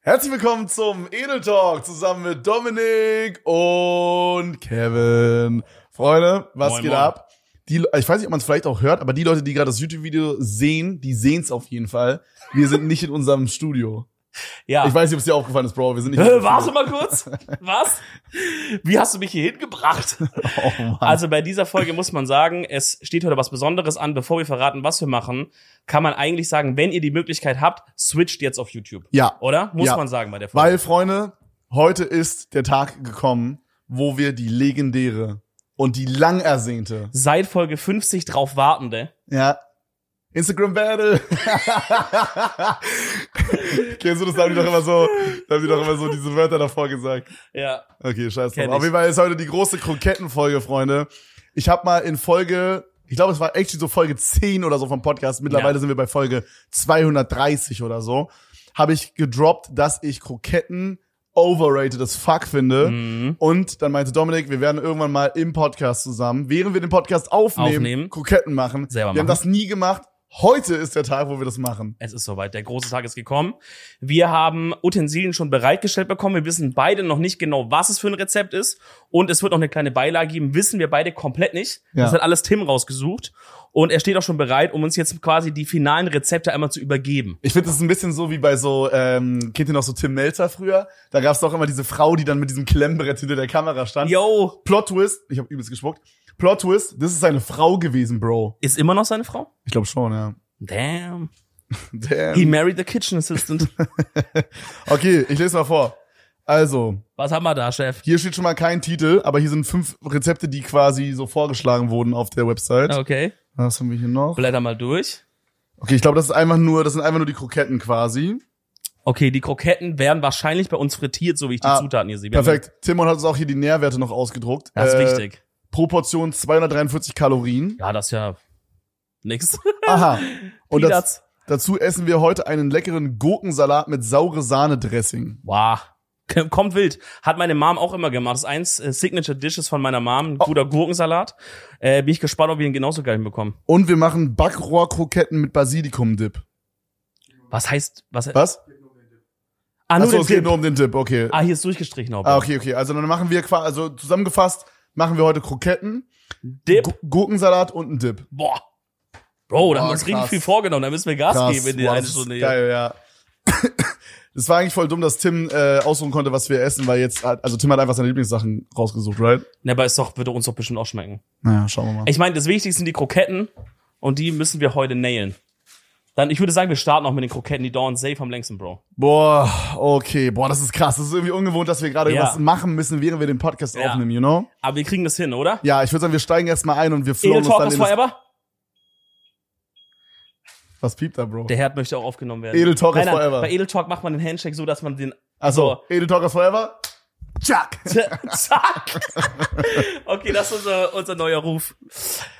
Herzlich willkommen zum Edel Talk zusammen mit Dominik und Kevin. Freunde, was Moin, geht moin. ab? Die, ich weiß nicht, ob man es vielleicht auch hört, aber die Leute, die gerade das YouTube-Video sehen, die sehen es auf jeden Fall. Wir sind nicht in unserem Studio. Ja. Ich weiß nicht, ob es dir aufgefallen ist, Bro. Wir sind nicht. in Äh, unserem warte Studio. mal kurz. Was? Wie hast du mich hier hingebracht? Oh, Mann. Also bei dieser Folge muss man sagen, es steht heute was Besonderes an. Bevor wir verraten, was wir machen, kann man eigentlich sagen, wenn ihr die Möglichkeit habt, switcht jetzt auf YouTube. ja, Oder? Muss Ja. man sagen bei der Folge. weil Freunde, heute ist der Tag gekommen, wo wir die legendäre und die lang ersehnte Seit Folge 50 drauf wartende. Ja. Instagram Battle. Kennst du das? Da haben die doch immer so, da haben die doch immer so diese Wörter davor gesagt. Ja. Okay, scheiß drauf. Kenn Auf ich. jeden Fall ist heute die große Krokettenfolge, Freunde. Ich habe mal in Folge, ich glaube, es war actually so Folge 10 oder so vom Podcast. Mittlerweile Ja. sind wir bei Folge 230 oder so. Habe ich gedroppt, dass ich Kroketten overrated as fuck finde. Mhm. Und dann meinte Dominik, wir werden irgendwann mal im Podcast zusammen, während wir den Podcast aufnehmen, Aufnehmen. Kroketten machen. Selber wir haben machen. das nie gemacht. Heute ist der Tag, wo wir das machen. Es ist soweit. Der große Tag ist gekommen. Wir haben Utensilien schon bereitgestellt bekommen. Wir wissen beide noch nicht genau, was es für ein Rezept ist. Und es wird noch eine kleine Beilage geben. Wissen wir beide komplett nicht. Ja. Das hat alles Tim rausgesucht. Und er steht auch schon bereit, um uns jetzt quasi die finalen Rezepte einmal zu übergeben. Ich finde, das ist ein bisschen so wie bei so, ähm, kennt ihr noch so Tim Melzer früher? Da gab es doch immer diese Frau, die dann mit diesem Klemmbrett hinter der Kamera stand. Yo! Plot Twist, ich habe übelst gespuckt. Plot Twist, das ist seine Frau gewesen, Bro. Ist immer noch seine Frau? Ich glaube schon, ja. Damn. He Damn. married the kitchen assistant. Okay, ich lese mal vor. Also, Was haben wir da, Chef? hier steht schon mal kein Titel, aber hier sind fünf Rezepte, die quasi so vorgeschlagen wurden auf der Website. Okay. Was haben wir hier noch? Blätter mal durch. Okay, ich glaube, das ist einfach nur, das sind einfach nur die Kroketten quasi. Okay, die Kroketten werden wahrscheinlich bei uns frittiert, so wie ich die Ah, Zutaten hier sehe. Wir haben- Perfekt. Timon hat uns auch hier die Nährwerte noch ausgedruckt. Das ist Äh, wichtig. Pro Portion 243 Kalorien. Ja, das ist ja nix. Aha. Und das, Peanuts. dazu essen wir heute einen leckeren Gurkensalat mit saure Sahne-Dressing. Wow. K- Kommt wild. Hat meine Mom auch immer gemacht. Das ist eins äh, Signature Dishes von meiner Mom. Ein Oh. guter Gurkensalat. Äh, bin ich gespannt, ob wir ihn genauso geil hinbekommen. Und wir machen Backrohrkroketten mit Basilikum-Dip. Was heißt, was? Was? Ah, nur Achso, den es geht Dip. nur um den Dip, okay. Äh, Ah, hier ist durchgestrichen. Ah, Ah, okay, okay. Also dann machen wir quasi, also zusammengefasst, machen wir heute Kroketten, Dip. Gu- Gurkensalat und einen Dip. Boah. Bro, da haben Boah, wir uns richtig krass. viel vorgenommen. Da müssen wir Gas Krass, geben in die wow, eine das ist Stunde. hier. Geil, ja. Es war eigentlich voll dumm, dass Tim äh, aussuchen konnte, was wir essen, weil jetzt, hat- also Tim hat einfach seine Lieblingssachen rausgesucht, right? Na, aber ist doch, würde uns doch bestimmt auch schmecken. Naja, schauen wir mal. Ich meine, das Wichtigste sind die Kroketten. Und die müssen wir heute nailen. Dann, ich würde sagen, wir starten auch mit den Kroketten. Die dauern safe am längsten, Bro. Boah, okay, boah, das ist krass. Das ist irgendwie ungewohnt, dass wir gerade Ja. was machen müssen, während wir den Podcast Ja. aufnehmen, you know? Aber wir kriegen das hin, oder? Ja, ich würde sagen, wir steigen erstmal ein und wir flowen Edel uns dann Talk in ist das, forever. Was piept da, Bro? Der Herd möchte auch aufgenommen werden. Edel Talk is nein, forever. Bei Edel Talk macht man den Handshake so, dass man den Achso, Edel Talkers Forever? Chuck! zack. okay, das ist unser, unser neuer Ruf.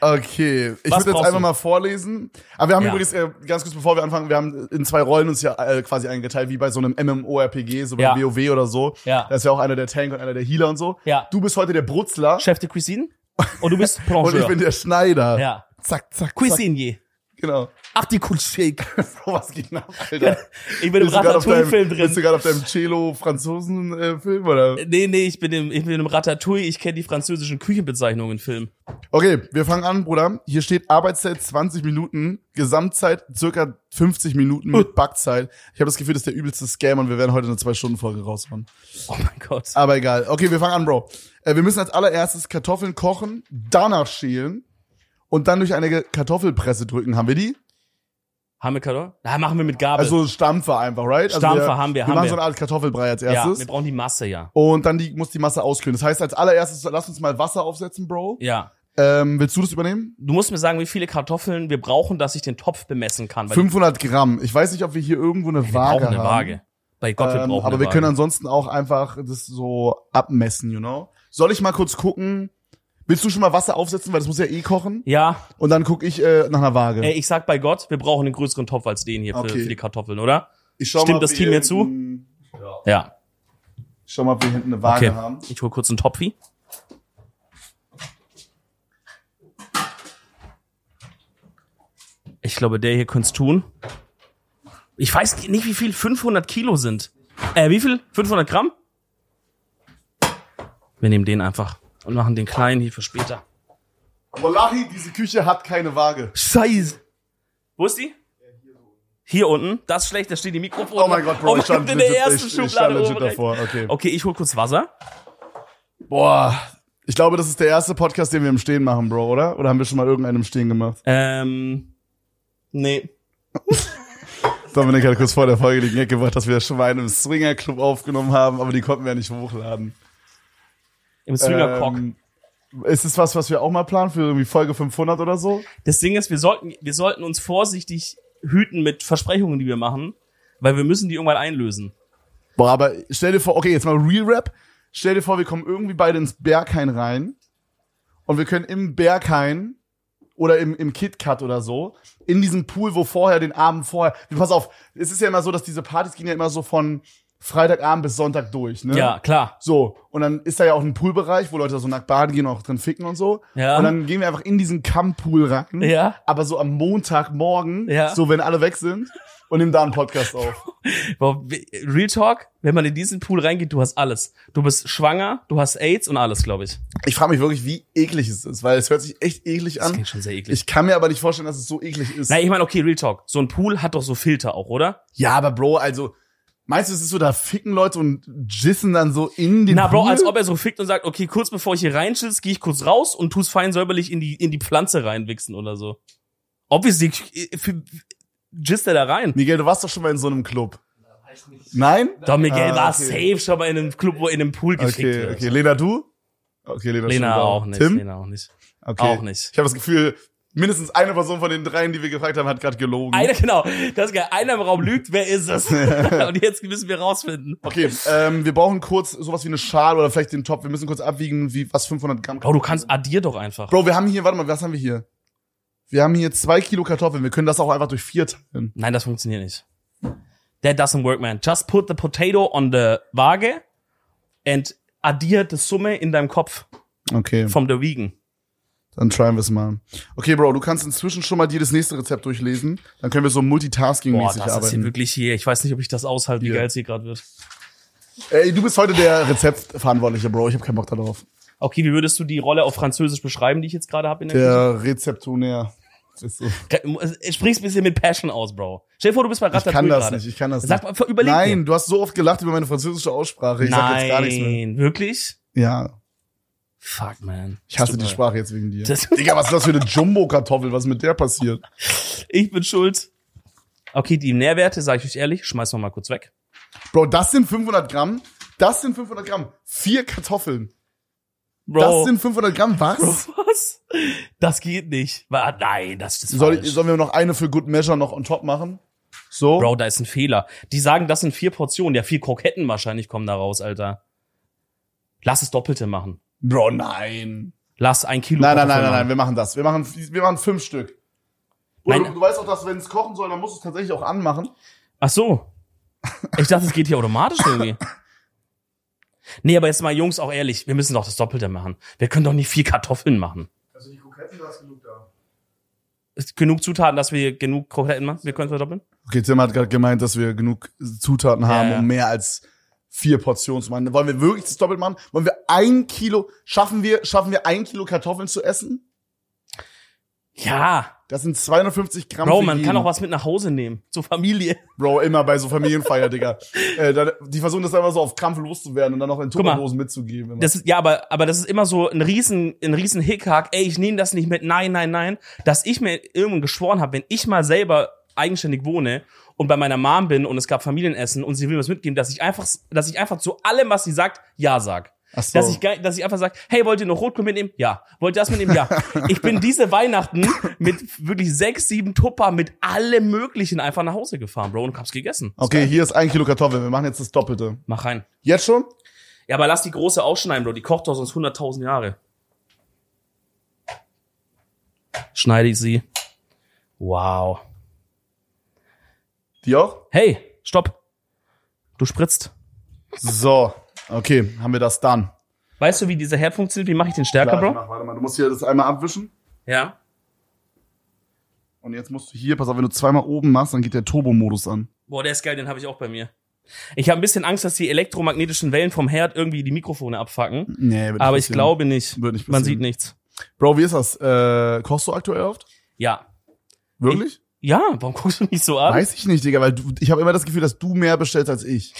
Okay, ich Was würde jetzt brauchst einfach du? mal vorlesen. Aber wir haben Ja. übrigens, äh, ganz kurz bevor wir anfangen, wir haben in zwei Rollen uns ja äh, quasi eingeteilt, wie bei so einem MMORPG, so bei Ja. WoW oder so. Ja. Da ist ja auch einer der Tank und einer der Healer und so. Ja. Du bist heute der Brutzler Chef de Cuisine und du bist und ich Plongeur. bin der Schneider. ja. Zack, zack, zack. Cuisinier. Genau. Ach, die Kultshake. Bro, was geht denn ab, Alter? Ich bin im Bist du gerade auf deinem, Ratatouille-Film bist du drin. gerade auf deinem Cello-Franzosen-Film oder? Nee, nee, ich bin im, ich bin im Ratatouille. Ich kenne die französischen Küchenbezeichnungen im Film. Okay, wir fangen an, Bruder. Hier steht Arbeitszeit 20 Minuten, Gesamtzeit circa 50 Minuten mit Backzeit. Ich habe das Gefühl, das ist der übelste Scam und wir werden heute eine zwei Stunden Folge raushauen. Oh mein Gott. Aber egal. Okay, wir fangen an, Bro. Äh, wir müssen als allererstes Kartoffeln kochen, danach schälen und dann durch eine Kartoffelpresse drücken. Haben wir die? Haben wir Kartoffeln? Na, machen wir mit Gabel. Also Stampfer einfach, right? also Stampfer haben wir, Wir haben machen wir. so eine Art Kartoffelbrei als ja, erstes. wir brauchen die Masse, ja. und dann die, muss die Masse auskühlen. Das heißt, als allererstes, lass uns mal Wasser aufsetzen, Bro. Ja. Ähm, willst du das übernehmen? Du musst mir sagen, wie viele Kartoffeln wir brauchen, dass ich den Topf bemessen kann. weil 500 Gramm. Ich weiß nicht, ob wir hier irgendwo eine Wir Waage brauchen eine haben. Waage. Bei Gott, wir Ähm, aber brauchen eine wir Waage. können ansonsten auch einfach das so abmessen, you know? Soll ich mal kurz gucken? Willst du schon mal Wasser aufsetzen, weil das muss ja eh kochen? ja, Und dann gucke ich äh, nach einer Waage. ey, ich sag bei Gott, wir brauchen einen größeren Topf als den hier Okay. für, für die Kartoffeln, oder? ich stimmt das Team hier zu? hinten- Ja. Ich schau mal, ob wir hinten eine Waage Okay. haben. Ich hol kurz einen Topfi. Ich glaube, der hier könnte es tun. Ich weiß nicht, wie viel 500 Kilo sind. Äh, wie viel? 500 Gramm? Wir nehmen den einfach und machen den kleinen hier für später. Wallahi, diese Küche hat keine Waage. Scheiße. Wo ist die? Hier unten. Das ist schlecht, da steht die Mikrofon. Oh mein Gott, Bro, ich stand in der legit- ersten ich- ich stand Schublade legit oben rechts. davor. Okay. Okay, ich hol kurz Wasser. Boah. Ich glaube, das ist der erste Podcast, den wir im Stehen machen, Bro, oder? Oder haben wir schon mal irgendeinen im Stehen gemacht? Ähm, nee. Dominik hat kurz vor der Folge die Gag gemacht, dass wir das schon mal in einem Swingerclub aufgenommen haben, aber die konnten wir ja nicht hochladen. Im Swinger Cock. Ähm, ist es was, was wir auch mal planen für irgendwie Folge 500 oder so? Das Ding ist, wir sollten, wir sollten uns vorsichtig hüten mit Versprechungen, die wir machen, weil wir müssen die irgendwann einlösen. Boah, aber stell dir vor, okay, jetzt mal Real Rap. Stell dir vor, wir kommen irgendwie beide ins Berghain rein und wir können im Berghain oder im, im KitKat oder so, in diesem Pool, wo vorher, den Abend vorher, pass auf, es ist ja immer so, dass diese Partys gehen ja immer so von Freitagabend bis Sonntag durch, ne? Ja, klar. So, und dann ist da ja auch ein Poolbereich, wo Leute so nackt baden gehen und auch drin ficken und so. Ja. Und dann gehen wir einfach in diesen Kammpool rein. Ja. Aber so am Montagmorgen, Ja. so wenn alle weg sind, und nehmen da einen Podcast auf. Wow, we- Real Talk, wenn man in diesen Pool reingeht, du hast alles. Du bist schwanger, du hast AIDS und alles, glaube ich. Ich frage mich wirklich, wie eklig es ist, weil es hört sich echt eklig Das an. klingt schon sehr eklig. Ich kann mir aber nicht vorstellen, dass es so eklig ist. Nein, ich meine, okay, Real Talk. So ein Pool hat doch so Filter auch, oder? Ja, aber Bro, also meinst du, es ist so, da ficken Leute und jissen dann so in den Na, Bro, also- Pool? als ob er so fickt und sagt, okay, kurz bevor ich hier reinschütze, gehe ich kurz raus und tu's fein säuberlich in die, in die Pflanze reinwichsen oder so. Obviously, äh, für- jizzt er da rein. Miguel, du warst doch schon mal in so einem Club. Nein? Doch, Miguel Ah, war okay. safe schon mal in einem Club, wo in einem Pool gefickt Okay, wird. okay. Lena, du? Okay, Lena, Lena stimmt auch nicht, Tim? Lena auch nicht. Okay. Auch nicht. Ich habe das Gefühl, mindestens eine Person von den dreien, die wir gefragt haben, hat gerade gelogen. Einer, genau, das ist geil. Einer im Raum lügt, wer ist es? und jetzt müssen wir rausfinden. Okay, ähm, wir brauchen kurz sowas wie eine Schale oder vielleicht den Topf. Wir müssen kurz abwiegen, wie was 500 Gramm. Bro, du kannst addier doch einfach. Bro, wir haben hier, warte mal, was haben wir hier? Wir haben hier zwei Kilo Kartoffeln. Wir können das auch einfach durch vier teilen. Nein, das funktioniert nicht. That doesn't work, man. Just put the potato on the Waage and addier die Summe in deinem Kopf Okay, vom der Wiegen. dann tryen wir es mal. Okay, Bro, du kannst inzwischen schon mal dir das nächste Rezept durchlesen. Dann können wir so Boah, multitasking-mäßig das ist hier arbeiten. wirklich hier. Ich weiß nicht, ob ich das aushalte, wie Hier. geil es hier gerade wird. Ey, du bist heute der Rezeptverantwortliche, Bro. Ich habe keinen Bock darauf. Okay, wie würdest du die Rolle auf Französisch beschreiben, die ich jetzt gerade habe in der Der Rezeptionär. Ist so. Küche? Sprich's ein bisschen mit Passion aus, Bro. Stell dir vor, du bist bei Ich Ratatouille kann das gerade. nicht, ich kann das Sag nicht. mal, ver- überleg Nein, dir. du hast so oft gelacht über meine französische Aussprache. Ich sag jetzt gar nichts mehr. Nein, wirklich? Ja, Fuck, man. ich hasse Tut mir die leid. Sprache jetzt wegen dir. Das- Digga, was ist das für eine Jumbo-Kartoffel? Was ist mit der passiert? Ich bin schuld. Okay, die Nährwerte, sage ich euch ehrlich, schmeiß noch mal kurz weg. Bro, das sind 500 Gramm. Das sind 500 Gramm. Vier Kartoffeln. Bro. Das sind 500 Gramm. Was? Was? Das geht nicht. Wa- Nein, das ist Soll, falsch. sollen wir noch eine für Good Measure noch on top machen? So. Bro, da ist ein Fehler. Die sagen, das sind vier Portionen. Ja, vier Kroketten wahrscheinlich kommen da raus, Alter. Lass es Doppelte machen. Bro, nein. Lass ein Kilo. Nein, nein, nein, Kartoffeln nein, nein, machen. wir machen das. Wir machen, wir machen fünf Stück. Oder Nein. du, du weißt auch, dass wenn es kochen soll, dann musst du es tatsächlich auch anmachen. Ach so. Ich dachte, es geht hier automatisch irgendwie. Nee, aber jetzt mal Jungs, auch ehrlich, wir müssen doch das Doppelte machen. Wir können doch nicht vier Kartoffeln machen. Also die Kroketten, da ist genug da. Ist genug Zutaten, dass wir genug Kroketten machen? Wir können verdoppeln? Okay, Tim hat gerade gemeint, dass wir genug Zutaten haben, ja. um mehr als vier Portionen zu machen. Wollen wir wirklich das doppelt machen? Wollen wir ein Kilo, schaffen wir, schaffen wir ein Kilo Kartoffeln zu essen? Ja. Das sind 250 Gramm. Bro, für man jeden. kann auch was mit nach Hause nehmen. Zur Familie. Bro, immer bei so Familienfeier, Digga. Äh, dann, die versuchen das einfach so auf Krampf loszuwerden und dann noch in mal. Tupperdosen mitzugeben. Immer. Das ist, ja, aber, aber das ist immer so ein riesen, ein riesen Hickhack. Ey, ich nehme das nicht mit. Nein, nein, nein. Dass ich mir irgendwann geschworen habe, wenn ich mal selber eigenständig wohne und bei meiner Mom bin und es gab Familienessen und sie will mir was mitgeben, dass ich einfach, dass ich einfach zu allem, was sie sagt, ja sag. Ach so. Dass ich, gar- dass ich einfach sage, hey, wollt ihr noch Rotkohl mitnehmen? Ja. Wollt ihr das mitnehmen? Ja. Ich bin diese Weihnachten mit wirklich sechs, sieben Tupper mit allem Möglichen einfach nach Hause gefahren, Bro, und hab's gegessen. okay, hier ist ein Kilo Kartoffeln. Wir machen jetzt das Doppelte. Mach rein. Jetzt schon? Ja, aber lass die große ausschneiden, Bro. Die kocht doch sonst 100.000 Jahre. Schneide ich sie. Wow. Die auch? Hey, stopp. Du spritzt. So. Okay, haben wir das dann. Weißt du, wie dieser Herd funktioniert? Wie mache ich den stärker, Klar, genau. ich Bro? mach- warte mal, du musst hier das einmal abwischen. Ja. Und jetzt musst du hier, pass auf, wenn du zweimal oben machst, dann geht der Turbo-Modus an. Boah, der ist geil, den habe ich auch bei mir. Ich habe ein bisschen Angst, dass die elektromagnetischen Wellen vom Herd irgendwie die Mikrofone abfacken. Nee, wird Aber ich nicht passieren. glaube nicht. Wird nicht Man passieren. sieht nichts. Bro, wie ist das? Äh, kochst du aktuell oft? Ja. Wirklich? Ja, warum guckst du mich so an? Weiß ich nicht, Digga, weil du, ich habe immer das Gefühl, dass du mehr bestellst als ich.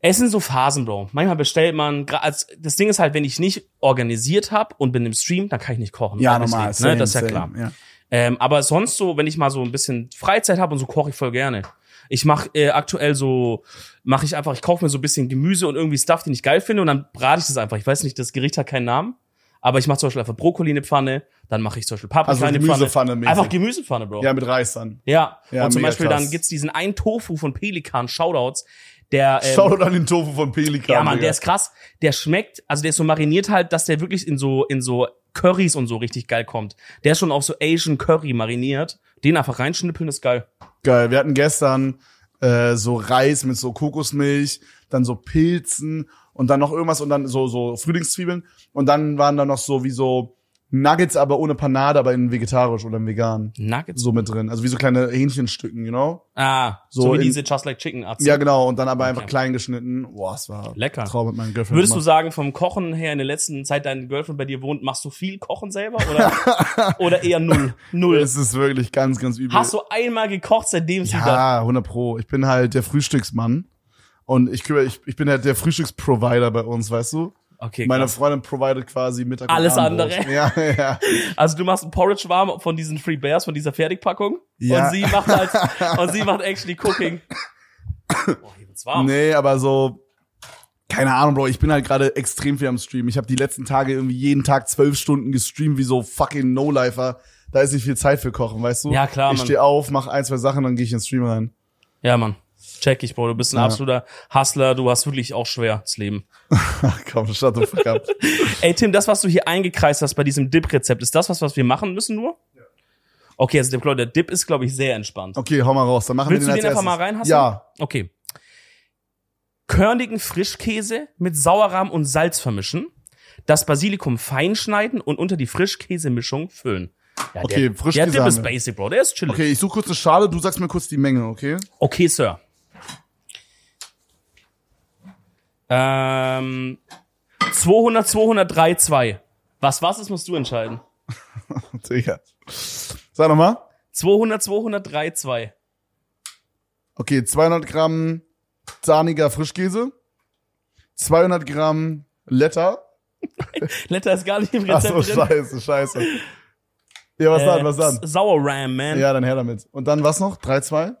Es sind so Phasen, Bro. Manchmal bestellt man, gra- als, das Ding ist halt, wenn ich nicht organisiert habe und bin im Stream, dann kann ich nicht kochen. Obviously, same, ne? Das ist ja same, klar. Ja. Ähm, aber sonst so, wenn ich mal so ein bisschen Freizeit habe und so koche ich voll gerne. Ich mache äh, aktuell so, mache ich einfach, ich kaufe mir so ein bisschen Gemüse und irgendwie Stuff, den ich geil finde und dann brate ich das einfach. Ich weiß nicht, das Gericht hat keinen Namen, aber ich mache zum Beispiel einfach Brokkoli in eine Pfanne, dann mache ich zum Beispiel Paprika Also in eine Pfanne. Gemüsepfanne-mäßig. Einfach Gemüsepfanne, Bro. ja, mit Reis dann. Ja, Ja, und zum mega Beispiel krass. dann gibt's diesen einen Tofu von Pelikan, Shoutouts, der ähm, Schau doch an den Tofu von Pelikan. ja Mann, Digga. der ist krass, der schmeckt, also der ist so mariniert halt, dass der wirklich in so in so Currys und so richtig geil kommt. Der ist schon auf so Asian Curry mariniert, den einfach reinschnippeln ist geil. Geil. Wir hatten gestern äh, so Reis mit so Kokosmilch, dann so Pilzen und dann noch irgendwas und dann so so Frühlingszwiebeln und dann waren da noch so wie so Nuggets, aber ohne Panade, aber in vegetarisch oder in vegan Nuggets. so mit drin. Also wie so kleine Hähnchenstücken, you know? Ah, so, So wie in- diese Just Like Chicken Arzt. Ja, genau. Und dann aber einfach Okay. klein geschnitten. Boah, es war Lecker. Traum mit meinem Girlfriend. Würdest du sagen, vom Kochen her in der letzten Zeit dein Girlfriend bei dir wohnt, machst du viel Kochen selber oder oder eher null, null? Es ist wirklich ganz, ganz übel. Hast du einmal gekocht, seitdem sie da Ja, 100 Pro. Ich bin halt der Frühstücksmann. Und ich, kümmere- ich, ich bin halt der Frühstücksprovider bei uns, weißt du? Okay, Meine krass. Freundin providet quasi Mittag und Alles Abendbrot. andere. Ja, ja. Also du machst ein Porridge warm von diesen Free Bears, von dieser Fertigpackung. Ja. Und sie macht halt, und sie macht actually Cooking. Boah, hier wird's warm. Nee, aber so, keine Ahnung, Bro. Ich bin halt gerade extrem viel am Stream. Ich habe die letzten Tage irgendwie jeden Tag zwölf Stunden gestreamt wie so fucking No-Lifer. Da ist nicht viel Zeit für Kochen, weißt du? Ja, klar, Ich Mann. stehe auf, mach ein, zwei Sachen, dann gehe ich ins Stream rein. Ja, Mann. Check ich, Bro. Du bist ein Ja. absoluter Hustler. Du hast wirklich auch schwer das Leben. Ach komm, shut the fuck up. Ey, Tim, das, was du hier eingekreist hast bei diesem Dip-Rezept, ist das was, was wir machen müssen nur? Okay, also der, Leute, der Dip ist, glaube ich, sehr entspannt. Okay, hau mal raus. Dann machen Willst wir du den den als einfach mal erstes. reinhassen? Ja. Okay. Körnigen Frischkäse mit Sauerrahm und Salz vermischen. Das Basilikum fein schneiden und unter die Frischkäsemischung füllen. Ja, Okay, der, Frischkäse Der Dip haben ist wir. basic, Bro. Der ist chillig. Okay, Okay, ich suche kurz eine Schale, du sagst mir kurz die Menge, okay? Sir. Ähm, 200, 203, 2. Was was ist, musst du entscheiden. Digga. Sag nochmal. 200, 203, 2. Okay, 200 Gramm sahniger Frischkäse, 200 Gramm Letter. Letter ist gar nicht im Ach so, Rezept drin. Äh, scheiße, scheiße. Ja, was dann, was dann? Sauerrahm, man. Ja, dann her damit. Und dann was noch? 3, 2?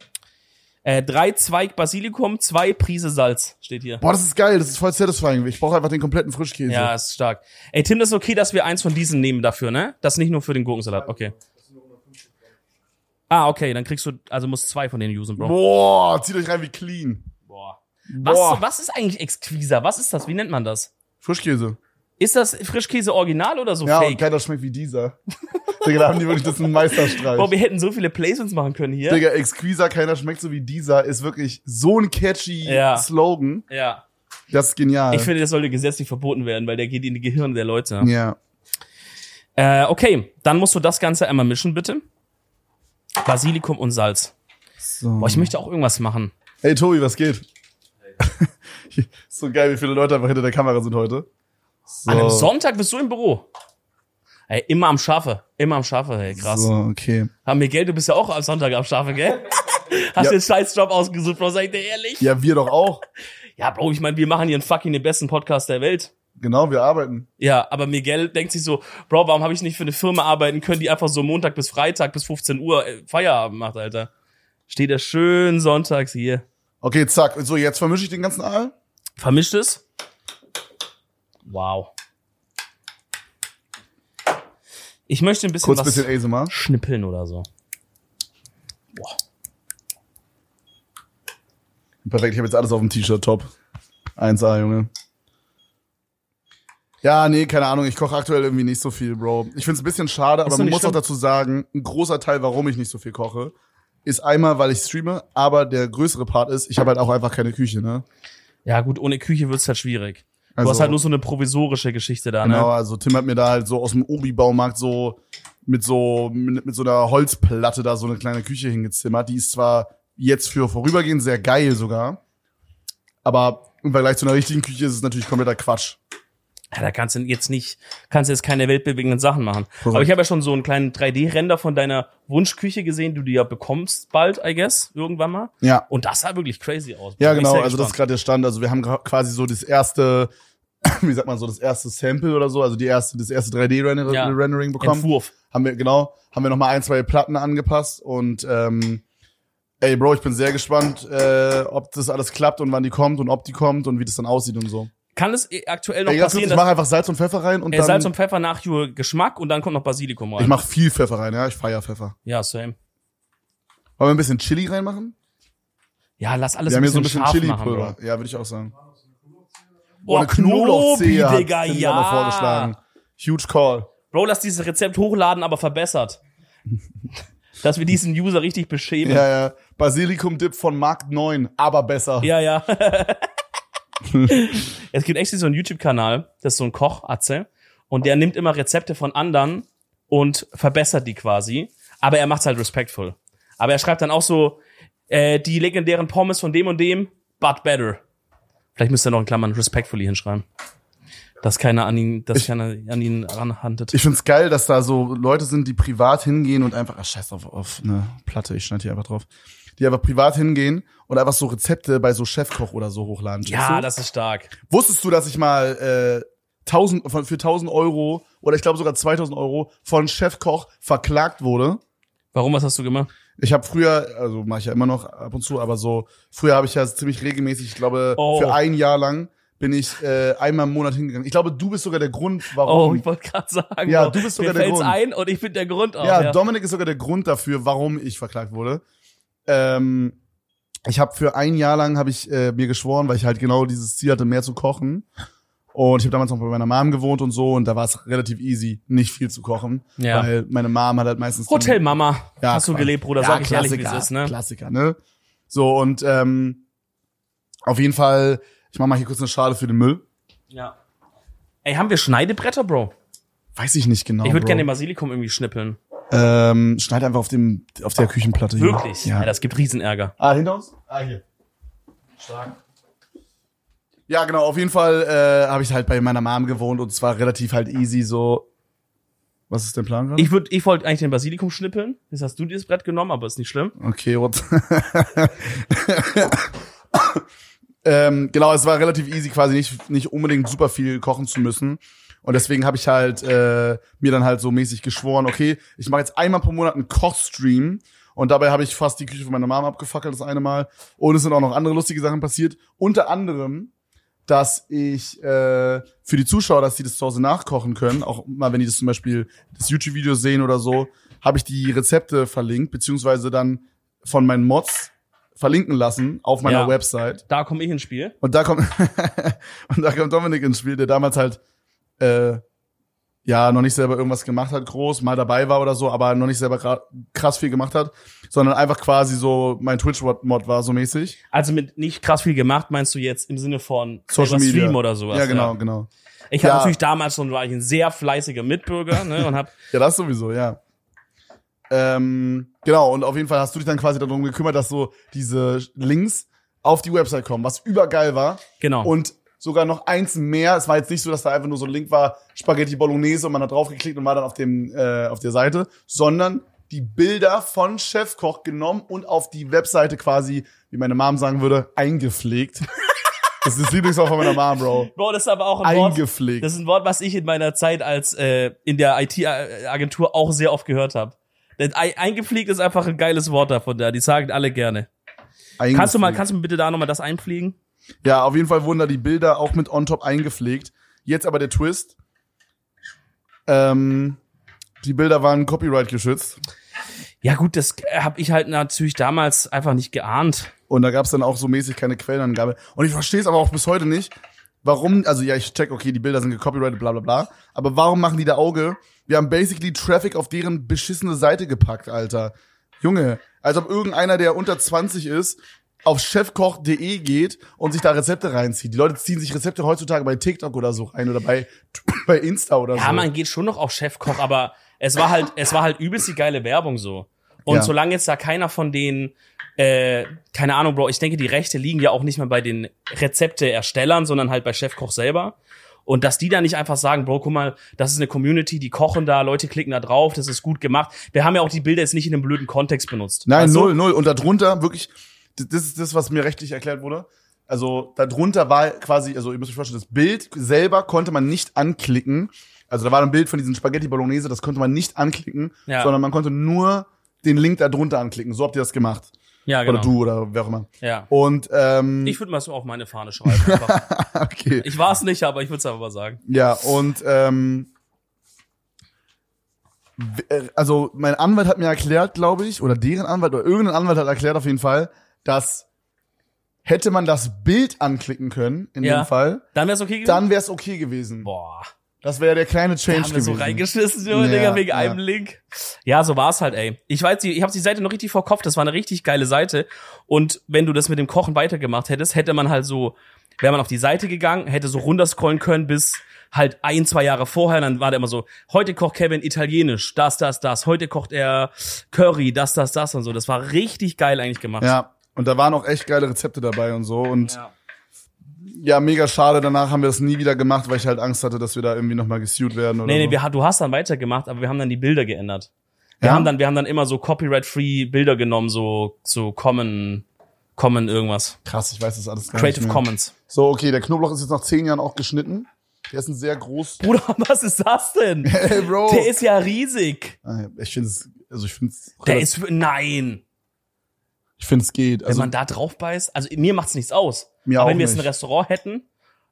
Äh, drei Zweig Basilikum, zwei Prise Salz steht hier. Boah, das ist geil, das ist voll satisfying. Ich brauche einfach den kompletten Frischkäse. Ja, ist stark. Ey, Tim, das ist okay, dass wir eins von diesen nehmen dafür, ne? Das nicht nur für den Gurkensalat, okay. Ah, okay, dann kriegst du, also musst zwei von denen usen, Bro. Boah, zieht euch rein wie clean. Boah. Was, Boah. was ist eigentlich Exquisa? Was ist das? Wie nennt man das? Frischkäse. Ist das Frischkäse original oder so Ja, und fake? keiner schmeckt wie dieser. Digga, da haben die wirklich, das ist ein Meisterstreich. Boah, wir hätten so viele Placements machen können hier. Digga, Exquisa, keiner schmeckt so wie dieser, ist wirklich so ein catchy Ja. Slogan. Ja. Das ist genial. Ich finde, das sollte gesetzlich verboten werden, weil der geht in die Gehirne der Leute. ja. Äh, okay, dann musst du das Ganze einmal mischen, bitte. Basilikum und Salz. So. Boah, ich möchte auch irgendwas machen. Hey Tobi, was geht? so geil, wie viele Leute einfach hinter der Kamera sind heute. So. An einem Sonntag bist du im Büro. Ey, immer am Schafe. Immer am Schafe, ey, krass. So, okay. Haben wir Geld, du bist ja auch am Sonntag am Schafe, gell? Hast Ja. dir einen Scheißjob ausgesucht, Bro, sag ich dir ehrlich. Ja, Ja, wir doch auch. Bro, ich meine, wir machen hier einen fucking den besten Podcast der Welt. Genau, wir arbeiten. Ja, aber Miguel denkt sich so, Bro, warum habe ich nicht für eine Firma arbeiten können, die einfach so Montag bis Freitag bis 15 Uhr äh, Feierabend macht, Alter. Steht er schön sonntags hier. Okay, zack. So, jetzt vermische ich den ganzen Aal. Vermischt es? Wow. Ich möchte ein bisschen Kurz was bisschen ASMR. schnippeln oder so. Boah. Perfekt, ich habe jetzt alles auf dem T-Shirt, top. 1A, Junge. Ja, nee, keine Ahnung, ich koche aktuell irgendwie nicht so viel, Bro. Ich find's ein bisschen schade, aber doch man nicht muss auch schlimm. dazu sagen, ein großer Teil, warum ich nicht so viel koche, ist einmal, weil ich streame, aber der größere Part ist, ich habe halt auch einfach keine Küche, ne? Ja, gut, ohne Küche wird's halt schwierig. Also- du hast halt nur so eine provisorische Geschichte da, Genau, ne? also Tim hat mir da halt so aus dem Obi-Baumarkt so mit so mit, mit so einer Holzplatte da so eine kleine Küche hingezimmert. Die ist zwar jetzt für vorübergehend sehr geil sogar, Aber im Vergleich zu einer richtigen Küche ist es natürlich kompletter Quatsch. Ja, da kannst du jetzt nicht, kannst jetzt keine weltbewegenden Sachen machen. Korrekt. Aber ich habe ja schon so einen kleinen 3D-Render von deiner Wunschküche gesehen, die du ja bekommst bald, I guess, irgendwann mal. Ja. Und das sah wirklich crazy aus. Ja, Bin ich genau, sehr also das ist gespannt. gerade der Stand. Also wir haben gra- quasi so das erste, wie sagt man so, das erste Sample oder so, also die erste, das erste 3D-Rendering Ja. bekommen. Entwurf. Haben wir, genau, haben wir nochmal ein, zwei Platten angepasst und ähm, ey Bro, ich bin sehr gespannt, äh, ob das alles klappt und wann die kommt und ob die kommt und wie das dann aussieht und so. Kann es eh aktuell noch Ey, ganz kurz, passieren, ich dass mache einfach Salz und Pfeffer rein und äh, dann. Salz und Pfeffer Nachjur Geschmack und dann kommt noch Basilikum rein. ich mache viel Pfeffer rein, ja, ich feier Pfeffer. ja, same. Wollen wir ein bisschen Chili reinmachen? Ja, lass alles wir ein haben hier so bisschen, ein bisschen scharf Chili-Pulver. machen. ja, würde ich auch sagen. Bro. Oh, eine Knoblauchzehe Knobi, hat Digga, Tim da mal vorgeschlagen. ja. Huge Call. Bro, lass dieses Rezept hochladen, aber verbessert. Dass wir diesen User richtig beschämen. Ja, ja. Basilikum-Dip von Markt 9, aber besser. Ja, ja. es gibt echt so einen YouTube-Kanal, das ist so ein Kochatze. Und der nimmt immer Rezepte von anderen und verbessert die quasi. Aber er macht's halt respectful. Aber er schreibt dann auch so, äh, die legendären Pommes von dem und dem, but better. Vielleicht müsst ihr noch in Klammern respectfully hinschreiben. Dass keiner an ihn, dass keiner an ihn ranhandet. Ich find's geil, dass da so Leute sind, die privat hingehen und einfach, ach scheiß auf, auf eine Platte, ich schneide hier einfach drauf. Die einfach privat hingehen und einfach so Rezepte bei so Chefkoch oder so hochladen. Ja, Weißt das ist stark. du? Wusstest du, dass ich mal äh, 1000, von- für 1000 Euro oder ich glaube sogar 2000 Euro von Chefkoch verklagt wurde? Warum, was hast du gemacht? Ich habe früher, also mache ich ja immer noch ab und zu, aber so früher habe ich ja ziemlich regelmäßig, ich glaube, Oh. für ein Jahr lang bin ich äh, einmal im Monat hingegangen. Ich glaube, du bist sogar der Grund, warum. Oh, ich wollte gerade sagen. Ja, Bro, du bist sogar mir der fällt's Grund. ein und ich bin der Grund Oh, auch. ja, Dominik ist sogar der Grund dafür, warum ich verklagt wurde. Ähm, ich habe für ein Jahr lang habe ich äh, mir geschworen, weil ich halt genau dieses Ziel hatte, mehr zu kochen. Und ich habe damals noch bei meiner Mom gewohnt und so und da war es relativ easy, nicht viel zu kochen, Ja. weil meine Mom hat halt meistens dann- Hotel Mama. Ja, hast du Quatsch. gelebt, Bruder? Ja, Sag ich ehrlich, wie es Klassiker, ist, ne? Klassiker, ne? So, und ähm, auf jeden Fall, ich mach mal hier kurz eine Schale für den Müll. Ja. Ey, haben wir Schneidebretter, Bro? Weiß ich nicht genau. ich würde Bro. gerne den Basilikum irgendwie schnippeln. Ähm, schneid einfach auf dem auf der Küchenplatte hier. Wirklich? Ja. Ja. das gibt Riesenärger. ah, hinter uns? Ah, hier. Stark. Ja, genau, auf jeden Fall äh, habe ich halt bei meiner Mom gewohnt und zwar relativ halt easy so. Was ist dein Plan gerade? Ich würde, ich wollte eigentlich den Basilikum schnippeln. Jetzt hast du dieses Brett genommen, aber ist nicht schlimm. Okay, what? ähm, genau, es war relativ easy, quasi nicht, nicht unbedingt super viel kochen zu müssen. Und deswegen habe ich halt äh, mir dann halt so mäßig geschworen, okay, ich mache jetzt einmal pro Monat einen Kochstream. Und dabei habe ich fast die Küche von meiner Mama abgefackelt, das eine Mal. Und es sind auch noch andere lustige Sachen passiert. Unter anderem, dass ich äh, für die Zuschauer, dass die das zu Hause nachkochen können, auch mal wenn die das zum Beispiel das YouTube-Video sehen oder so, habe ich die Rezepte verlinkt, beziehungsweise dann von meinen Mods verlinken lassen auf meiner Ja. Website. Da komme ich ins Spiel. Und da kommt und da kommt Dominik ins Spiel, der damals halt äh, ja noch nicht selber irgendwas gemacht hat, groß, mal dabei war oder so, aber noch nicht selber gra- krass viel gemacht hat, sondern einfach quasi so mein Twitch-Mod war so mäßig. Also mit nicht krass viel gemacht, meinst du jetzt im Sinne von Social selber Media. Stream oder sowas? ne? ja, genau, genau. Ich habe Ja. natürlich damals schon, war ich ein sehr fleißiger Mitbürger ne, und habe Ja, das sowieso, ja. Ähm, genau, und auf jeden Fall hast du dich dann quasi darum gekümmert, dass so diese Links auf die Website kommen, was übergeil war. genau. Und sogar noch eins mehr. Es war jetzt nicht so, dass da einfach nur so ein Link war, Spaghetti Bolognese und man hat draufgeklickt und war dann auf, dem, äh, auf der Seite, sondern die Bilder von Chefkoch genommen und auf die Webseite quasi, wie meine Mom sagen würde, eingepflegt. das ist das Lieblingswort von meiner Mom, Bro. Bro, das ist aber auch ein Wort. Eingepflegt. Das ist ein Wort, was ich in meiner Zeit als äh, in der IT-Agentur auch sehr oft gehört habe. Denn ei- eingepflegt ist einfach ein geiles Wort davon da. Die sagen alle gerne. Kannst du mal, Eingepflegt. kannst du mir bitte da nochmal das einpflegen? Ja, auf jeden Fall wurden da die Bilder auch mit on top eingepflegt. Jetzt aber der Twist. Ähm, die Bilder waren Copyright geschützt. Ja gut, das habe ich halt natürlich damals einfach nicht geahnt. Und da gab's dann auch so mäßig keine Quellenangabe. Und ich verstehe es aber auch bis heute nicht, warum, also ja, ich check, okay, die Bilder sind gecopyrighted, bla bla bla. Aber warum machen die da Auge? Wir haben basically Traffic auf deren beschissene Seite gepackt, Alter. Junge, als ob irgendeiner, der unter 20 ist, auf chefkoch.de geht und sich da Rezepte reinzieht. Die Leute ziehen sich Rezepte heutzutage bei TikTok oder so rein oder bei, bei Insta oder Ja, so. man geht schon noch auf Chefkoch, aber es war halt, es war halt übelst die geile Werbung so. Und Ja. solange jetzt da keiner von denen äh, keine Ahnung, Bro, ich denke, die Rechte liegen ja auch nicht mehr bei den Rezepteerstellern, sondern halt bei Chefkoch selber. Und dass die da nicht einfach sagen, Bro, guck mal, das ist eine Community, die kochen da, Leute klicken da drauf, das ist gut gemacht. Wir haben ja auch die Bilder jetzt nicht in einem blöden Kontext benutzt. Nein, Weißt du? null, null. Und darunter wirklich, das- das ist das, was mir rechtlich erklärt wurde. Also darunter war quasi, also ihr müsst euch vorstellen, das Bild selber konnte man nicht anklicken. Also da war ein Bild von diesen Spaghetti Bolognese, das konnte man nicht anklicken, Ja. sondern man konnte nur den Link darunter anklicken. So habt ihr das gemacht. Ja, genau. Oder du oder wer auch immer. Ja. Und ähm, Ich würde mal so auf meine Fahne schreiben. einfach. okay. ich war es nicht, aber ich würde es einfach mal sagen. Ja, und ähm, w- äh, also mein Anwalt hat mir erklärt, glaube ich, oder deren Anwalt oder irgendein Anwalt hat erklärt auf jeden Fall, dass hätte man das Bild anklicken können in Ja. dem Fall, Dann wär's okay gewesen. dann wäre es okay gewesen. Boah. Das wäre der kleine Change haben wir so gewesen. reingeschissen, Junge, Ja, Digga, wegen ja. einem Link. Ja, so war's halt, ey. Ich weiß, die- ich habe die Seite noch richtig vor Kopf, das war eine richtig geile Seite. Und wenn du das mit dem Kochen weitergemacht hättest, hätte man halt so, wäre man auf die Seite gegangen, hätte so runterscrollen können bis halt ein, zwei Jahre vorher, dann war da immer so, heute kocht Kevin italienisch, das, das, das, heute kocht er Curry, das, das, das und so. Das war richtig geil eigentlich gemacht. ja, und da waren auch echt geile Rezepte dabei und so und ja. mega schade. Danach haben wir das nie wieder gemacht, weil ich halt Angst hatte, dass wir da irgendwie nochmal gesued werden oder Nee, nee, so. wir, ha- du hast dann weitergemacht, aber wir haben dann die Bilder geändert. Wir Ja? haben dann, wir haben dann immer so Copyright-free Bilder genommen, so, so Common, Common irgendwas. Krass, ich weiß das alles gar Creative nicht mehr. Commons. So, okay, der Knoblauch ist jetzt nach zehn Jahren auch geschnitten. Der ist ein sehr groß. Bruder, was ist das denn? Hey, oh. Bro. Der ist ja riesig. Ah, Ich finde es, also ich finde Der es, ist, nein. ich finde es geht. Wenn Also, man da drauf beißt, also mir macht's nichts aus. Mir aber auch wenn wir jetzt nicht. ein Restaurant hätten,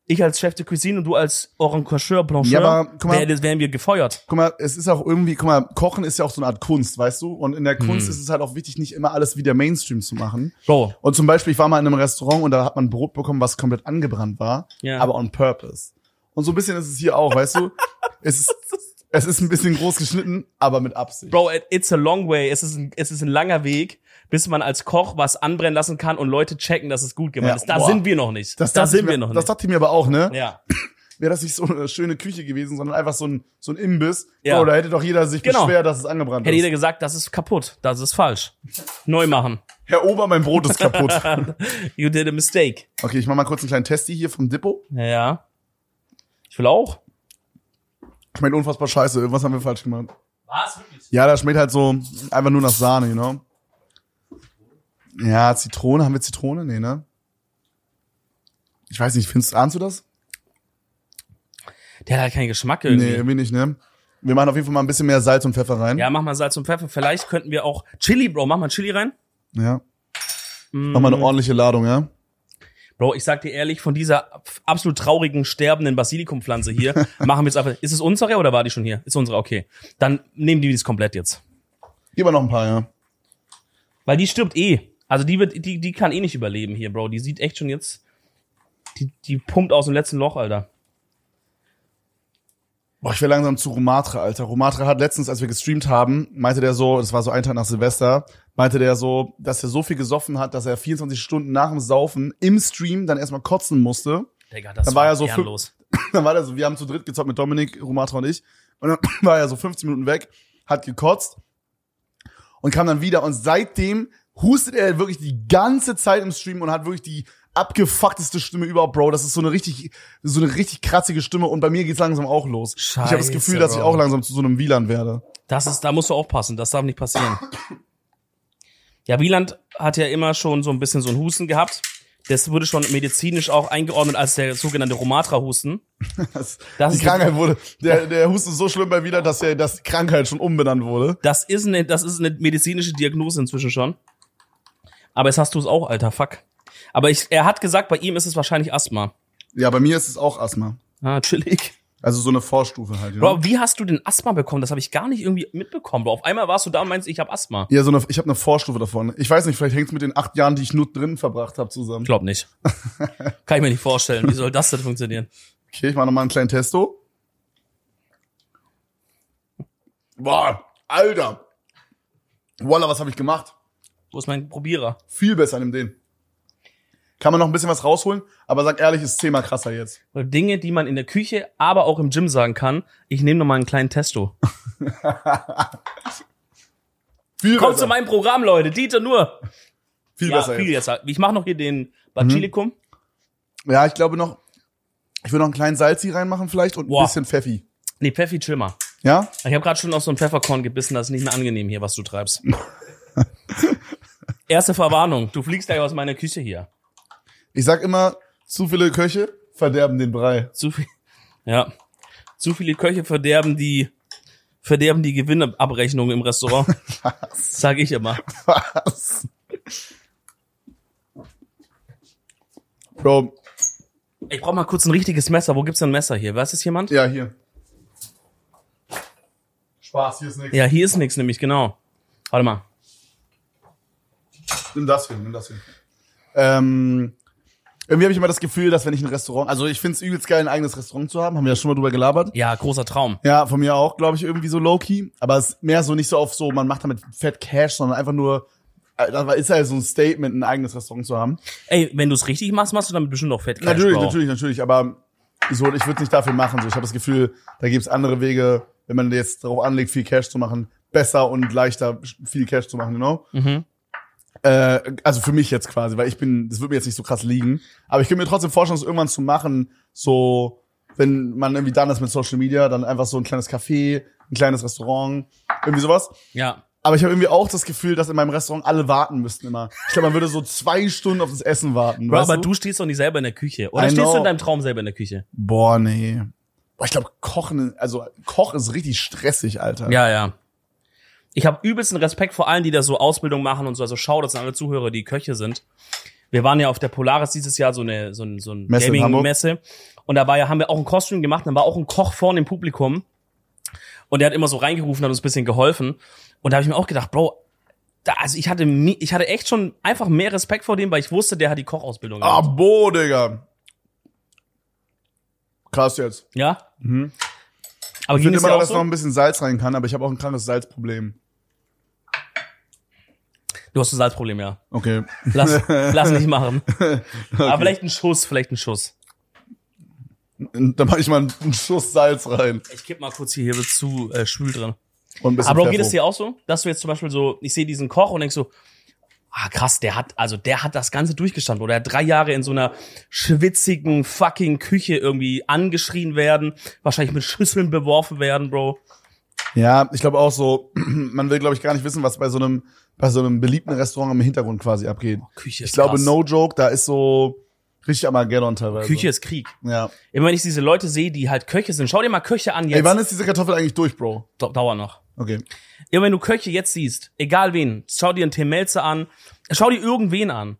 ich als Chef de Cuisine und du als Orancacheur, Ja, Blancheur, aber guck mal. wär- wären wir gefeuert. guck mal, es ist auch irgendwie, guck mal, Kochen ist ja auch so eine Art Kunst, weißt du? Und in der Kunst Hm. ist es halt auch wichtig, nicht immer alles wie der Mainstream zu machen. Bro. Und zum Beispiel, ich war mal in einem Restaurant und da hat man Brot bekommen, was komplett angebrannt war, Ja. aber on purpose. Und so ein bisschen ist es hier auch, weißt du? Es ist, es ist ein bisschen groß geschnitten, aber mit Absicht. Bro, it- it's a long way. Es ist ein, es ist ein langer Weg, bis man als Koch was anbrennen lassen kann und Leute checken, dass es gut Ja, gemeint ist. Da boah. sind wir noch nicht. Das da dachte ich sind mir, wir noch Das nicht. dachte ich mir aber auch, ne? Ja, wäre das nicht so eine schöne Küche gewesen, sondern einfach so ein, so ein Imbiss. Ja. Bro, da hätte doch jeder sich Genau. beschwert, dass es angebrannt hätte ist. jeder gesagt, das ist kaputt, das ist falsch. Neu machen. Herr Ober, mein Brot ist kaputt. You did a mistake. okay, ich mache mal kurz einen kleinen Testi hier vom Dippo. Ja. Ich will auch. Schmeckt unfassbar scheiße. Irgendwas haben wir falsch gemacht. Was? Wirklich? Ja, das schmeckt halt so einfach nur nach Sahne, you know? Ja, Zitrone. Haben wir Zitrone? Nee, ne? Ich weiß nicht, findest ahnst du das? Der hat halt keinen Geschmack Nee, irgendwie. irgendwie nicht, ne? Wir machen auf jeden Fall mal ein bisschen mehr Salz und Pfeffer rein. Ja, mach mal Salz und Pfeffer. Vielleicht könnten wir auch Chili, Bro, mach mal Chili rein. ja. Mm. Mach mal eine ordentliche Ladung, ja? Bro, ich sag dir ehrlich, von dieser absolut traurigen, sterbenden Basilikumpflanze hier, machen wir jetzt einfach. Ist es unsere oder war die schon hier? Ist unsere, okay. Dann nehmen die das komplett jetzt. Gib mal noch ein paar, ja. Weil die stirbt eh. Also die wird, die, die kann eh nicht überleben hier, Bro. Die sieht echt schon jetzt. Die, die pumpt aus dem letzten Loch, Alter. Boah, ich werde langsam zu Romatra, Alter. Romatra hat letztens, als wir gestreamt haben, meinte der so, das war so ein Tag nach Silvester, meinte der so, dass er so viel gesoffen hat, dass er 24 Stunden nach dem Saufen im Stream dann erstmal kotzen musste. Digga, das Dann war ja so ehrenlos. Dann war der so, wir haben zu dritt gezockt mit Dominik, Romatra und ich. Und dann war er so 15 Minuten weg, hat gekotzt und kam dann wieder. Und seitdem hustet er wirklich die ganze Zeit im Stream und hat wirklich die abgefuckteste Stimme überhaupt, Bro. Das ist so eine richtig, so eine richtig kratzige Stimme. Und bei mir geht's langsam auch los. ich habe das Scheiße, Gefühl, dass ich Bro. auch langsam zu so einem Wieland werde. Das ist, da musst du aufpassen. Das darf nicht passieren. Ja, Wieland hat ja immer schon so ein bisschen so einen Husten gehabt. Das wurde schon medizinisch auch eingeordnet als der sogenannte Romatra-Husten. Das, Das die ist- Krankheit wurde, der, der Husten ist so schlimm bei Wieland, dass er, dass die Krankheit schon umbenannt wurde. Das ist eine, das ist eine medizinische Diagnose inzwischen schon. Aber jetzt hast du es auch, alter Fuck. Aber ich, er hat gesagt, bei ihm ist es wahrscheinlich Asthma. Ja, bei mir ist es auch Asthma. Ah, chillig. Also so eine Vorstufe halt. Ja, Bro, wie hast du denn Asthma bekommen? Das habe ich gar nicht irgendwie mitbekommen. Bro, auf einmal warst du da und meinst, ich habe Asthma. ja so eine, ich habe eine Vorstufe davon. Ich weiß nicht, vielleicht hängt's mit den acht Jahren, die ich nur drin verbracht habe, zusammen. Ich glaube nicht. Kann ich mir nicht vorstellen. Wie soll das denn funktionieren? Okay, ich mache nochmal einen kleinen Testo. Boah, Alter. Voila, was habe ich gemacht? Wo ist mein Probierer? Viel besser, nimm den. Kann man noch ein bisschen was rausholen, aber sag ehrlich, ist zehnmal krasser jetzt. Weil Dinge, die man in der Küche, aber auch im Gym sagen kann. Ich nehme noch mal einen kleinen Testo. Viel Kommt besser. zu meinem Programm, Leute. Dieter nur. Viel ja, besser. viel jetzt. Mhm. jetzt. Ich mache noch hier den Basilikum. Ja, ich glaube noch, ich würde noch einen kleinen Salzi reinmachen vielleicht und Boah. ein bisschen Pfeffi. Nee, Pfeffi, chill mal. Ja? Ich habe gerade schon auf so ein Pfefferkorn gebissen, das ist nicht mehr angenehm hier, was du treibst. Erste Verwarnung, du fliegst gleich aus meiner Küche hier. Ich sag immer, zu viele Köche verderben den Brei. Zu viel, ja. Zu viele Köche verderben die, verderben die Gewinnabrechnung im Restaurant. Sag ich immer. Was? Bro, Ich brauche mal kurz ein richtiges Messer. Wo gibt's denn ein Messer hier? Weiß es jemand? ja, hier. Spaß, hier ist nichts. Ja, hier ist nichts nämlich, genau. Warte mal. Nimm das hin, nimm das hin. Ähm, irgendwie habe ich immer das Gefühl, dass wenn ich ein Restaurant, also ich find's übelst geil, ein eigenes Restaurant zu haben, haben wir ja schon mal drüber gelabert. Ja, großer Traum. Ja, von mir auch, glaube ich, irgendwie so low-key. Aber es ist mehr so nicht so auf so, man macht damit fett Cash, sondern einfach nur, äh, da ist halt so ein Statement, ein eigenes Restaurant zu haben. Ey, wenn du's richtig machst, machst du damit bestimmt auch fett. Cash, natürlich, Bro. natürlich, natürlich, aber so, ich würde nicht dafür machen. So, ich habe das Gefühl, da gibt's andere Wege, wenn man jetzt darauf anlegt, viel Cash zu machen, besser und leichter viel Cash zu machen, genau. Mhm. Äh, also für mich jetzt quasi, weil ich bin, das wird mir jetzt nicht so krass liegen. Aber ich könnte mir trotzdem vorstellen, das irgendwann zu machen, so, wenn man irgendwie dann ist mit Social Media, dann einfach so ein kleines Café, ein kleines Restaurant, irgendwie sowas. Ja. Aber ich habe irgendwie auch das Gefühl, dass in meinem Restaurant alle warten müssten immer. Ich glaube, man würde so zwei Stunden auf das Essen warten. Bro, weißt aber du? stehst doch nicht selber in der Küche. Oder I stehst du know. in deinem Traum selber in der Küche? Boah, nee. Boah, ich glaube, Kochen, also Koch ist richtig stressig, Alter. Ja, ja. Ich habe übelsten Respekt vor allen, die da so Ausbildung machen und so. Also schau, das sind alle Zuhörer, die Köche sind. Wir waren ja auf der Polaris dieses Jahr, so eine so ein, so ein Messe in Hamburg. Gaming-Messe. Und da war ja, haben wir auch ein Kostüm gemacht, dann war auch ein Koch vorne im Publikum. Und der hat immer so reingerufen, hat uns ein bisschen geholfen. Und da habe ich mir auch gedacht, Bro, da, also ich hatte, mi- ich hatte echt schon einfach mehr Respekt vor dem, weil ich wusste, der hat die Kochausbildung Ah, gemacht. boah, Digga. Krass jetzt. Ja? Mhm. Aber Ich ging finde es immer dir noch, auch dass noch so? ein bisschen Salz rein kann, aber ich habe auch ein krankes Salzproblem. Du hast ein Salzproblem, ja. Okay. Lass, lass nicht machen. Aber Okay. vielleicht ein Schuss, vielleicht ein Schuss. Da mache ich mal einen Schuss Salz rein. Ich kipp mal kurz hier, hier wird zu äh, schwül drin. Und ein bisschen Aber geht es Pfeffer. dir auch so, dass du jetzt zum Beispiel so, ich sehe diesen Koch und denk so, ah krass, der hat, also der hat das Ganze durchgestanden oder er hat drei Jahre in so einer schwitzigen fucking Küche irgendwie angeschrien werden, wahrscheinlich mit Schüsseln beworfen werden, Bro. Ja, ich glaube auch so, man will, glaube ich, gar nicht wissen, was bei so einem, bei so einem beliebten Restaurant im Hintergrund quasi abgeht. Küche ist Ich glaube, krass. no joke, da ist so richtig Armageddon teilweise. Küche ist Krieg. Ja. Immer wenn ich diese Leute sehe, die halt Köche sind, schau dir mal Köche an Ey, jetzt. wann ist diese Kartoffel eigentlich durch, Bro? Dau- Dauer noch. Okay. Immer wenn du Köche jetzt siehst, egal wen, schau dir einen Tim Melzer an, schau dir irgendwen an.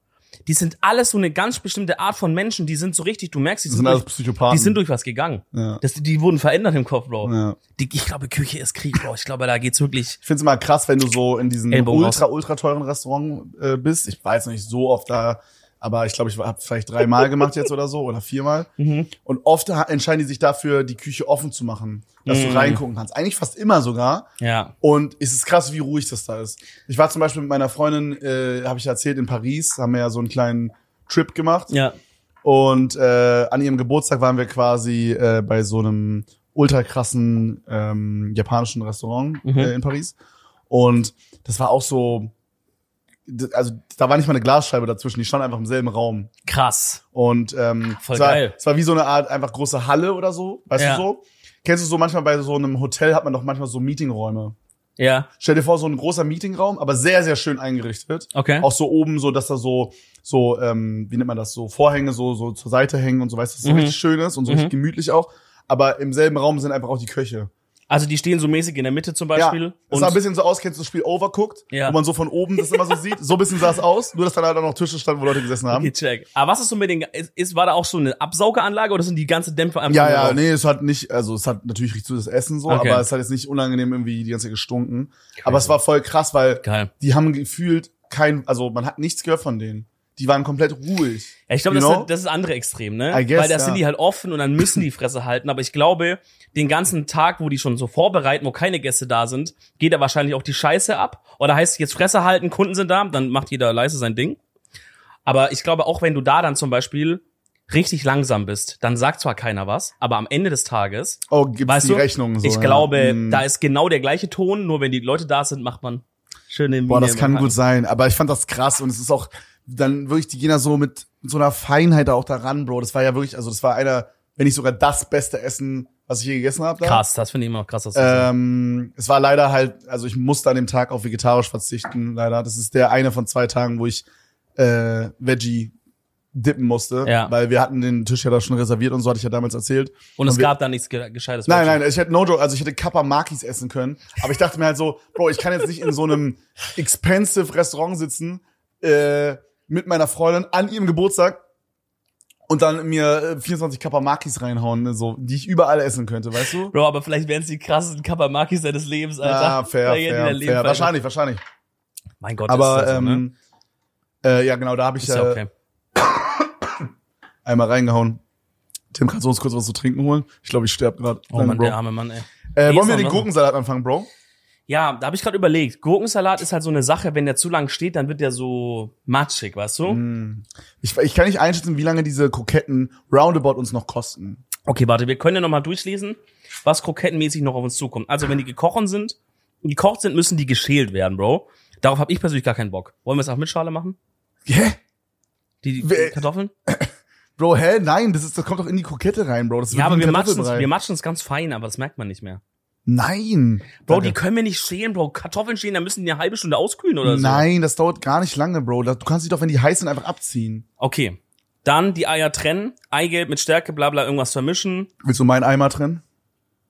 Die sind alles so eine ganz bestimmte Art von Menschen, die sind so richtig, du merkst, die Das sind sind, durch, alles Psychopathen. die sind durch was gegangen. Ja. Das, die wurden verändert im Kopf, Bro. Ja. Die, ich glaube, Küche ist Krieg, Bro. Ich glaube, da geht's wirklich. Ich finde es immer krass, wenn du so in diesem Ellenbogen ultra, ultra teuren Restaurant äh, bist. Ich war jetzt noch nicht so oft da, aber ich glaube, ich habe vielleicht dreimal gemacht jetzt oder so oder viermal. Mhm. Und oft ha- entscheiden die sich dafür, die Küche offen zu machen, dass Mhm. du reingucken kannst. Eigentlich fast immer sogar. Ja. Und es ist krass, wie ruhig das da ist. Ich war zum Beispiel mit meiner Freundin, äh, habe ich erzählt, in Paris, haben wir ja so einen kleinen Trip gemacht. Ja. Und äh, an ihrem Geburtstag waren wir quasi äh, bei so einem ultra krassen ähm, japanischen Restaurant Mhm. äh, in Paris. Und das war auch so, d- also da war nicht mal eine Glasscheibe dazwischen, die standen einfach im selben Raum. Krass. Und ähm, Voll es, war, geil. es war wie so eine Art einfach große Halle oder so, weißt Ja. du so? Kennst du so manchmal bei so einem Hotel hat man doch manchmal so Meetingräume. Ja. Stell dir vor, so ein großer Meetingraum, aber sehr, sehr schön eingerichtet. Okay. Auch so oben, so dass da so, so, ähm, wie nennt man das, so Vorhänge so, so zur Seite hängen und so, weißt du, dass es Mhm. richtig schön ist und so Mhm. richtig gemütlich auch. Aber im selben Raum sind einfach auch die Köche. Also die stehen so mäßig in der Mitte zum Ja, Beispiel. es sah ein bisschen so aus, kennst du das Spiel Overcooked, Ja. wo man so von oben das immer so sieht. So ein bisschen sah es aus, nur dass dann halt auch noch Tische standen, wo Leute gesessen haben. okay, check. Aber was ist so mit den? Ist, ist war da auch so eine Absaugeranlage oder sind die ganze Dämpfe einfach Ja, nur ja, drauf? nee, es hat nicht, also es hat natürlich riecht zu das Essen so, Okay. aber es hat jetzt nicht unangenehm irgendwie die ganze Zeit gestunken. Aber es war voll krass, weil Geil. die haben gefühlt kein, also man hat nichts gehört von denen. Die waren komplett ruhig. Ja, ich glaube, You know? das, ist- halt, das ist das andere Extrem, ne? I guess, Weil da sind ja. die halt offen und dann müssen die Fresse halten. Aber ich glaube, den ganzen Tag, wo die schon so vorbereiten, wo keine Gäste da sind, geht da wahrscheinlich auch die Scheiße ab. Oder heißt es jetzt Fresse halten, Kunden sind da, dann macht jeder leise sein Ding. Aber ich glaube, auch wenn du da dann zum Beispiel richtig langsam bist, dann sagt zwar keiner was, aber am Ende des Tages, Oh, gibt's weißt die du, Rechnung so. ich ja. glaube, Mm. da ist genau der gleiche Ton, nur wenn die Leute da sind, macht man Schöne Miene Boah, das im kann Hang. gut sein, aber ich fand das krass und es ist auch dann wirklich die Jena so mit, mit so einer Feinheit da auch daran, Bro. Das war ja wirklich, also das war einer, wenn nicht sogar das beste Essen, was ich je gegessen habe. da. Krass, das finde ich immer noch krass. dass du sagst. Ähm, es war leider halt, also ich musste an dem Tag auf vegetarisch verzichten, leider. Das ist der eine von zwei Tagen, wo ich äh, Veggie dippen musste, Ja. weil wir hatten den Tisch ja da schon reserviert und so hatte ich ja damals erzählt. und es wir- gab da nichts ge Gescheites. Nein, nein, ich hätte no joke, also ich hätte Kappa Makis essen können, aber ich dachte mir halt so, Bro, ich kann jetzt nicht in so einem expensive Restaurant sitzen äh, mit meiner Freundin an ihrem Geburtstag und dann mir äh, 24 Kappa Makis reinhauen, ne, so, die ich überall essen könnte, weißt du? Bro, aber vielleicht wären es die krassesten Kabamakis deines Lebens, Alter. Ah, fair, Vielleicht hätten die dein fair, Leben fair. verändert. Wahrscheinlich, wahrscheinlich. Mein Gott, Aber ist das so, ne? ähm, äh, ja, genau, da habe ich ist ja äh, okay. einmal reingehauen. Tim, kannst du uns kurz was zu trinken holen? Ich glaube, ich sterbe gerade. Oh Mann, der arme Mann, ey. äh, Nee, wollen ist wir noch den was. Gurkensalat anfangen, Bro? Ja, da habe ich gerade überlegt. Gurkensalat ist halt so eine Sache, wenn der zu lang steht, dann wird der so matschig, weißt du? Mhm. Ich, ich kann nicht einschätzen, wie lange diese Kroketten roundabout uns noch kosten. Okay, warte, wir können ja nochmal durchlesen, was krokettenmäßig noch auf uns zukommt. Also, wenn die gekochen sind, gekocht sind, müssen die geschält werden, Bro. Darauf habe ich persönlich gar keinen Bock. Wollen wir es auch mit Schale machen? Hä? Die Wer- Kartoffeln? Bro, hä? Nein, das, ist, das kommt doch in die Krokette rein, Bro. Das ist Ja, aber wirklich wir ein matschen es Kartoffelbrei. wir matschen es ganz fein, aber das merkt man nicht mehr. Nein. Bro, Danke. die können wir nicht schälen, Bro. Kartoffeln stehen, da müssen die eine halbe Stunde auskühlen oder so. Nein, das dauert gar nicht lange, Bro. Das- Du kannst sie doch, wenn die heiß sind, einfach abziehen. Okay. Dann die Eier trennen, Eigelb mit Stärke, bla bla, irgendwas vermischen. Willst du meinen Eimer trennen?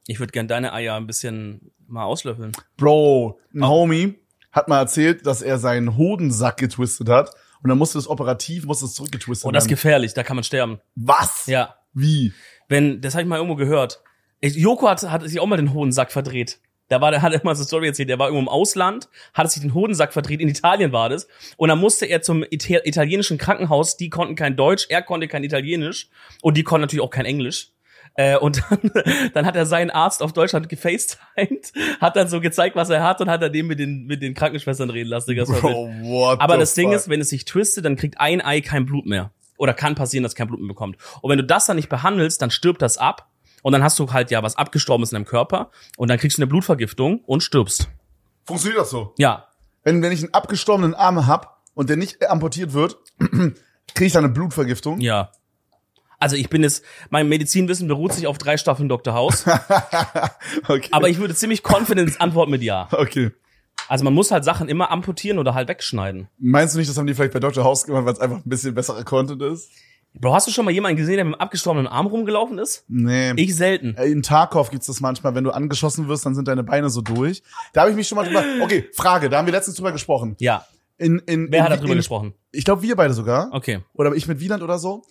Ich würde gern deine Eier ein bisschen mal auslöffeln. Bro, Ah. ein Homie hat mal erzählt, dass er seinen Hodensack getwistet hat und dann musste es operativ, musste es zurückgetwistet Oh, das ist werden. gefährlich, da kann man sterben. Was? Ja. Wie? Wenn, das habe ich mal irgendwo gehört. Ich, Joko hat, hat sich auch mal den hohen Sack verdreht. Da war, der hat immer so eine Story erzählt, der war irgendwo im Ausland, hat sich den Hodensack verdreht, in Italien war das, und dann musste er zum Ita italienischen Krankenhaus, die konnten kein Deutsch, er konnte kein Italienisch, und die konnten natürlich auch kein Englisch. Äh, und dann, dann hat er seinen Arzt auf Deutschland gefacetimed, hat dann so gezeigt, was er hat, und hat dann den mit den, mit den Krankenschwestern reden lassen. Digga, das war wild. Bro, what Aber the das Ding fuck? ist, wenn es sich twistet, dann kriegt ein Ei kein Blut mehr. Oder kann passieren, dass es kein Blut mehr bekommt. Und wenn du das dann nicht behandelst, dann stirbt das ab. Und dann hast du halt ja was abgestorben ist in deinem Körper. Und dann kriegst du eine Blutvergiftung und stirbst. Funktioniert das so? Ja. Wenn, wenn ich einen abgestorbenen Arm hab und der nicht amputiert wird, kriege ich dann eine Blutvergiftung? Ja. Also ich bin jetzt, mein Medizinwissen beruht sich auf drei Staffeln Dr. House. Okay. aber ich würde ziemlich confident antworten mit ja. okay. Also man muss halt Sachen immer amputieren oder halt wegschneiden. Meinst du nicht, das haben die vielleicht bei Dr. House gemacht, weil es einfach ein bisschen besserer Content ist? Bro, hast du schon mal jemanden gesehen, der mit einem abgestorbenen Arm rumgelaufen ist? Nee. Ich selten. Äh, In Tarkov gibt's das manchmal, wenn du angeschossen wirst, dann sind deine Beine so durch. Da habe ich mich schon mal drüber. Okay, Frage, da haben wir letztens drüber gesprochen. Ja. In, in, Wer in, hat darüber in, gesprochen? Ich glaube, wir beide sogar. Okay. Oder ich mit Wieland oder so.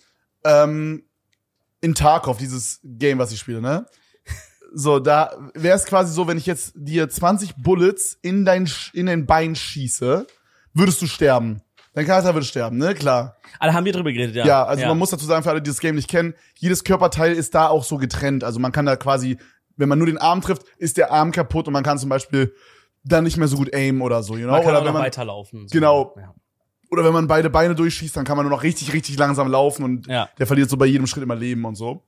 Ähm, in Tarkov, dieses Game, was ich spiele, ne? So, da wäre es quasi so, wenn ich jetzt dir 20 Bullets in dein, Sch- in dein Bein schieße, würdest du sterben. Dein Charakter würde sterben, ne? Klar. Alle haben wir drüber geredet, ja. Ja, also man muss dazu sagen, für alle, die das Game nicht kennen, jedes Körperteil ist da auch so getrennt. Also man kann da quasi, wenn man nur den Arm trifft, ist der Arm kaputt und man kann zum Beispiel dann nicht mehr so gut aimen oder so, you know? Man kann Oder auch wenn noch man weiterlaufen. So. Genau. Ja. oder wenn man beide Beine durchschießt, dann kann man nur noch richtig, richtig langsam laufen und Ja. der verliert so bei jedem Schritt immer Leben und so.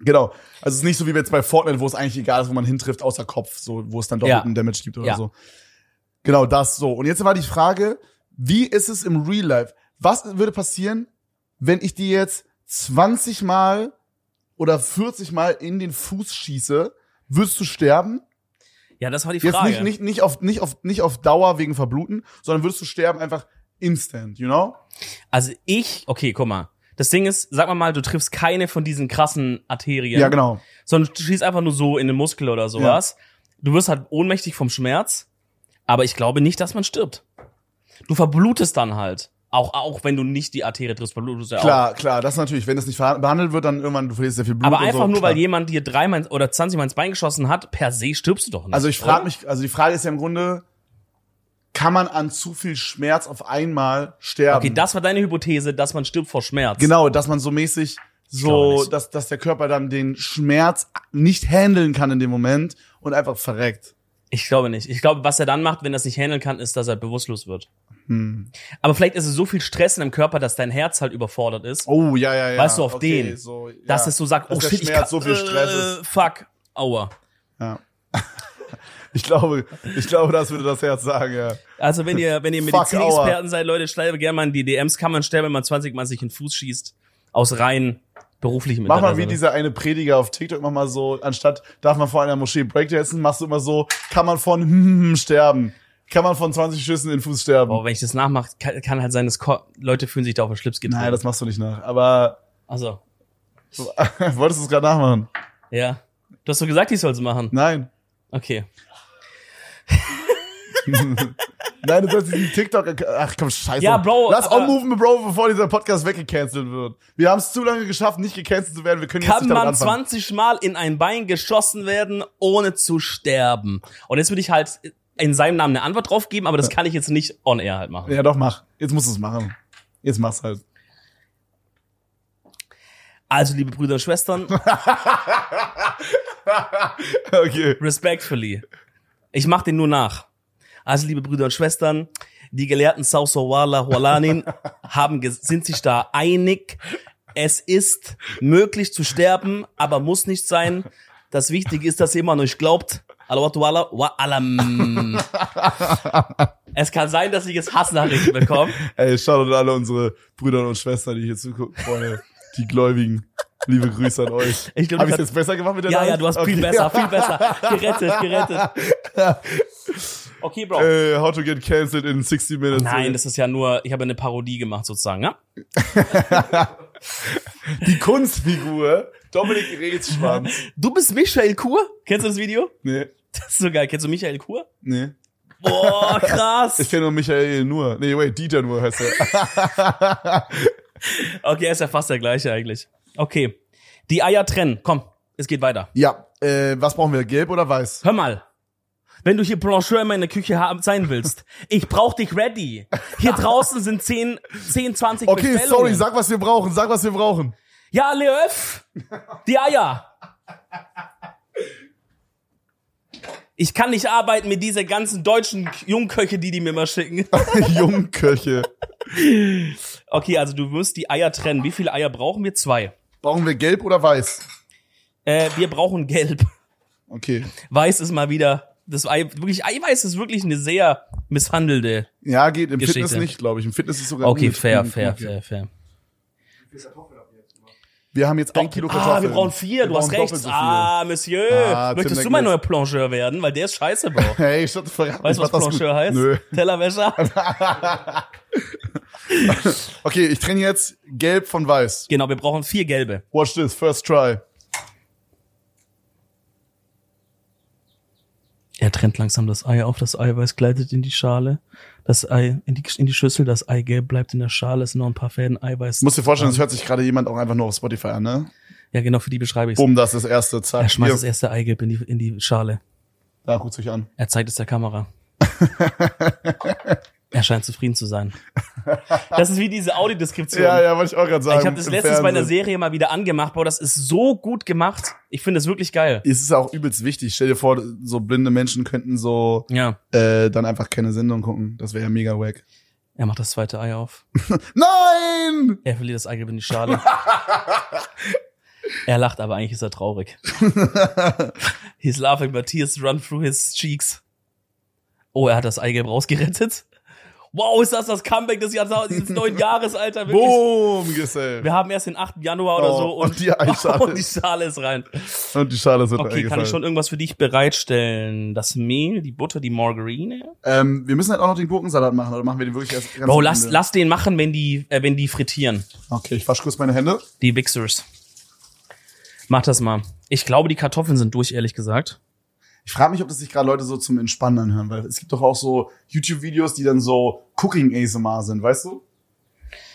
Genau. Also es ist nicht so wie jetzt bei Fortnite, wo es eigentlich egal ist, wo man hintrifft, außer Kopf, so, wo es dann doppelten Damage gibt oder Ja. so. Genau, das so. Und jetzt war die Frage, wie ist es im Real Life? Was würde passieren, wenn ich dir jetzt 20 Mal oder 40 Mal in den Fuß schieße? Würdest du sterben? ja, das war die Jetzt Frage. nicht, nicht, nicht, auf, nicht, auf, nicht auf Dauer wegen Verbluten, sondern würdest du sterben einfach instant, you know? Also ich, okay, guck mal. Das Ding ist, sag mal mal, du triffst keine von diesen krassen Arterien. Ja, genau. Sondern du schießt einfach nur so in den Muskel oder sowas. Du wirst halt ohnmächtig vom Schmerz. Aber ich glaube nicht, dass man stirbt. Du verblutest dann halt. Auch, auch wenn du nicht die Arterie triffst, verblutest du ja auch. Klar, klar, das natürlich. Wenn das nicht verha- behandelt wird, dann irgendwann du verlierst sehr viel Blut. Aber und einfach so, nur, klar. weil jemand dir dreimal ins- oder 20 Mal ins Bein geschossen hat, per se stirbst du doch nicht. Also ich frage oder? mich, also die Frage ist ja im Grunde, kann man an zu viel Schmerz auf einmal sterben? Okay, das war deine Hypothese, dass man stirbt vor Schmerz. genau, dass man so mäßig glaube so, nicht. dass, dass der Körper dann den Schmerz nicht handeln kann in dem Moment und einfach verreckt. Ich glaube nicht. Ich glaube, was er dann macht, wenn er es nicht handeln kann, ist, dass er bewusstlos wird. Hm. Aber vielleicht ist es so viel Stress in deinem Körper, dass dein Herz halt überfordert ist, Oh, ja, ja, ja. Weißt du, auf okay, den. So, ja. dass es so sagt, Dass oh der shit, ich Schmerz kann, so viel Stress äh, ist. fuck, aua. Ja. Ich glaube, ich glaube, das würde das Herz sagen, ja. Also wenn ihr, wenn ihr Fuck, Medizinexperten seid, Leute, schreibe gerne mal in die DMs, kann man sterben, wenn man 20 Mal sich in den Fuß schießt. Aus rein beruflichem Mach mal wie Interesse. dieser eine Prediger auf TikTok immer mal so, anstatt darf man vor einer Moschee Breakdancen, machst du immer so, kann man von hm, sterben. Kann man von 20 Schüssen in den Fuß sterben. Aber wenn ich das nachmache, kann, kann halt sein, dass Ko Leute fühlen sich da auf den Schlips getreten. Nein, das machst du nicht nach. Aber also, wolltest du es gerade nachmachen? ja. Du hast doch gesagt, ich soll's machen. Nein. Okay. Nein, du sollst diesen TikTok. Ach komm, scheiße. Ja, Bro, Lass aber- ummoven, Bro, bevor dieser Podcast weggecancelt wird. Wir haben es zu lange geschafft, nicht gecancelt zu werden. Wir können jetzt Kann nicht damit man anfangen. 20 Mal in ein Bein geschossen werden, ohne zu sterben? Und jetzt würde ich halt in seinem Namen eine Antwort drauf geben, aber das kann ich jetzt nicht on air halt machen. Ja, doch, mach. Jetzt musst du es machen. Jetzt mach's halt. Also, liebe Brüder und Schwestern, Okay. Respectfully. Ich mach den nur nach. Also, liebe Brüder und Schwestern, die Gelehrten Sausawala Hualanin haben, ges- sind sich da einig. Es ist möglich zu sterben, aber muss nicht sein. Das Wichtige ist, dass ihr immer an euch glaubt. Alawatu ala wa alam. Es kann sein, dass ich jetzt Hassnachrichten bekomme. Ey, schaut an alle unsere Brüder und Schwestern, die hier zugucken, Freunde, die Gläubigen. Liebe Grüße an euch. Ich glaub, Habe du ich hast- jetzt besser gemacht mit der Ja, Nachricht? ja, du hast viel Okay. besser, viel besser. Gerettet, gerettet. Okay, Bro. Äh, how to get cancelled in 60 Minutes. Nein, das ist ja nur, ich habe eine Parodie gemacht sozusagen, ne? ja? die Kunstfigur Dominik Rätschwanz. Du bist Michael Kur? Kennst du das Video? Nee, Das ist so geil. Kennst du Michael Kur? nee. Boah, Ich krass. kenne nur Michael Nur. Nee, wait, Dieter Nur heißt er. Okay, ist ja fast der gleiche eigentlich. Okay. Die Eier trennen. Komm, es geht weiter. ja, äh, was brauchen wir? Gelb oder weiß? Hör mal. Wenn du hier Blancheur immer in der Küche haben, sein willst, ich brauch dich ready. Hier draußen sind 10, 10 20 Okay, sorry, Bestellungen. sag, was wir brauchen, sag, was wir brauchen. Ja, Leöf, die Eier. Ich kann nicht arbeiten mit dieser ganzen deutschen Jungköche, die die mir immer schicken. Jungköche. Okay, also du wirst die Eier trennen. Wie viele Eier brauchen wir? Zwei. Brauchen wir gelb oder weiß? Äh, wir brauchen gelb. Okay. Weiß ist mal wieder. Das Ei, wirklich, Eiweiß ist wirklich eine sehr misshandelte. Ja, geht im Geschichte. Fitness nicht, glaube ich. Im Fitness ist sogar Okay, gut. fair, Gut, fair, gut, ja. fair, fair. Wir haben jetzt ein Kilo Kartoffeln. Ah, wir brauchen vier, du Wir hast brauchen recht. doppelt so viel. ah, Monsieur, Ah, möchtest Tim du mein neuer Magnus. Plongeur werden? Weil der ist scheiße, Bro. Hey, ich hatte verraten. Weißt du, was ich mach das gut. Plongeur heißt? Nö. Tellerwäscher? Okay, ich trenne jetzt gelb von weiß. genau, wir brauchen vier gelbe. Watch this, first try. Er trennt langsam das Ei auf, das Eiweiß gleitet in die Schale, das Ei in die, in die Schüssel, das Eigelb bleibt in der Schale, es sind noch ein paar Fäden Eiweiß. Muss dir vorstellen, das hört sich gerade jemand auch einfach nur auf Spotify an, ne? ja, genau, für die beschreibe ich Bumm, das ist das erste. Zack. Er schmeißt das hier. erste Eigelb in die, in die Schale. Da guckt's euch an. Er zeigt es der Kamera. er scheint zufrieden zu sein. Das ist wie diese Audiodeskription. Ja, ja, wollte ich auch gerade sagen. ich habe das Im letztens bei einer Fernsehen. Serie mal wieder angemacht. Boah, das ist so gut gemacht. Ich finde das wirklich geil. es ist auch übelst wichtig. Stell dir vor, so blinde Menschen könnten so Ja. äh, dann einfach keine Sendung gucken. Das wäre ja mega wack. Er macht das zweite Ei auf. Nein! Er verliert das Eigelb in die Schale. er lacht, aber eigentlich ist er traurig. He's laughing, but tears run through his cheeks. Oh, er hat das Eigelb rausgerettet. Wow, ist das das Comeback des, Jahrtaus- des neuen Jahres, Alter. Wirklich. Boom, gesaved. Wir haben erst den 8. Januar oder Oh, so und, und die Eischale. und die Schale ist rein. Und die Schale ist Okay, kann ich schon irgendwas für dich bereitstellen? Das Mehl, die Butter, die Margarine? Ähm, wir müssen halt auch noch den Gurkensalat machen, oder machen wir den wirklich erst ganz Bro, am lass, Ende? lass den machen, wenn die, äh, wenn die frittieren. Okay, ich wasche kurz meine Hände. Die Wichsers. Mach das mal. Ich glaube, die Kartoffeln sind durch, ehrlich gesagt. Ich frage mich, ob das sich gerade Leute so zum Entspannen anhören, weil es gibt doch auch so YouTube-Videos, die dann so Cooking-ASMR sind, weißt du?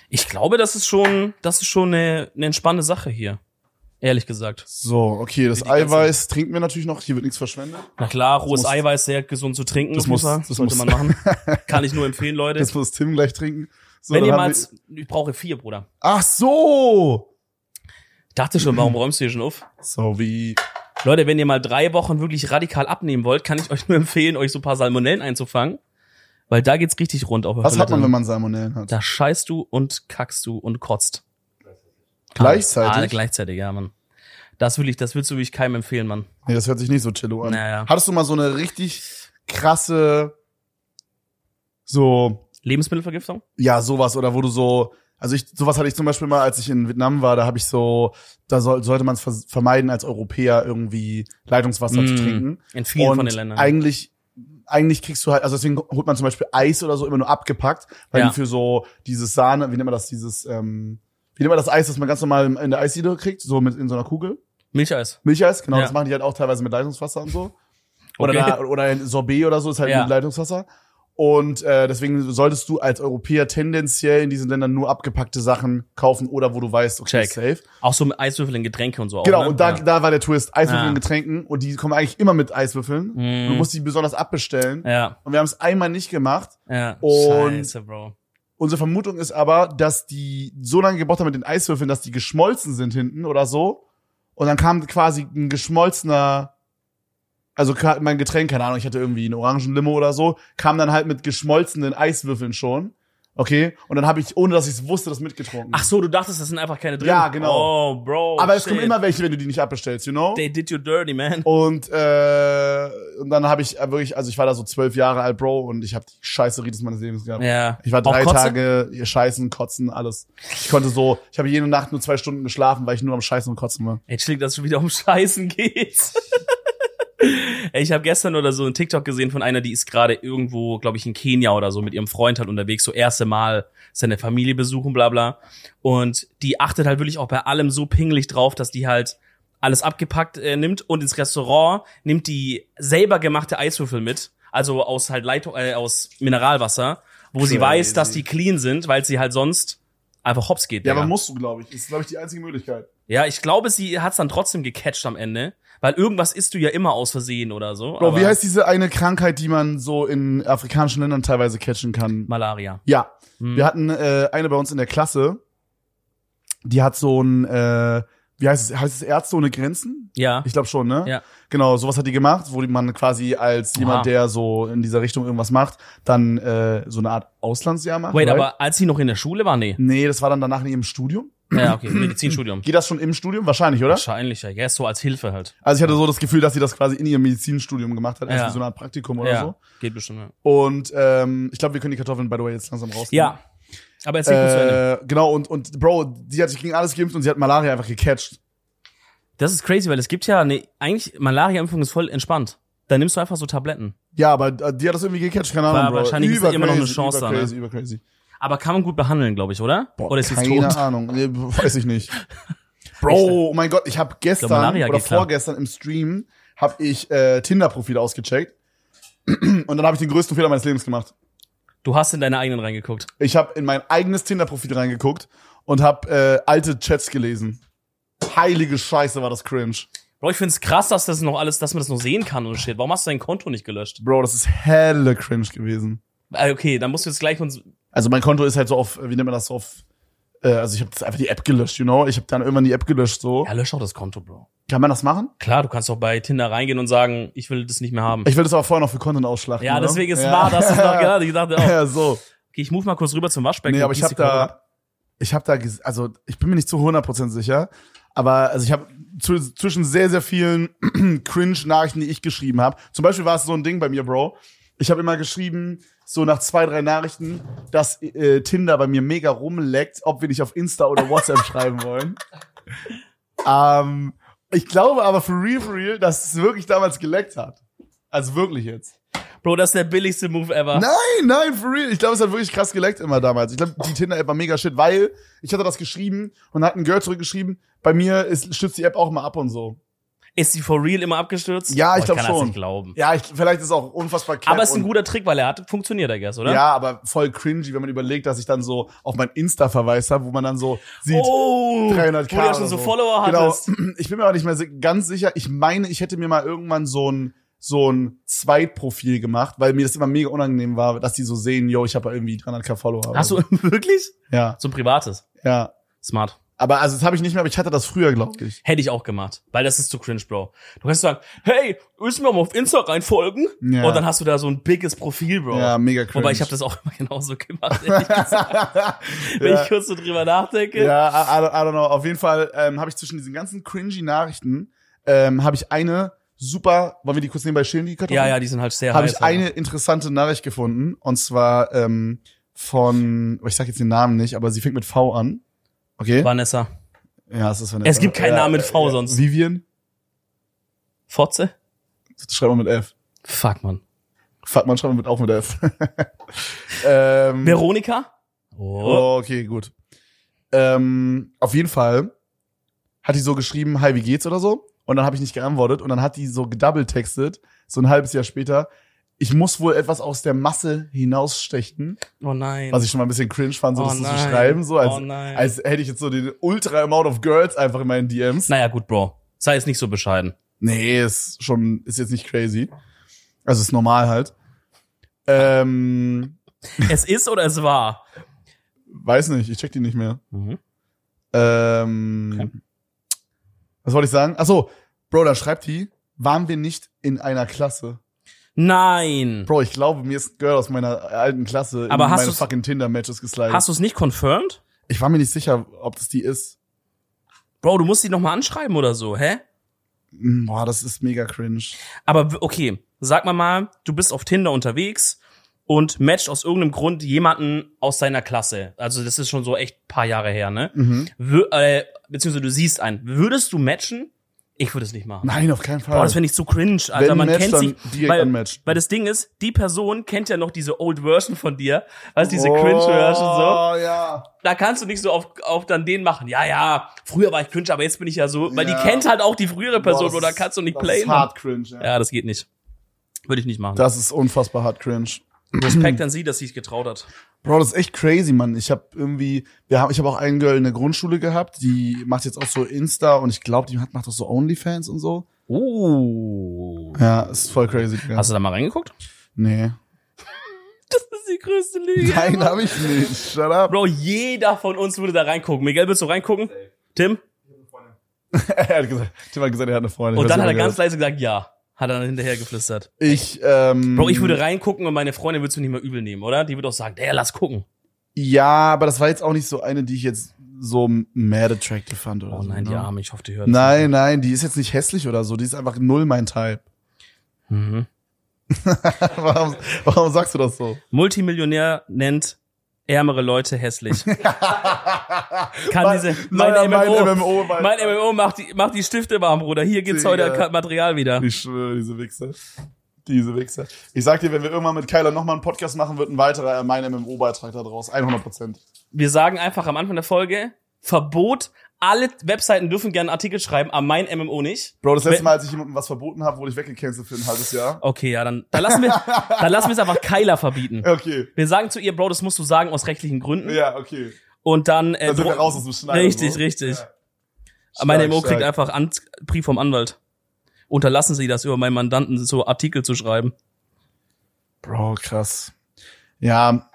Ich glaube, das ist schon, das ist schon eine, eine entspannte Sache hier. Ehrlich gesagt. So, okay, das die ganzen- Eiweiß trinken wir natürlich noch. Hier wird nichts verschwendet. Na klar, rohes muss- Eiweiß, sehr gesund zu trinken. Das auf jeden muss- Fall. das sollte muss- man machen. Kann ich nur empfehlen, Leute. Jetzt muss Tim gleich trinken. So, wenn dann ihr haben mal, wir- ich brauche vier, Bruder. Ach so! Ich dachte schon, warum räumst du hier schon auf? So wie. Oh, Leute, wenn ihr mal drei Wochen wirklich radikal abnehmen wollt, kann ich euch nur empfehlen, euch so ein paar Salmonellen einzufangen. Weil da geht's richtig rund auf der Was hat Toilette. man, wenn man Salmonellen hat? Da scheißt du und kackst du und kotzt. Gleichzeitig? Alle gleichzeitig, ja, Mann. Das will ich, das willst du wirklich keinem empfehlen, Mann. Nee, das hört sich nicht so chillo an. Naja. Hattest du mal so eine richtig krasse, so, Lebensmittelvergiftung? ja, sowas oder wo du so, also ich, sowas hatte ich zum Beispiel mal, als ich in Vietnam war, da habe ich so, da soll, sollte man es vermeiden, als Europäer irgendwie Leitungswasser zu Mm. trinken. In vielen Und von den Ländern. eigentlich, eigentlich kriegst du halt, also deswegen holt man zum Beispiel Eis oder so immer nur abgepackt, weil Ja. die für so dieses Sahne, wie nennt man das, dieses, ähm, wie nennt man das Eis, das man ganz normal in- in der Eisdiele kriegt, so mit in so einer Kugel. Milcheis. Milcheis, genau, Ja. das machen die halt auch teilweise mit Leitungswasser und so. Oder, Okay. da, oder ein Sorbet oder so ist halt Ja. mit Leitungswasser. Und äh, deswegen solltest du als Europäer tendenziell in diesen Ländern nur abgepackte Sachen kaufen oder wo du weißt, okay, Check. ist safe. Auch so mit Eiswürfeln in Getränke und so. auch, genau, ne? und da, Ja. da war der Twist. Eiswürfel Ah. in Getränken und die kommen eigentlich immer mit Eiswürfeln. Mm. Du musst die besonders abbestellen. Ja, Und wir haben es einmal nicht gemacht. ja. Und- Scheiße, Bro. Unsere Vermutung ist aber, dass die so lange gebraucht haben mit den Eiswürfeln, dass die geschmolzen sind hinten oder so. Und dann kam quasi ein geschmolzener, also ka- mein Getränk, keine Ahnung, ich hatte irgendwie einen Orangenlimo oder so, kam dann halt mit geschmolzenen Eiswürfeln schon. Okay, und dann habe ich, ohne dass ich es wusste, das mitgetrunken. Ach so, du dachtest, das sind einfach keine drin. Ja, genau. Oh, Bro. aber es shit. kommen immer welche, wenn du die nicht abbestellst, you know? They did you dirty, man. Und, äh, und dann habe ich wirklich, also ich war da so zwölf Jahre alt, Bro, und ich habe die scheiße Ritis meines Lebens gehabt. Ja. Ich war drei Auch Kotze? Tage ihr scheißen, kotzen, alles. Ich konnte so, ich habe jede Nacht nur zwei Stunden geschlafen, weil ich nur am Scheißen und Kotzen war. Ey, chillig, dass es schon wieder um Scheißen geht. Ey, ich habe gestern oder so einen TikTok gesehen von einer, die ist gerade irgendwo, glaube ich, in Kenia oder so mit ihrem Freund halt unterwegs, so erste Mal seine Familie besuchen, bla bla. Und die achtet halt wirklich auch bei allem so pingelig drauf, dass die halt alles abgepackt äh, nimmt und ins Restaurant nimmt die selber gemachte Eiswürfel mit, also aus halt Leitung, äh, aus Mineralwasser, wo sie Crazy. weiß, dass die clean sind, weil sie halt sonst einfach hops geht. Ja, Digga. aber musst du, glaube ich. Ist, glaube ich, die einzige Möglichkeit. Ja, ich glaube, sie hat's dann trotzdem gecatcht am Ende, weil irgendwas isst du ja immer aus Versehen oder so. Bro, aber- wie heißt diese eine Krankheit, die man so in afrikanischen Ländern teilweise catchen kann? Malaria. Ja. Hm. Wir hatten äh, eine bei uns in der Klasse, die hat so ein, äh, wie heißt es, heißt es Ärzte ohne Grenzen? Ja. Ich glaube schon, ne? Ja. Genau, sowas hat die gemacht, wo die- man quasi als jemand, Aha. der so in dieser Richtung irgendwas macht, dann äh, so eine Art Auslandsjahr macht. Wait, right? aber als sie noch in der Schule war, nee. Nee, das war dann danach in ihrem Studium. Ja, okay, Medizinstudium. Geht das schon im Studium? Wahrscheinlich, oder? Wahrscheinlich, ja, yes, so als Hilfe halt. Also ich hatte so das Gefühl, dass sie das quasi in ihrem Medizinstudium gemacht hat, als Ja. wie so eine Art Praktikum oder Ja, so. geht bestimmt. Ja, Und ähm, ich glaube, wir können die Kartoffeln, by the way, jetzt langsam raus. ja. aber erzähl kurz zu Ende. Äh, genau, und, und Bro, die hat sich gegen alles geimpft und sie hat Malaria einfach gecatcht. Das ist crazy, weil es gibt ja, nee, eigentlich, Malaria-Impfung ist voll entspannt. Da nimmst du einfach so Tabletten. Ja, aber äh, die hat das irgendwie gecatcht, keine Ahnung. War Bro. wahrscheinlich ist da immer noch eine Übercrazy, Chance da, ne? übercrazy, übercrazy. Aber kann man gut behandeln, glaube ich, oder? Boah, oder ist sie keine tot? Ahnung, nee, weiß ich nicht. Bro, oh mein Gott, ich habe gestern Malaria oder geht klar. vorgestern im Stream habe ich äh, Tinder-Profile ausgecheckt und dann habe ich den größten Fehler meines Lebens gemacht. Du hast in deine eigenen reingeguckt. Ich habe in mein eigenes Tinder-Profil reingeguckt und habe äh, alte Chats gelesen. Heilige Scheiße war das cringe. Bro, ich find's krass, dass das noch alles, dass man das noch sehen kann und shit. Warum hast du dein Konto nicht gelöscht? Bro, das ist helle cringe gewesen. Ah, Okay, dann musst du jetzt gleich uns Also mein Konto ist halt so auf, wie nennt man das, so auf, äh, also ich habe das einfach die App gelöscht, you know? Ich habe dann irgendwann die App gelöscht, so. Ja, lösch auch das Konto, Bro. Kann man das machen? Klar, du kannst auch bei Tinder reingehen und sagen, ich will das nicht mehr haben. Ich ne? will das aber vorher noch für Content ausschlachten. ja, oder? deswegen ist wahr, dass du noch gerade ich dachte, oh, Ja, so. okay, ich move mal kurz rüber zum Waschbecken. Nee, aber und ich gieß habe die Kurve da, ab. ich habe da, ges- also ich bin mir nicht zu 100% sicher, aber also ich habe zu, zwischen sehr, sehr vielen Cringe-Nachrichten, die ich geschrieben habe, zum Beispiel war es so ein Ding bei mir, Bro, ich habe immer geschrieben, so nach zwei, drei Nachrichten, dass äh, Tinder bei mir mega rumleckt, ob wir nicht auf Insta oder WhatsApp schreiben wollen. Ähm, ich glaube aber for real, for real, dass es wirklich damals geleckt hat. Also wirklich jetzt. Bro, das ist der billigste Move ever. Nein, nein, for real. Ich glaube, es hat wirklich krass geleckt immer damals. Ich glaube, Oh. die Tinder-App war mega shit, weil ich hatte das geschrieben und hat ein Girl zurückgeschrieben, bei mir ist, stützt die App auch mal ab und so. Ist die for real immer abgestürzt? Ja, ich Boah, glaub kann Das schon. nicht glauben. Ja, ich, vielleicht ist es auch unfassbar knapp. aber es ist ein und- guter Trick, weil er hat funktioniert, I guess, oder? Ja, aber voll cringy, wenn man überlegt, dass ich dann so auf mein Insta verweist habe, wo man dann so sieht, Oh, 300k. wo du ja oder schon so. so Follower genau. hattest. Ich bin mir aber nicht mehr si- ganz sicher. Ich meine, ich hätte mir mal irgendwann so ein so ein Zweitprofil gemacht, weil mir das immer mega unangenehm war, dass die so sehen, yo, ich habe irgendwie 300k Follower. Hast du wirklich? Ja, So ein privates. ja. Smart. Aber also das habe ich nicht mehr, aber ich hatte das früher, glaube ich. Hätte ich auch gemacht, weil das ist zu cringe, Bro. Du kannst sagen, hey, willst du mir mal auf Insta reinfolgen? Ja. Und dann hast du da so ein biges Profil, Bro. Ja, mega cringe. Wobei ich habe das auch immer genauso gemacht, ehrlich gesagt. wenn Ja. ich kurz so drüber nachdenke. Ja, I, I, don't, I don't know. Auf jeden Fall ähm, habe ich zwischen diesen ganzen cringy Nachrichten ähm, habe ich eine super, wollen wir die kurz nebenbei schälen, die Kartoffeln? ja, ja, die sind halt sehr Habe heiß, ich Alter. eine interessante Nachricht gefunden und zwar ähm, von, oh, ich sag jetzt den Namen nicht, aber sie fängt mit V an. Okay. Vanessa. Ja, es ist Vanessa. Es gibt keinen ja, Namen mit V ja. sonst. Vivian? Fotze? Schreibt man mit F. Fuck, man. Fuck, man schreibt man mit auch mit F. ähm, Veronika? Oh. Oh, okay, gut. Ähm, auf jeden Fall hat die so geschrieben, hi, wie geht's oder so. Und dann habe ich nicht geantwortet. Und dann hat die so gedoubletextet, so ein halbes Jahr später. Ich muss wohl etwas aus der Masse hinausstechen, Oh nein. was ich schon mal ein bisschen cringe fand, so oh das so zu nein. schreiben, so als, oh nein. als hätte ich jetzt so den ultra amount of girls einfach in meinen DMs. naja, gut, Bro. Sei jetzt nicht so bescheiden. Nee, ist schon, ist jetzt nicht crazy. Also ist normal halt. Ähm, es ist oder es war? weiß nicht, ich check die nicht mehr. Mhm. Ähm, Okay. Was wollte ich sagen? Ach so, Bro, da schreibt die, waren wir nicht in einer Klasse? Nein. Bro, ich glaube, mir ist ein Girl aus meiner alten Klasse Aber in hast meine du's- fucking Tinder-Matches geslidet. Hast du es nicht confirmed? ich war mir nicht sicher, ob das die ist. Bro, du musst die nochmal anschreiben oder so, hä? Mm, Boah, das ist mega cringe. Aber w- okay, sag mal mal, du bist auf Tinder unterwegs und matcht aus irgendeinem Grund jemanden aus deiner Klasse. Also das ist schon so echt paar Jahre her, ne? Mhm. Wür äh, beziehungsweise du siehst einen. Würdest du matchen? Ich würde es nicht machen. Nein, auf keinen Fall. Boah, das finde ich zu cringe, Alter. Wenn ein man Match, kennt dann sich. direkt weil, ein Match. weil das Ding ist, die Person kennt ja noch diese Old Version von dir, also diese cringe Version so. Oh, ja. Da kannst du nicht so auf, auf dann den machen. Ja, ja, früher war ich cringe, aber jetzt bin ich ja so, weil Ja. die kennt halt auch die frühere Person Boah, das oder ist- kannst du nicht das playen. ist hart cringe, ja. Ja, das geht nicht. Würde ich nicht machen. Das ist unfassbar hart cringe. Respekt an sie, dass sie es getraut hat. Bro, das ist echt crazy, Mann. Ich habe irgendwie, wir haben, ich habe auch einen Girl in der Grundschule gehabt, die macht jetzt auch so Insta und ich glaube, die hat, macht auch so OnlyFans und so. Oh. Ja, ist voll crazy. Digga. Hast du da mal reingeguckt? nee. Das ist die größte Lüge. Nein, ever. habe ich nicht. Shut up. Bro, jeder von uns würde da reingucken. Miguel, willst du reingucken? Tim? er hat gesagt, Tim hat gesagt, er hat eine Freundin. Und Ich weiß dann hat er nicht, ganz wer leise gesagt, ja. Hat er dann hinterher geflüstert. das- Ich, ähm. Bro, ich würde reingucken und meine Freundin würdest du nicht mehr übel nehmen, oder? Die würde auch sagen, der lass gucken. Ja, aber das war jetzt auch nicht so eine, die ich jetzt so mad attractive fand oder Oh so. nein, die ne? Arme, ich hoffe, die hören. das Nein, nein, die ist jetzt nicht hässlich oder so. Die ist einfach null mein Type. nicht. Mhm. warum, warum sagst du das so? Multimillionär nennt ärmere Leute hässlich. Kann Mein- diese, mein, Naja, MMO, mein MMO, mein- mein MMO macht die, macht die Stifte warm, Bruder. Hier gibt's Digga. heute Ka- Material wieder. Ich schwöre, diese Wichser. Diese Wichser. Ich sag dir, wenn wir irgendwann mit Kyler nochmal einen Podcast machen, wird ein weiterer äh, mein MMO-Beitrag da draus. 100 Prozent. Wir sagen einfach am Anfang der Folge, Verbot, alle Webseiten dürfen gerne einen Artikel schreiben, aber mein MMO nicht. Bro, das letzte Wenn- Mal, als ich jemandem was verboten habe, wurde ich weggecancelt für ein halbes Jahr. Okay, ja, dann, dann lassen wir, dann lassen wir es einfach Keiler verbieten. Okay. Wir sagen zu ihr, Bro, das musst du sagen aus rechtlichen Gründen. Ja, okay. Und dann, äh, Dann sind wir dro- raus aus dem Schneiden. Richtig, so. richtig. Ja. meine Stark, MMO kriegt stark. einfach An Brief vom Anwalt. Unterlassen Sie das über meinen Mandanten so Artikel zu schreiben. Bro, krass. Ja.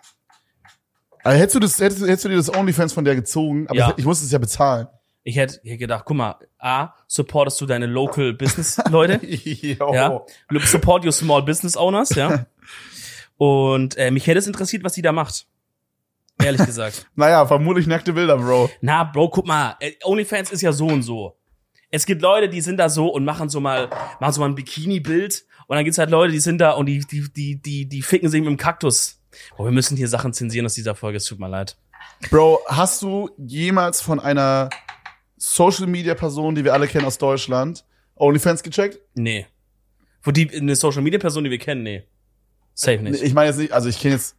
Also hättest du das, hättest, du- hättest du dir das OnlyFans von der gezogen, aber Ja. ich, ich musste es ja bezahlen. Ich hätte hier gedacht, guck mal, A, supportest du deine Local Business Leute? Jo. ja. Support your small business owners, ja. Und äh, mich hätte es interessiert, was die da macht. Ehrlich gesagt. Naja, vermutlich nackte Bilder, Bro. Na, Bro, guck mal, äh, OnlyFans ist ja so und so. Es gibt Leute, die sind da so und machen so mal, machen so mal ein Bikini-Bild. Und dann gibt's halt Leute, die sind da und die, die, die, die, die ficken sich mit dem Kaktus. Oh, wir müssen hier Sachen zensieren aus dieser Folge, es tut mir leid. Bro, hast du jemals von einer Social Media Person, die wir alle kennen aus Deutschland, OnlyFans gecheckt? Nee. Wo die, eine Social-Media-Person, die wir kennen, nee. Safe nicht. Ich meine jetzt nicht, also ich kenne jetzt,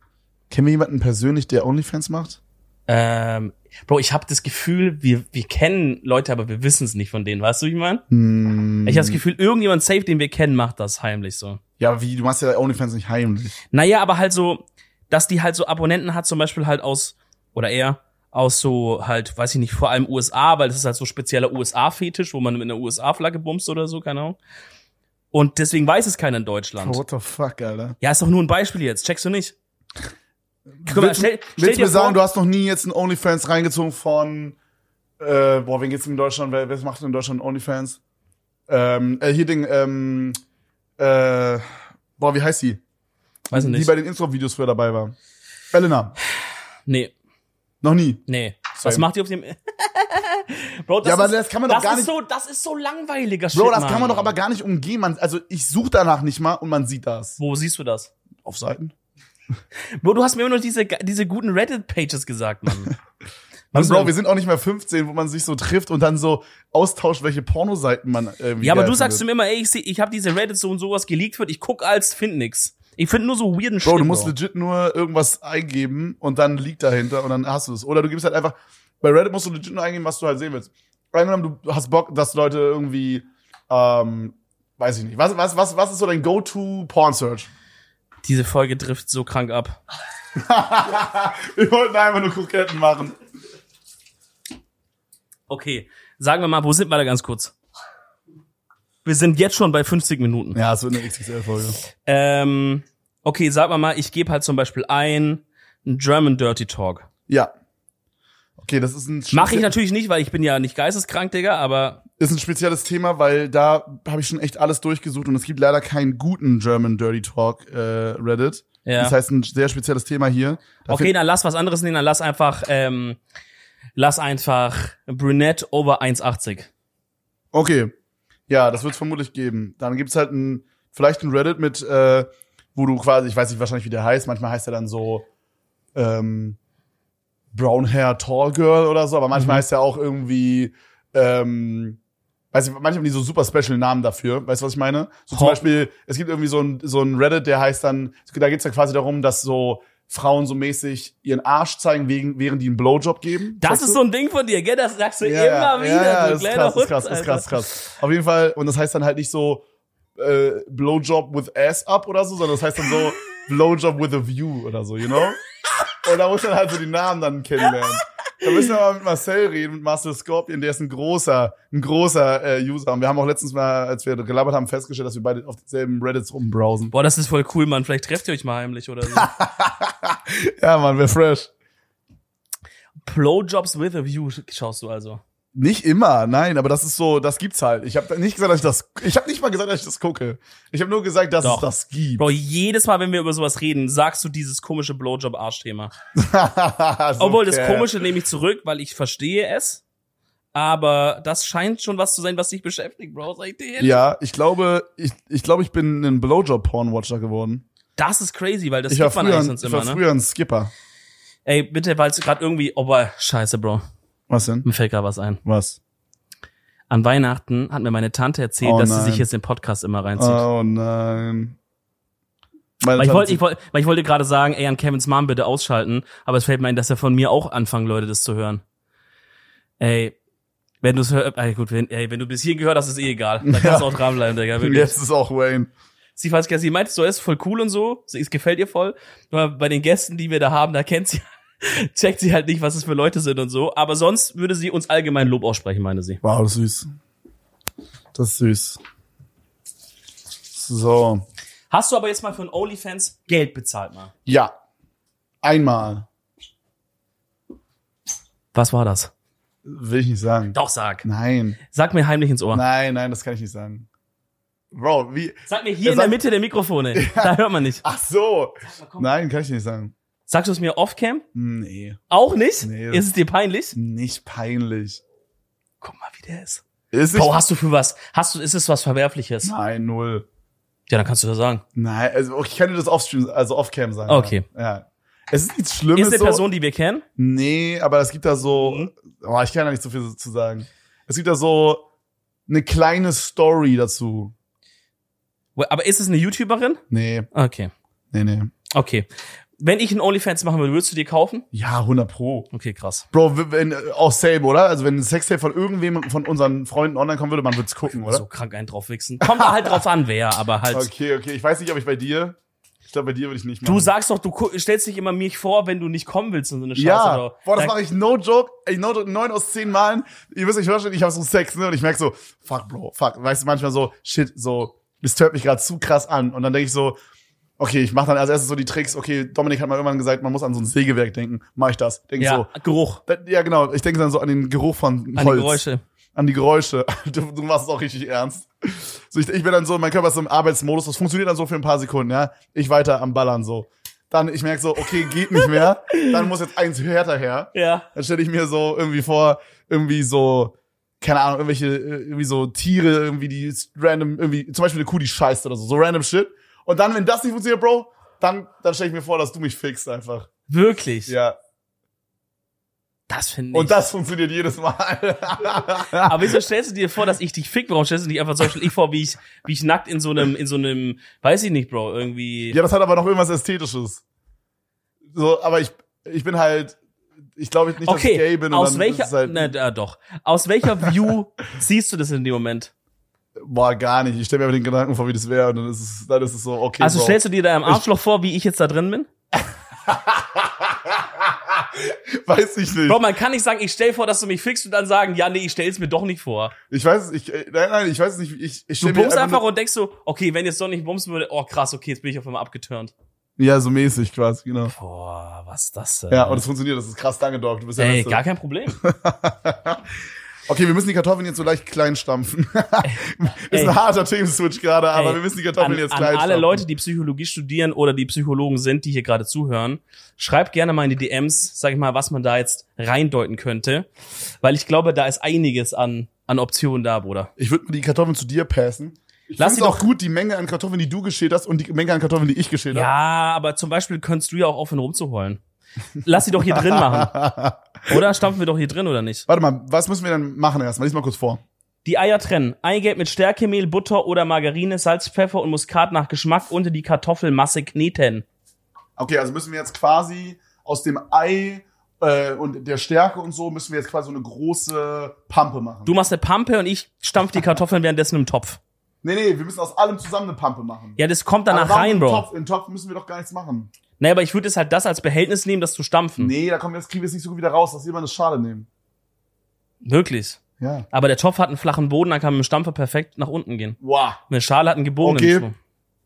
kennen wir jemanden persönlich, der OnlyFans macht? Ähm, Bro, ich habe das Gefühl, wir, wir kennen Leute, aber wir wissen es nicht von denen, weißt du, wie ich meine? Hm. Ich habe das Gefühl, irgendjemand safe, den wir kennen, macht das heimlich so. Ja, wie, du machst ja OnlyFans nicht heimlich. Naja, aber halt so, dass die halt so Abonnenten hat, zum Beispiel halt aus, oder er, aus so halt, weiß ich nicht, vor allem USA, weil das ist halt so spezieller USA-Fetisch, wo man mit einer USA-Flagge bumst oder so, keine Ahnung. Und deswegen weiß es keiner in Deutschland. Bro, what the fuck, Alter? Ja, ist doch nur ein Beispiel jetzt, checkst du nicht? Guck mal, willst stell, willst stell du mir dir sagen, du vor, hast noch nie jetzt einen OnlyFans reingezogen von Äh, boah, wen geht's in Deutschland? Wer, wer macht denn in Deutschland OnlyFans? Ähm, äh, hier Ding, ähm, äh, boah, wie heißt sie? Weiß ich Die nicht. bei den Intro-Videos früher dabei war. Elena. Nee, Noch nie. nee. Was Sorry. macht ihr auf dem. Bro, das Ja, aber ist, das kann man doch das gar ist nicht- So, das ist so langweiliger Shit. Bro, das Mann. kann man doch aber gar nicht umgehen. Man, also ich suche danach nicht mal und man sieht das. Wo siehst du das? Auf Seiten. Bro, du hast mir immer nur diese, diese guten Reddit-Pages gesagt, Mann. Und Müssen Bro, wir- wir sind auch nicht mehr 15, wo man sich so trifft und dann so austauscht, welche Pornoseiten man äh, irgendwie ja, aber geil du sagst zu findet. mir immer, ey, ich, seh- ich habe diese Reddit so und sowas geleakt wird, ich guck als, find nix. Ich find nur so weirden Shit. Bro, du musst legit nur irgendwas eingeben und dann liegt dahinter und dann hast du es. Oder du gibst halt einfach, bei Reddit musst du legit nur eingeben, was du halt sehen willst. Angenommen, du hast Bock, dass Leute irgendwie, ähm, weiß ich nicht. Was, was, was, was ist so dein Go-To-Porn-Search? Diese Folge trifft so krank ab. Wir wollten einfach nur Kroketten machen. Okay, sagen wir mal, wo sind wir da ganz kurz? Wir sind jetzt schon bei 50 Minuten. Ja, es wird eine XXL-Folge. Ähm, okay, sag mal mal, ich gebe halt zum Beispiel ein einen German Dirty Talk. Ja. Okay, das ist ein Mache ich natürlich nicht, weil ich bin ja nicht geisteskrank, Digga, aber ist ein spezielles Thema, weil da habe ich schon echt alles durchgesucht und es gibt leider keinen guten German Dirty Talk äh, Reddit. ja. Das heißt, ein sehr spezielles Thema hier. Da okay, find- dann lass was anderes nehmen, dann lass einfach ähm, lass einfach Brunette over 1,80. okay. Ja, das wird es vermutlich geben. Dann gibt's halt ein, vielleicht ein Reddit mit, äh, wo du quasi, ich weiß nicht wahrscheinlich, wie der heißt, manchmal heißt er dann so ähm, Brown Hair Tall Girl oder so, aber Mhm. manchmal heißt er auch irgendwie, ähm, weiß ich, manchmal haben die so super special Namen dafür, weißt du, was ich meine? So zum Ho- Beispiel, es gibt irgendwie so ein, so ein Reddit, der heißt dann, da geht's ja quasi darum, dass so Frauen so mäßig ihren Arsch zeigen, wegen, während die einen Blowjob geben. Das Checkst du? ist so ein Ding von dir, gell? Das sagst du Ja, immer ja, wieder, ja, du das ist kleiner krass, Hund. ist krass, ist Alter. krass, ist krass. Auf jeden Fall, und das heißt dann halt nicht so äh, Blowjob with ass up oder so, sondern das heißt dann so Blowjob with a view oder so, you know? Und da muss man halt so die Namen dann kennenlernen. Da müssen wir mal mit Marcel reden, mit Marcel Scorpion, der ist ein großer, ein großer äh, User. Und wir haben auch letztens mal, als wir gelabert haben, festgestellt, dass wir beide auf denselben Reddits rumbrowsen. Boah, das ist voll cool, Mann. Vielleicht trefft ihr euch mal heimlich oder so. Ja, Mann, wir fresh. Blowjobs with a view schaust du also. Nicht immer, nein, aber das ist so, das gibt's halt. Ich habe nicht gesagt, dass ich das, ich habe nicht mal gesagt, dass ich das gucke. Ich habe nur gesagt, dass Doch. es das gibt. Bro, jedes Mal, wenn wir über sowas reden, sagst du dieses komische Blowjob-Arsch-Thema. so Obwohl, das fair. Komische nehme ich zurück, weil ich verstehe es. Aber das scheint schon was zu sein, was dich beschäftigt, Bro. Sag ich dir ehrlich. Ja, ich glaube, ich, ich glaube, ich bin ein Blowjob-Porn-Watcher geworden. Das ist crazy, weil das ich war, gibt man früher eigentlich ein, sonst ich immer, war ne? früher ein Skipper. Ey, bitte, weil es gerade irgendwie. Oh, boah, scheiße, Bro. Was denn? Mir fällt gerade was ein. Was? An Weihnachten hat mir meine Tante erzählt, Oh dass sie nein. sich jetzt den Podcast immer reinzieht. Oh nein. Meine Weil ich, Tante- wollte, ich, wollte, weil ich wollte gerade sagen, ey, an Kevins Mom bitte ausschalten, aber es fällt mir ein, dass er von mir auch anfangen, Leute, das zu hören. Ey, wenn du es hörst, ey, gut, wenn, ey, wenn du bis hierhin gehört hast, ist eh egal. Dann kannst Ja. du auch dranbleiben, Digga. Wirklich. Jetzt ist auch Wayne. Sie, falls, sie meinte, so ist voll cool und so, sie- es gefällt ihr voll. Nur bei den Gästen, die wir da haben, da kennt sie, checkt sie halt nicht, was es für Leute sind und so. Aber sonst würde sie uns allgemein Lob aussprechen, meine sie. Wow, das ist süß. Das ist süß. So. Hast du aber jetzt mal für ein OnlyFans Geld bezahlt, mal? Ja. Einmal. Was war das? Will ich nicht sagen. Doch, sag. Nein. Sag mir heimlich ins Ohr. Nein, nein, das kann ich nicht sagen. Bro, wie? Sag mir hier in Sag- der Mitte der Mikrofone. Da hört man nicht. Ach so. komm. Nein, kann ich nicht sagen. Hm, Sagst du es mir off-cam? Nee. Auch nicht? Nee. Ist es dir peinlich? Nicht peinlich. Guck mal, wie der ist. Ist Bro, hast du für was? Hast du, ist es was Verwerfliches? Nein, null. Ja, dann kannst du das sagen. Nein, also ich könnte das offstream, also offcam sagen. Okay. Ja. ja. Es ist nichts Schlimmes. Ist eine so. Person, die wir kennen? Nee, aber es gibt da so. Mhm. Oh, ich kann da nicht so viel zu sagen. Es gibt da so eine kleine Story dazu. Aber ist es eine YouTuberin? Nee, Okay. nee, nee. Okay. Wenn ich einen OnlyFans machen würde, würdest du dir kaufen? Ja, 100 Pro. Okay, krass. Bro, w- wenn, äh, auch same, oder? Also, wenn ein Sextape von irgendwem, von unseren Freunden online kommen würde, man würde es gucken, oder? So krank einen drauf wichsen. Kommt da halt drauf an, wer, aber halt. Okay, okay. Ich weiß nicht, ob ich bei dir. Ich glaube, bei dir würde ich nicht machen. Du sagst doch, du gu- stellst dich immer mir vor, wenn du nicht kommen willst und so eine Scheiße. Ja, oder- boah, das Da- mache ich no joke, ey, no joke, neun aus zehn Malen. Ihr müsst euch vorstellen, ich habe so Sex, ne? Und ich merk so, fuck, Bro, fuck. Weißt du, manchmal so, shit, so, das hört mich gerade zu krass an. Und dann denke ich so, Okay, ich mache dann als erstes so die Tricks. Okay, Dominik hat mal irgendwann gesagt, man muss an so ein Sägewerk denken. Mache ich das? Denke Ja, so. Geruch. Da- Ja, genau. Ich denke dann so an den Geruch von Holz. An die Geräusche. An die Geräusche. Du, du machst es auch richtig ernst. So, ich, ich bin dann so, mein Körper ist so im Arbeitsmodus. Das funktioniert dann so für ein paar Sekunden, ja. Ich weiter am Ballern so. Dann, ich merke so, okay, geht nicht mehr. dann muss jetzt eins härter her. Ja. Dann stelle ich mir so irgendwie vor, irgendwie so, keine Ahnung, irgendwelche, äh, irgendwie so Tiere, irgendwie die s- random, irgendwie, zum Beispiel eine Kuh, die scheißt oder so, so random shit. Und dann, wenn das nicht funktioniert, Bro, dann, dann stelle ich mir vor, dass du mich fixst einfach. Wirklich. Ja. Das finde ich. Und das funktioniert jedes Mal. Aber wieso stellst du dir vor, dass ich dich fick? Warum stellst du dich einfach zum Beispiel ich vor, wie ich, wie ich nackt in so einem, in so einem, weiß ich nicht, Bro, irgendwie. ja, das hat aber noch irgendwas Ästhetisches. So, aber ich, ich bin halt, ich glaube nicht, dass ich gay okay, bin. und aus dann welcher, Ne. ist es halt, na, da, doch. Aus welcher View siehst du das in dem Moment? boah, gar nicht. Ich stelle mir aber den Gedanken vor, wie das wäre und dann ist es, dann ist es so, okay, Also Bro. stellst du dir deinem Arschloch vor, wie ich jetzt da drin bin? Weiß ich nicht. Bro, man kann nicht sagen, ich stell vor, dass du mich fickst und dann sagen, ja, nee, ich stell's mir doch nicht vor. Ich weiß es, ich, äh, nein, nein, ich weiß es nicht. Ich, ich Du stell mir bummst einfach nur- und denkst so, okay, wenn jetzt doch nicht bumsen würde, oh krass, okay, jetzt bin ich auf einmal abgeturnt. Ja, so mäßig quasi, genau. Boah, was ist das denn? Ja, und es funktioniert, das ist krass, danke, Doc. Du bist ja Ey, Beste. gar kein Problem. Okay, wir müssen die Kartoffeln jetzt so leicht klein stampfen. ist Ey. ein harter Themenswitch gerade, aber Ey, wir müssen die Kartoffeln an, jetzt an klein alle stampfen. Leute, die Psychologie studieren oder die Psychologen sind, die hier gerade zuhören, schreibt gerne mal in die DMs, sag ich mal, was man da jetzt reindeuten könnte, weil ich glaube, da ist einiges an an Optionen da, Bruder. Ich würde mir die Kartoffeln zu dir passen. Ich Lass Lass sie auch gut, die Menge an Kartoffeln, die du geschält hast und die Menge an Kartoffeln, die ich geschält habe. Ja, aber zum Beispiel könntest du ja auch aufhören rumzuheulen. Lass sie doch hier drin machen. Oder stampfen wir doch hier drin, oder nicht? Warte mal, was müssen wir denn machen erstmal? Lies mal kurz vor. Die Eier trennen. Eigelb mit Stärkemehl, Butter oder Margarine, Salz, Pfeffer und Muskat nach Geschmack unter die Kartoffelmasse kneten. Okay, also müssen wir jetzt quasi aus dem Ei äh, und der Stärke und so, müssen wir jetzt quasi so eine große Pampe machen. Du machst eine Pampe und ich stampf die Kartoffeln währenddessen im Topf. Nee, nee, wir müssen aus allem zusammen eine Pampe machen. Ja, das kommt Aber danach warum rein, im Bro. Topf, Im Topf müssen wir doch gar nichts machen. Nee, aber ich würde es halt das als Behältnis nehmen, das zu stampfen. Nee, da kommen wir, das kriegen wir es nicht so gut wieder raus. Lass jemand eine Schale nehmen. Wirklich. Ja. Aber der Topf hat einen flachen Boden, dann kann man mit dem Stampfer perfekt nach unten gehen. Wow. Eine Schale hat einen gebogenen Okay. Schwung.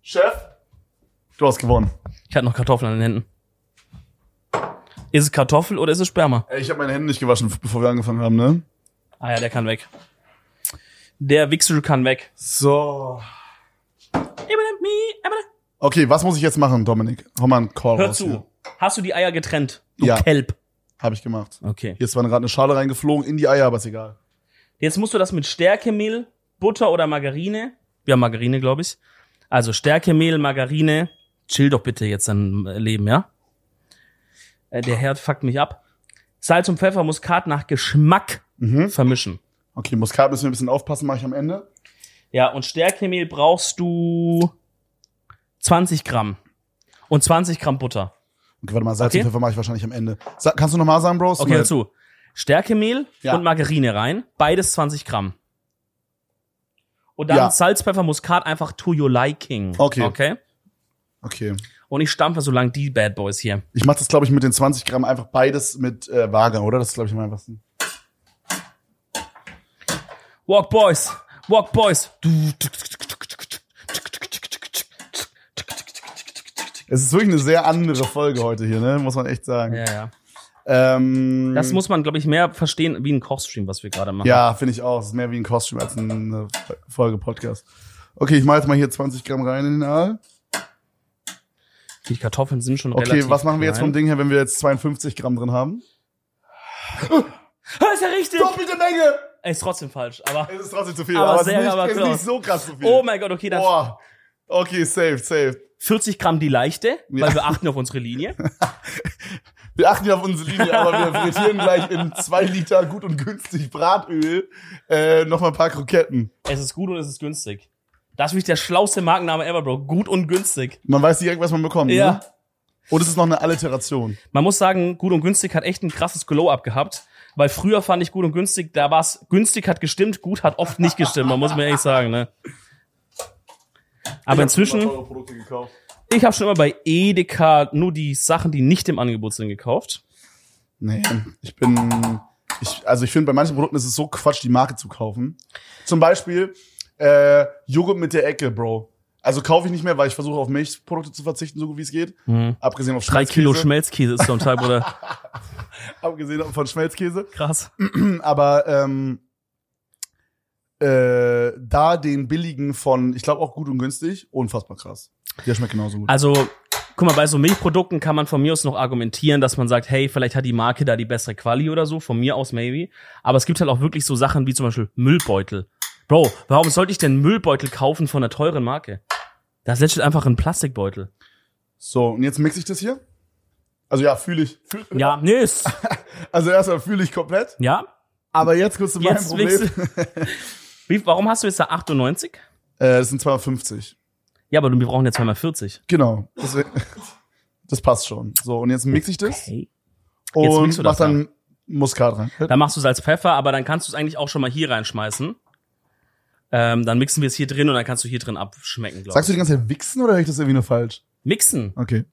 Chef, du hast gewonnen. Ich hatte noch Kartoffeln an den Händen. Ist es Kartoffel oder ist es Sperma? Ey, ich habe meine Hände nicht gewaschen, bevor wir angefangen haben, ne? Ah ja, der kann weg. Der Wichsel kann weg. So. Eminem, me, Eminem. Okay, was muss ich jetzt machen, Dominik? Hau mal einen Call Hör raus. zu. Hast du die Eier getrennt? Du Ja. Kelb. Habe ich gemacht. Okay. Hier ist zwar gerade eine Schale reingeflogen in die Eier, aber ist egal. Jetzt musst du das mit Stärkemehl, Butter oder Margarine. Ja, Margarine, glaube ich. Also Stärkemehl, Margarine. Chill doch bitte jetzt dein Leben, ja? Äh, der Herd fuckt mich ab. Salz und Pfeffer, Muskat nach Geschmack Mhm. vermischen. Okay, Muskat müssen wir ein bisschen aufpassen, mache ich am Ende. Ja, und Stärkemehl brauchst du 20 Gramm. Und 20 Gramm Butter. Okay, warte mal, Salz Okay. und Pfeffer mache ich wahrscheinlich am Ende. Sa kannst du nochmal sagen, Bro? Okay, dazu. Stärkemehl Ja. und Margarine rein. Beides 20 Gramm. Und dann Ja. Salz, Pfeffer, Muskat einfach to your liking. Okay. Okay. Okay. Und ich stampfe so lang die Bad Boys hier. Ich mache das, glaube ich, mit den 20 Gramm einfach beides mit äh, Waage, oder? Das ist, glaube ich, am einfachsten. Walk Boys, Walk Boys. Du. Es ist wirklich eine sehr andere Folge heute hier, ne? Muss man echt sagen. Ja, ja. Ähm, Das muss man, glaube ich, mehr verstehen wie ein Kochstream, was wir gerade machen. Ja, finde ich auch. Es ist mehr wie ein Kostüm als eine Folge Podcast. Okay, ich mache jetzt mal hier 20 Gramm rein in den Aal. Die Kartoffeln sind schon relativ. Okay, was machen wir jetzt vom klein. Ding her, wenn wir jetzt 52 Gramm drin haben? Ah, ist ja richtig. Doppelte Menge! Ey, ist trotzdem falsch, aber. Es ist trotzdem zu viel, Aber aber, es sehr, ist, nicht, aber es ist klar. nicht so krass zu viel. Oh mein Gott, okay, dann Boah. Okay, safe, safe. 40 Gramm die leichte, weil Ja. wir achten auf unsere Linie. Wir achten ja auf unsere Linie, aber wir frittieren gleich in zwei Liter gut und günstig Bratöl äh, nochmal ein paar Kroketten. Es ist gut und es ist günstig. Das ist wirklich der schlauste Markenname ever, Bro. Gut und günstig. Man weiß direkt, was man bekommt. Ja. Ne? Und es ist noch eine Alliteration. Man muss sagen, gut und günstig hat echt ein krasses Glow-Up gehabt. Weil früher fand ich gut und günstig, da war es günstig hat gestimmt, gut hat oft nicht gestimmt. Man muss mir ehrlich sagen, ne? Aber inzwischen, ich habe schon immer bei Edeka nur die Sachen, die nicht im Angebot sind, gekauft. Nee, ich bin. Ich, also ich finde, bei manchen Produkten ist es so Quatsch, die Marke zu kaufen. Zum Beispiel äh, Joghurt mit der Ecke, Bro. Also kaufe ich nicht mehr, weil ich versuche auf Milchprodukte zu verzichten, so gut wie es geht. Mhm. Abgesehen auf Drei Kilo Schmelzkäse. Schmelzkäse ist so am Tag, Bruder. Abgesehen von Schmelzkäse. Krass. Aber ähm, äh, da den billigen von, ich glaube auch gut und günstig, unfassbar krass. Der schmeckt genauso gut. Also, guck mal, bei so Milchprodukten kann man von mir aus noch argumentieren, dass man sagt, hey, vielleicht hat die Marke da die bessere Quali oder so, von mir aus maybe. Aber es gibt halt auch wirklich so Sachen wie zum Beispiel Müllbeutel. Bro, warum sollte ich denn Müllbeutel kaufen von einer teuren Marke? Das ist letztlich einfach ein Plastikbeutel. So, und jetzt mixe ich das hier. Also ja, fühle ich. Fühl, Ja, nee, ist, Also erstmal fühle ich komplett. ja. Aber jetzt kurz zu meinem Jetzt Problem. wichst Wie, warum hast du jetzt da 98? Äh, das sind 250. Ja, aber du- wir brauchen jetzt zweimal 40. Genau. Deswegen, das passt schon. So, und jetzt mixe ich das Okay. Jetzt und mixt du mach das, dann Muskat rein. Dann machst du Salz, Pfeffer, aber dann kannst du es eigentlich auch schon mal hier reinschmeißen. Ähm, dann mixen wir es hier drin und dann kannst du hier drin abschmecken, glaube Sagst ich. du die ganze Zeit Wichsen oder höre ich das irgendwie nur falsch? Mixen. Okay.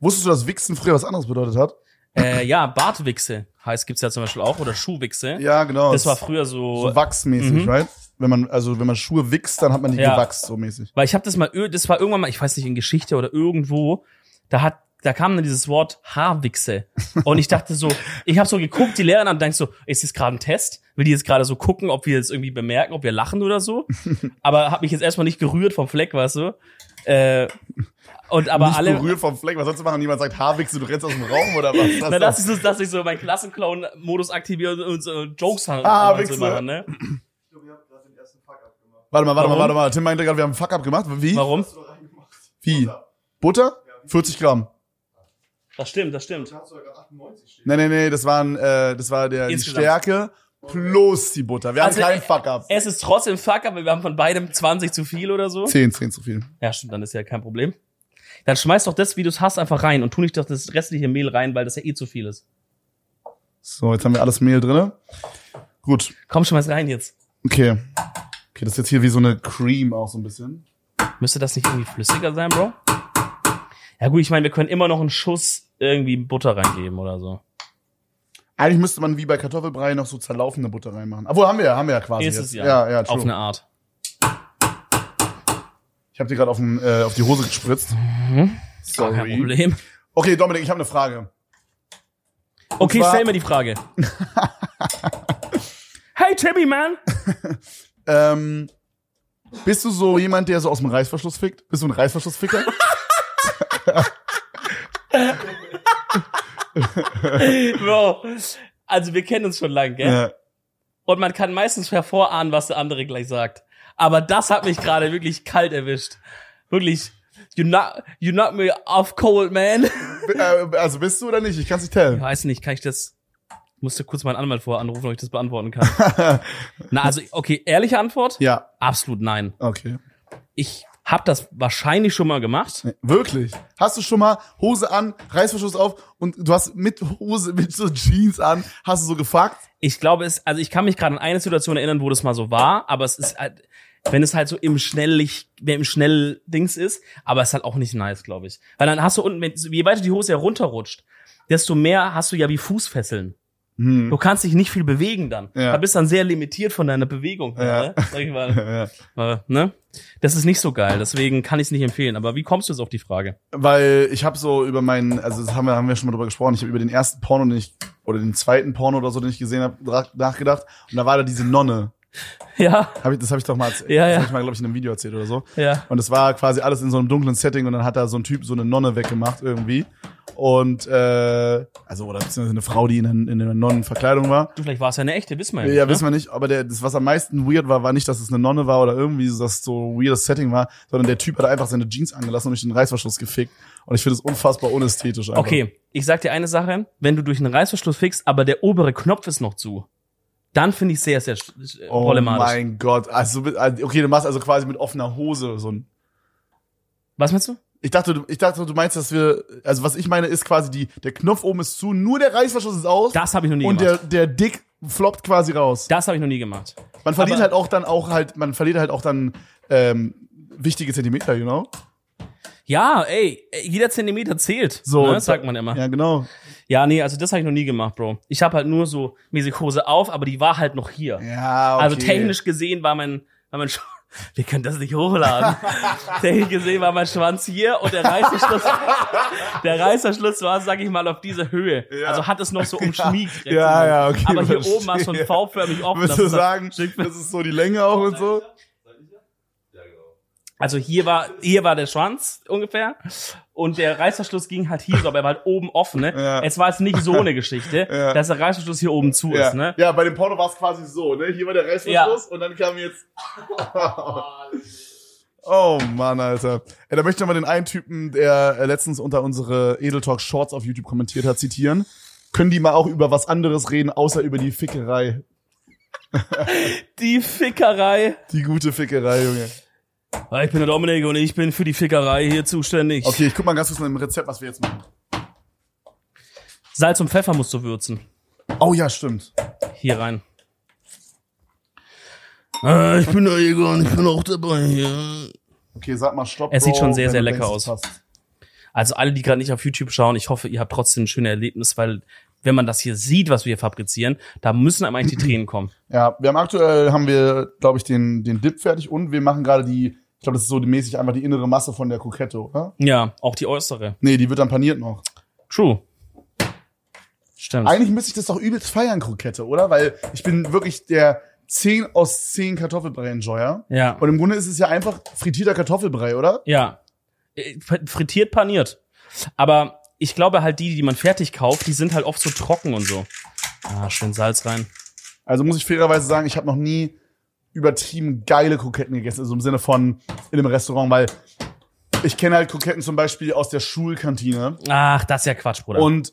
Wusstest du, dass Wichsen früher was anderes bedeutet hat? Äh, ja, Bartwichse heißt gibt's ja zum Beispiel auch oder Schuhwichse. Ja, genau. Das war früher so, so wachsmäßig, Mhm. right? Wenn man, also wenn man Schuhe wichst, dann hat man die Ja. gewachst, so mäßig. weil ich habe das mal, ir- das war irgendwann mal, ich weiß nicht in Geschichte oder irgendwo, da hat, da kam dann dieses Wort Haarwichse und ich dachte so, ich habe so geguckt, die Lehrerin und dachte so, ist das gerade ein Test? Will die jetzt gerade so gucken, ob wir jetzt irgendwie bemerken, ob wir lachen oder so? Aber habe mich jetzt erstmal nicht gerührt vom Fleck, weißt du? Äh, und aber Nicht alle, berührt vom Fleck. Was sollst du machen? Jemand sagt, Haarwichse, du rennst aus dem Raum oder was? Das Na, ist das ist es, dass ich so meinen Klassenclown-Modus aktiviere und, und so Jokes halt Ah, halt so Wichse. machen, ne? doch- warte mal, warte mal, Warum? warte mal. Tim meinte gerade, wir haben einen Fuck-up gemacht. Wie? Warum? Wie? Butter? 40 Gramm. Das stimmt, das stimmt. Nee, nee, nee, das waren, äh, das war der, die Insgesamt. Stärke plus die Butter. Wir haben Also, keinen äh, Fuck-up. Es ist trotzdem fuck, aber wir haben von beidem 20 zu viel oder so. 10, 10 zu viel. Ja, stimmt, dann ist ja kein Problem. Dann schmeiß doch das, wie du es hast, einfach rein und tu nicht doch das restliche Mehl rein, weil das ja eh zu viel ist. So, jetzt haben wir alles Mehl drinne. Gut, Komm, schmeiß rein jetzt. okay. Okay, das ist jetzt hier wie so eine Cream auch so ein bisschen. Müsste das nicht irgendwie flüssiger sein, Bro? Ja gut, ich meine, wir können immer noch einen Schuss irgendwie Butter reingeben oder so. Eigentlich müsste man wie bei Kartoffelbrei noch so zerlaufende Butter reinmachen. Obwohl, haben wir ja, haben wir ja quasi Ist Also jetzt. es ja. ja, ja Auf true. eine Art. Ich habe dir gerade auf, den, äh, auf die Hose gespritzt. Mhm. Gar kein Sorry. Problem. Okay, Dominik, ich habe eine Frage. Okay, zwar- stell mir die Frage. hey, Timmy, man! Ähm, bist du so jemand, der so aus dem Reißverschluss fickt? Bist du ein Reißverschlussficker? Bro, also wir kennen uns schon lange, gell? ja. Und man kann meistens hervorahnen, was der andere gleich sagt. Aber das hat mich gerade wirklich kalt erwischt. Wirklich, you knock, you knock me off cold, man. B- äh, Also bist du oder nicht? Ich kann es nicht Ich tellen. weiß nicht, kann ich das... Ich musste kurz meinen Anwalt vorher anrufen, ob ich das beantworten kann. Na, also, okay, ehrliche Antwort? Ja, Absolut nein. okay. Ich habe das wahrscheinlich schon mal gemacht. Nee, Wirklich? Hast du schon mal Hose an, Reißverschluss auf und du hast mit Hose, mit so Jeans an, hast du so gefuckt? ich glaube, es, also ich kann mich gerade an eine Situation erinnern, wo das mal so war, aber es ist halt, wenn es halt so im Schnelllich, wenn im Schnelldings ist, aber es ist halt auch nicht nice, glaube ich. Weil dann hast du unten, wenn, je weiter die Hose herunterrutscht, desto mehr hast du ja wie Fußfesseln. Hm. Du kannst dich nicht viel bewegen dann. Ja. Da bist dann sehr limitiert von deiner Bewegung. her, Ja. Ne? Sag ich mal. Ja. Äh, ne? Das ist nicht so geil, deswegen kann ich es nicht empfehlen. Aber wie kommst du jetzt auf die Frage? Weil ich habe so über meinen, also das haben wir, haben wir schon mal drüber gesprochen, ich habe über den ersten Porno, den ich, oder den zweiten Porno oder so, den ich gesehen habe, nachgedacht. Und da war da diese Nonne. Ja, Hab ich, das habe ich doch mal erzählt. Ja, das ja. hab ich mal, glaube ich, in einem Video erzählt oder so. ja. Und es war quasi alles in so einem dunklen Setting und dann hat da so ein Typ so eine Nonne weggemacht irgendwie. Und äh, also, oder beziehungsweise eine Frau, die in, einer- in einer Nonnenverkleidung war. Du, vielleicht war es ja eine echte, wissen wir Ja, nicht, ne? wissen wir nicht, aber der, das, was am meisten weird war, war nicht, dass es eine Nonne war oder irgendwie so- dass so ein weirdes Setting war, sondern der Typ hat einfach seine Jeans angelassen und durch den Reißverschluss gefickt. Und ich finde es unfassbar unästhetisch einfach. Okay, ich sag dir eine Sache, wenn du durch einen Reißverschluss fickst, aber der obere Knopf ist noch zu, dann finde ich sehr, sehr sch- äh, Oh problematisch. mein Gott. Also, mit- also, okay, du machst also quasi mit offener Hose so ein. Was meinst du? Ich dachte, du- ich dachte, du meinst, dass wir, also was ich meine, ist quasi die, der Knopf oben ist zu, nur der Reißverschluss ist aus Das habe ich noch nie und der, gemacht. der Dick floppt quasi raus. Das habe ich noch nie gemacht. Man verliert Aber- halt auch dann auch halt, man verliert halt auch dann ähm, wichtige Zentimeter, you know? Ja, ey, jeder Zentimeter zählt. So, ne, und- sagt man immer. Ja. Ja, genau. nee, also das habe ich noch nie gemacht, Bro. Ich habe halt nur so mäßig Hose auf, aber die war halt noch hier. Ja, okay. Also technisch gesehen war mein, war mein Sch- wir können das nicht hochladen. Technisch gesehen war mein Schwanz hier und der Reißverschluss, der Reißverschluss war, sag ich mal, auf dieser Höhe. Also hat es noch so umschmiegt. Ja, ja, okay, Aber hier verstehe. oben war es so ein V-förmig offen. Würdest du dass es- sagen, das ist so die Länge auch und so? Also hier war, hier war der Schwanz ungefähr. Und der Reißverschluss ging halt hier so, aber er war halt oben offen, ne? Ja. Es war jetzt nicht so eine Geschichte, Ja. dass der Reißverschluss hier oben zu Ja. ist, ne? ja, bei dem Porno war es quasi so, ne? Hier war der Reißverschluss und dann kam jetzt. oh Mann, Alter. Ey, da möchte ich nochmal den einen Typen, der äh, letztens unter unsere Edeltalk Shorts auf YouTube kommentiert hat, zitieren. Können die mal auch über was anderes reden, außer über die Fickerei? Die Fickerei. Die gute Fickerei, Junge. Hi, Ich bin der Dominik und ich bin für die Fickerei hier zuständig. Okay, ich guck mal ganz kurz nach dem Rezept, was wir jetzt machen. Salz und Pfeffer musst du würzen. Oh ja, stimmt. Hier rein. Äh, ich bin der Jäger und ich bin auch dabei hier. Okay, sag mal Stopp. Es sieht Bro, schon sehr, wenn sehr du lecker denkst, aus. es passt. Also alle, die gerade nicht auf YouTube schauen, ich hoffe, ihr habt trotzdem ein schönes Erlebnis, weil wenn man das hier sieht, was wir hier fabrizieren, da müssen einem eigentlich die Tränen kommen. Ja, wir haben aktuell, haben wir, glaube ich, den, den Dip fertig und wir machen gerade die, ich glaube, das ist so die- mäßig einfach die innere Masse von der Kokette, oder? Ja, auch die äußere. Nee, die wird dann paniert noch. True. Stimmt. Eigentlich müsste ich das doch übelst feiern, Krokette, oder? Weil ich bin wirklich der 10 aus 10 Kartoffelbrei-Enjoyer. ja. Und im Grunde ist es ja einfach frittierter Kartoffelbrei, oder? Ja. Äh, Frittiert, paniert. Aber ich glaube halt, die, die man fertig kauft, die sind halt oft so trocken und so. Ah, schön Salz rein. Also muss ich fairerweise sagen, ich habe noch nie übertrieben geile Kroketten gegessen, also im Sinne von in einem Restaurant, weil ich kenne halt Kroketten zum Beispiel aus der Schulkantine. Ach, das ist ja Quatsch, Bruder. Und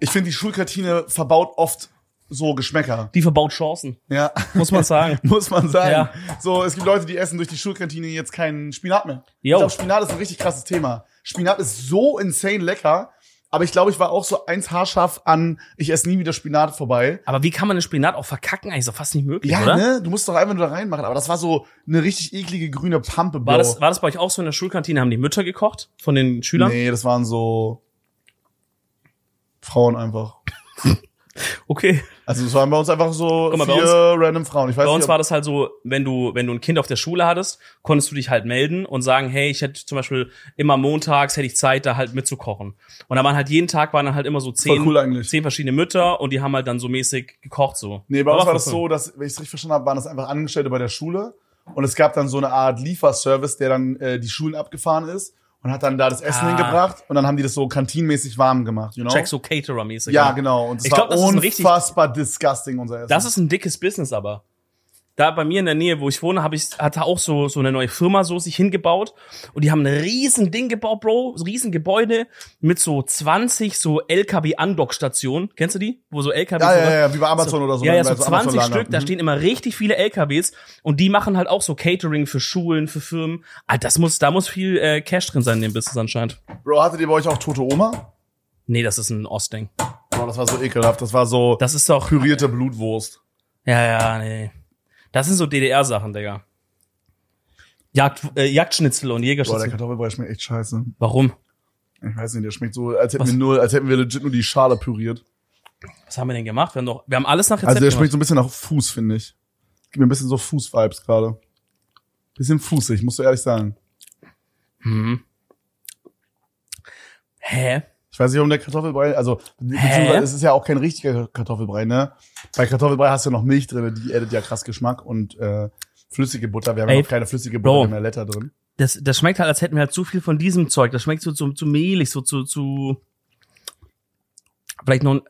ich finde, die Schulkantine verbaut oft so Geschmäcker. die verbaut Chancen, Ja, muss man sagen. muss man sagen. Ja. So, es gibt Leute, die essen durch die Schulkantine jetzt keinen Spinat mehr. Ich Jo. glaube, Spinat ist ein richtig krasses Thema. Spinat ist so insane lecker, aber ich glaube, ich war auch so eins haarscharf an, ich esse nie wieder Spinat vorbei. Aber wie kann man den Spinat auch verkacken? Eigentlich ist doch fast nicht möglich, Ja, oder? ne? Du musst doch einfach nur da reinmachen. Aber das war so eine richtig eklige grüne Pampe, Bro. War das, war das bei euch auch so in der Schulkantine? Haben die Mütter gekocht von den Schülern? nee, das waren so Frauen einfach. Okay. Also es waren bei uns einfach so Guck mal, bei vier uns- random Frauen. Ich weiß Bei uns nicht, war das halt so, wenn du, wenn du ein Kind auf der Schule hattest, konntest du dich halt melden und sagen, hey, ich hätte zum Beispiel immer montags hätte ich Zeit, da halt mitzukochen. Und da waren halt jeden Tag waren dann halt immer so Voll zehn, cool eigentlich. zehn verschiedene Mütter und die haben halt dann so mäßig gekocht so. Nee, bei uns war das voll so, dass, wenn ich es richtig verstanden habe, waren das einfach Angestellte bei der Schule. Und es gab dann so eine Art Lieferservice, der dann äh, die Schulen abgefahren ist und hat dann da das Essen Ah. hingebracht. Und dann haben die das so kantinenmäßig warm gemacht, you know? cool. Check so Caterer-mäßig. genau. ja, genau. Und es Ich glaub, war das ist ein richtig- unfassbar disgusting, unser Essen. Das ist ein dickes Business aber. Da bei mir in der Nähe, wo ich wohne, habe ich hatte auch so so eine neue Firma so sich hingebaut und die haben ein riesen Ding gebaut, Bro, so ein riesen Gebäude mit so 20 so LKW Andockstationen. Kennst du die? Wo so LKW ja, so- ja, ja, wie bei Amazon oder so. ne? Ja, ja, wenn so man 20 Amazon-Lager- Stück, da Mhm. stehen immer richtig viele LKWs und die machen halt auch so Catering für Schulen, für Firmen. Alter, das muss da muss viel äh, Cash drin sein in dem Business anscheinend. Bro, hattet ihr bei euch auch tote Oma? Nee, das ist ein Ostding. Bro, das war so ekelhaft. Das war so Das ist doch pürierte Blutwurst. Ja, ja, nee. Das sind so DDR-Sachen, Digga. Jagd, äh, Jagdschnitzel und Boah, der Jägerschnitzel. Kartoffelbrei schmeckt echt scheiße. Warum? Ich weiß nicht, der schmeckt so, als hätten, Was? wir, nur, als hätten wir legit nur die Schale püriert. Was haben wir denn gemacht? Wir haben doch, wir haben alles nach Rezept Also der schmeckt gemacht. so ein bisschen nach Fuß, finde ich. Gibt mir ein bisschen so Fuß-Vibes gerade. Bisschen fußig, musst du ehrlich sagen. Hm. Hä? Ich weiß nicht, warum der Kartoffelbrei, also beziehungsweise es ist ja auch kein richtiger Kartoffelbrei, ne? Bei Kartoffelbrei hast du ja noch Milch drin, die addet ja krass Geschmack und äh, flüssige Butter. Wir haben Ey, ja noch keine flüssige Butter, Bro. wir haben ja Letter drin. Das, das schmeckt halt, als hätten wir halt zu viel von diesem Zeug. Das schmeckt so zu, zu mehlig, so zu, zu. Vielleicht noch ein,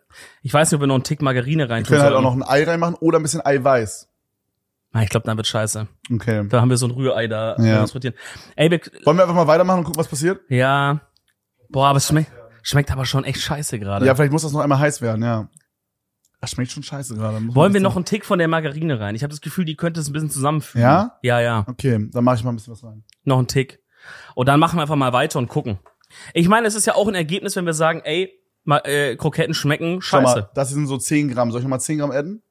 ich weiß nicht, ob wir noch einen Tick Margarine Wir reintun. können halt auch sollten. noch ein Ei reinmachen oder ein bisschen Eiweiß. Ah, ich glaube, dann wird scheiße. Okay. Da haben wir so ein Rührei da Ja. transportieren. Ey, wir, Wollen wir einfach mal weitermachen und gucken, was passiert? ja. Boah, aber es schmeckt, schmeckt aber schon echt scheiße gerade. Ja, vielleicht muss das noch einmal heiß werden, ja. Das schmeckt schon scheiße gerade. muss man Wollen wir echt noch sagen. einen Tick von der Margarine rein? Ich habe das Gefühl, die könnte es ein bisschen zusammenfügen. Ja? Ja, ja. Okay, dann mache ich mal ein bisschen was rein. Noch einen Tick. Und dann machen wir einfach mal weiter und gucken. Ich meine, es ist ja auch ein Ergebnis, wenn wir sagen, ey, mal, äh, Kroketten schmecken Schau scheiße. mal, das sind so 10 Gramm. Soll ich nochmal 10 Gramm adden?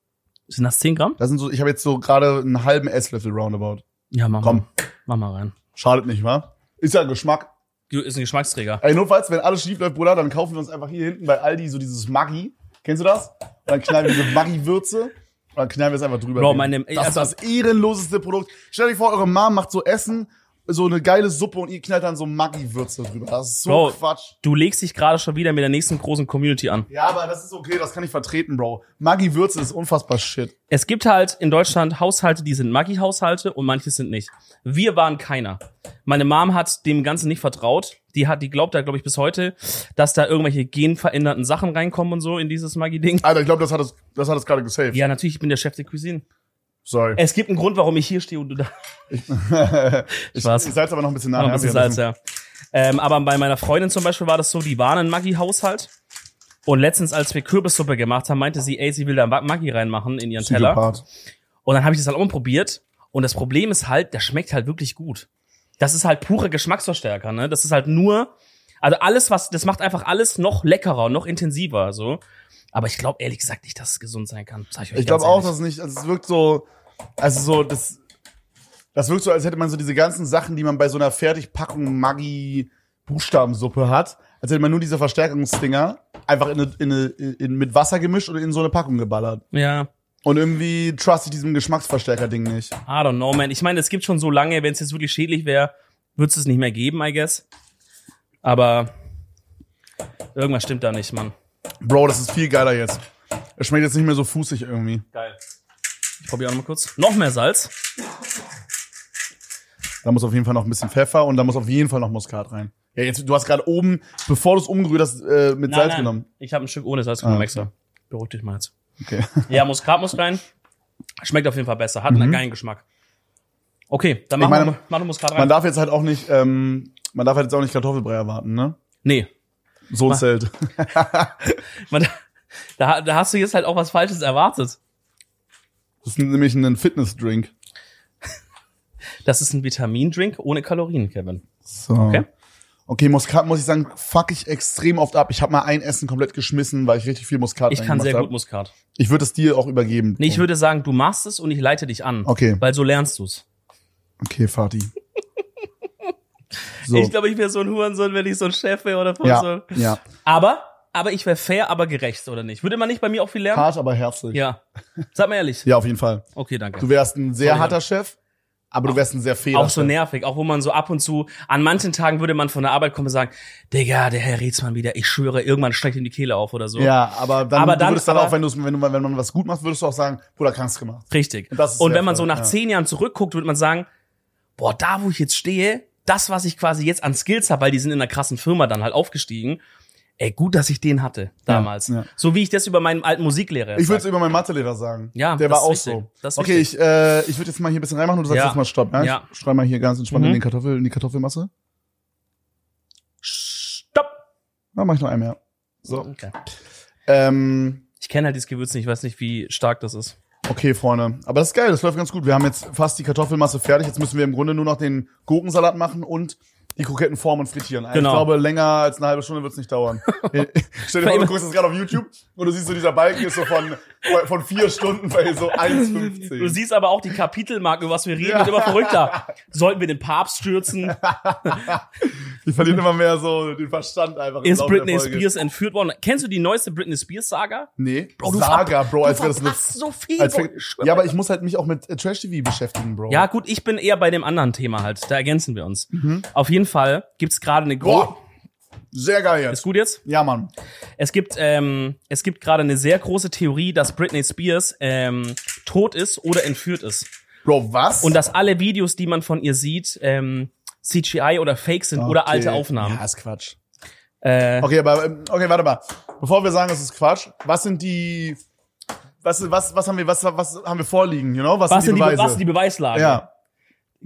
Sind das 10 Gramm? Das sind so, ich habe jetzt so gerade einen halben Esslöffel roundabout. Ja, mach Komm. mal. Mach mal rein. Schadet nicht, wa? Ist ja Geschmack. Du, Ist ein Geschmacksträger. Ey, notfalls, wenn alles schief läuft, Bruder, dann kaufen wir uns einfach hier hinten bei Aldi so dieses Maggi. Kennst du das? Und dann knallen wir diese Maggi-Würze Dann knallen wir es einfach drüber. Bro, reden. meine- das ist das ehrenloseste Produkt. Stell dir vor, eure Mom macht so Essen, so eine geile Suppe und ihr knallt dann so Maggi-Würze drüber. Das ist so Bro. Quatsch. Du legst dich gerade schon wieder mit der nächsten großen Community an. Ja, aber das ist okay, das kann ich vertreten, Bro. Maggi-Würze ist unfassbar shit. Es gibt halt in Deutschland Haushalte, die sind Maggi-Haushalte und manche sind nicht. Wir waren keiner. Meine Mom hat dem Ganzen nicht vertraut. Die hat, die glaubt da, glaube ich, bis heute, dass da irgendwelche genveränderten Sachen reinkommen und so in dieses Maggi-Ding. Alter, ich glaube, das hat es, das hat es gerade gesaved. Ja, natürlich, ich bin der Chef der Cuisine. Sorry. Es gibt einen Grund, warum ich hier stehe und du da. Ich, Spaß. ich salz aber noch ein bisschen Ah, nach. ein bisschen ja, wir Salz, ja. Ähm, aber bei meiner Freundin zum Beispiel war das so, die waren ein Maggi-Haushalt. Und letztens, als wir Kürbissuppe gemacht haben, meinte sie, ey, sie will da Maggi reinmachen in ihren müssen- Teller. Psychopath. Und dann habe ich das halt umprobiert. Und das Problem ist halt, das schmeckt halt wirklich gut. Das ist halt pure Geschmacksverstärker, ne? Das ist halt nur, also alles, was, das macht einfach alles noch leckerer, noch intensiver, so. Aber ich glaube ehrlich gesagt nicht, dass es gesund sein kann. Sag euch Ich ganz glaube auch, ehrlich. dass es nicht, also es wirkt so, also so, das, das wirkt so, als hätte man so diese ganzen Sachen, die man bei so einer Fertigpackung Maggi Buchstabensuppe hat, als hätte man nur diese Verstärkungsdinger einfach in, eine, in, eine, in mit Wasser gemischt und in so eine Packung geballert. Ja, Und irgendwie trust ich diesem Geschmacksverstärker-Ding nicht. I don't know, man. Ich meine, es gibt schon so lange, wenn es jetzt wirklich schädlich wäre, würde es es nicht mehr geben, I guess. Aber irgendwas stimmt da nicht, Mann. Bro, das ist viel geiler jetzt. Es schmeckt jetzt nicht mehr so fußig irgendwie. Geil. Ich probiere auch noch mal kurz. Noch mehr Salz. Da muss auf jeden Fall noch ein bisschen Pfeffer und da muss auf jeden Fall noch Muskat rein. Ja, jetzt, du hast gerade oben, bevor du es umgerührt hast, äh, mit Salz genommen. Ich habe ein Stück ohne Salz genommen, Ah, extra. Beruhig dich mal jetzt. Okay. Ja, Muskat muss rein. Schmeckt auf jeden Fall besser. Hat einen geilen Geschmack. Okay, dann Mhm. Ich machen meine, wir mach du Muskat rein. Man darf jetzt halt auch nicht, ähm, man darf halt jetzt auch nicht Kartoffelbrei erwarten, ne? nee. So ein Zelt. Man, da, da hast du jetzt halt auch was Falsches erwartet. Das ist nämlich ein Fitnessdrink. Das ist ein Vitamindrink ohne Kalorien, Kevin. So. Okay. Okay, Muskat muss ich sagen, fuck ich extrem oft ab. Ich habe mal ein Essen komplett geschmissen, weil ich richtig viel Muskat Ich kann reingemacht sehr hab. gut Muskat. Ich würde es dir auch übergeben. Nee, ich würde sagen, du machst es und ich leite dich an. Oh. Okay. Weil so lernst du's. Okay, Fatih. So. Ich glaube, ich wäre so ein Hurensohn, wenn ich so ein Chef wäre oder von ja, so. ja. Aber, aber ich wäre fair, aber gerecht, oder nicht? Würde man nicht bei mir auch viel lernen? Hart, aber herzlich. Ja. Sag mal ehrlich. ja, auf jeden Fall. Okay, danke. Du wärst ein sehr Sorry, harter Chef, aber du wärst ein sehr fairer auch so Chef. nervig, auch wo man so ab und zu, an manchen Tagen würde man von der Arbeit kommen und sagen, Digga, der Herr Rietzmann wieder, ich schwöre, irgendwann steigt ihm die Kehle auf oder so. Ja, aber dann, Aber du dann- würdest dann aber- auch, wenn, du's- wenn, du, wenn man was gut macht, würdest du auch sagen, Bruder, kannst gemacht. Richtig. Das ist Und sehr wenn man fair, so nach ja. zehn Jahren zurückguckt, würde man sagen, boah, da wo ich jetzt stehe, das, was ich quasi jetzt an Skills habe, weil die sind in einer krassen Firma dann halt aufgestiegen, ey, gut, dass ich den hatte damals. ja. So wie ich das über meinen alten Musiklehrer jetzt Ich würde es sag. über meinen Mathelehrer sagen. Ja, der das war auch ist richtig. so. Das ist okay, ich, äh, ich würde jetzt mal hier ein bisschen reinmachen und du sagst Ja. jetzt mal Stopp. Ja? Ich Ja. Schreib mal hier ganz entspannt Mhm. in, den Kartoffel, in die Kartoffelmasse. Stopp! Na, mach ich noch einen mehr. So. Okay. Ähm, Ich kenne halt dieses Gewürz nicht, ich weiß nicht, wie stark das ist. okay, Freunde. Aber das ist geil, das läuft ganz gut. Wir haben jetzt fast die Kartoffelmasse fertig. Jetzt müssen wir im Grunde nur noch den Gurkensalat machen und die Kroketten formen und frittieren. Also Genau. Ich glaube, länger als eine halbe Stunde wird's nicht dauern. Stell dir vor, du guckst das gerade auf YouTube und du siehst so, dieser Balken ist so von, von vier Stunden bei so Du 1,50. siehst aber auch die Kapitelmarken, über was wir reden, Ja. wird immer verrückter. Sollten wir den Papst stürzen? Die verlieren immer mehr so den Verstand einfach. im Ist Laufe der Britney Folge. Spears entführt worden? Kennst du die neueste Britney Spears Saga? Nee, Bro, du Saga, ver- Bro, du als wäre das eine. verpasst so viel. Als Bro. wär, Ich schwör ja, bei aber ich muss halt mich auch mit äh, Trash TV beschäftigen, Bro. ja, gut, ich bin eher bei dem anderen Thema halt. Da ergänzen wir uns. Auf jeden Fall gibt's gerade eine große. Mhm. Boah, sehr geil Ist jetzt. gut jetzt? Ja, Mann. Es gibt, ähm, es gibt gerade eine sehr große Theorie, dass Britney Spears ähm, tot ist oder entführt ist. Bro, was? Und dass alle Videos, die man von ihr sieht, ähm, CGI oder Fake sind oder Okay. alte Aufnahmen. Ja, ist Quatsch. Äh, Okay, aber ähm, okay, warte mal. Bevor wir sagen, das ist Quatsch, was sind die was was was haben wir was was haben wir vorliegen, you know? Was, was, sind die, Be- Beweise? was ist die Beweislage? ja.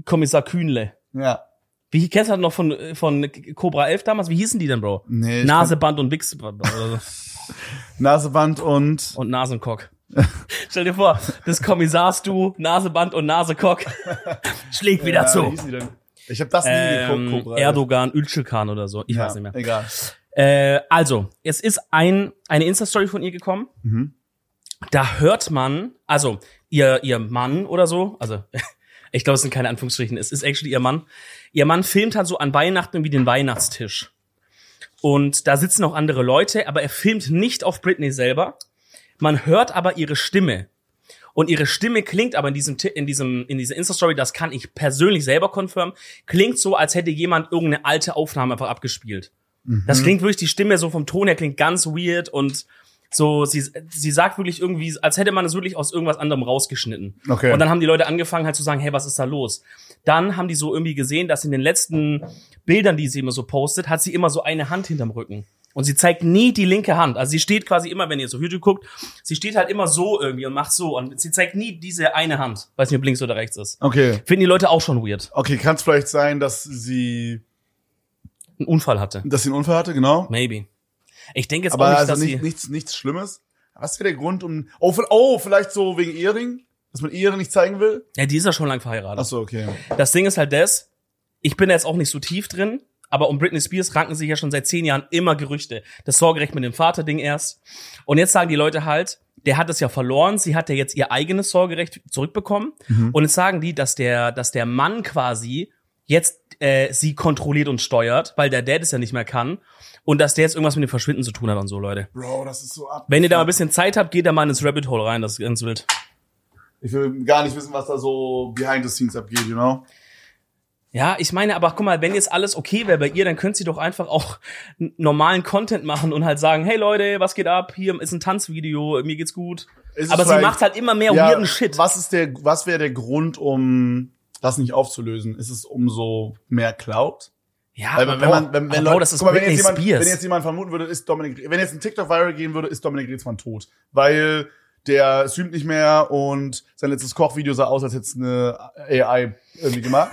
Kommissar Kühnle. Ja. Wie kennst du das noch von, äh, von Cobra 11 damals? Wie hießen die denn, Bro? Nee, ich Naseband und Wichs äh, Kann, Naseband und und Nasenkock. Stell dir vor, das Kommissars du, Naseband und Nasekock schlägt Ja, wieder äh, wie zu. hieß die denn? Ich habe das nie geguckt, Ähm, Cobra. Erdogan, Ülcekan oder so. Ich ja, weiß nicht mehr. Egal. Äh, also, es ist ein, eine Insta-Story von ihr gekommen. Mhm. Da hört man, also ihr, ihr Mann oder so, also ich glaube, es sind keine Anführungsstrichen, es ist actually ihr Mann. Ihr Mann filmt halt so an Weihnachten irgendwie den Weihnachtstisch. Und da sitzen auch andere Leute, aber er filmt nicht auf Britney selber. Man hört aber ihre Stimme. und ihre Stimme klingt aber in diesem Ti- in diesem in dieser Insta Story, das kann ich persönlich selber confirmen, klingt so, als hätte jemand irgendeine alte Aufnahme einfach abgespielt. Mhm. Das klingt wirklich die Stimme so vom Ton her klingt ganz weird und so sie sie sagt wirklich irgendwie, als hätte man es wirklich aus irgendwas anderem rausgeschnitten. Okay. Und dann haben die Leute angefangen halt zu sagen, hey, was ist da los? Dann haben die so irgendwie gesehen, dass in den letzten Bildern, die sie immer so postet, hat sie immer so eine Hand hinterm Rücken. Und sie zeigt nie die linke Hand. Also sie steht quasi immer, wenn ihr so YouTube guckt, sie steht halt immer so irgendwie und macht so. Und sie zeigt nie diese eine Hand. Weiß nicht, ob links oder rechts ist. Okay. Finden die Leute auch schon weird. Okay, kann es vielleicht sein, dass sie, Einen Unfall hatte. dass sie einen Unfall hatte, genau. Maybe. Ich denke jetzt Aber auch nicht, also dass nicht, sie. nichts, nichts Schlimmes. Was wäre der Grund, um, oh, vi- oh, vielleicht so wegen Ehering? Dass man Ehering nicht zeigen will? Ja, die ist ja schon lang verheiratet. Ach so, okay. Das Ding ist halt das, ich bin da jetzt auch nicht so tief drin, aber um Britney Spears ranken sich ja schon seit zehn Jahren immer Gerüchte. Das Sorgerecht mit dem Vater-Ding erst. Und jetzt sagen die Leute halt, der hat es ja verloren, sie hat ja jetzt ihr eigenes Sorgerecht zurückbekommen. Und jetzt sagen die, dass der, dass der Mann quasi jetzt äh, sie kontrolliert und steuert, weil der Dad es ja nicht mehr kann. Und dass der jetzt irgendwas mit dem Verschwinden zu tun hat und so, Leute. Bro, das ist so ab. Wenn ihr da mal ein bisschen Zeit habt, geht da mal ins Rabbit Hole rein, das ist ganz wild. Ich will gar nicht wissen, was da so behind the scenes abgeht, you know? Ja, ich meine, aber guck mal, wenn jetzt alles okay wäre bei ihr, dann könnt sie doch einfach auch n- normalen Content machen und halt sagen, hey Leute, was geht ab? Hier ist ein Tanzvideo, mir geht's gut. Ist es aber sie vielleicht- macht halt immer mehr weirden Shit. Was ist der, was wäre der Grund, um das nicht aufzulösen? Ist es umso mehr Cloud? Ja, Weil aber wenn Bro, man, wenn, wenn aber Bro, Leute, das ist guck mal, wenn Britney jetzt, jemand, wenn Spears. jetzt jemand vermuten würde, ist Dominik, wenn jetzt ein TikTok viral gehen würde, ist Dominik Rezmann tot. Weil der streamt nicht mehr und sein letztes Kochvideo sah aus, als hätte es eine AI irgendwie gemacht.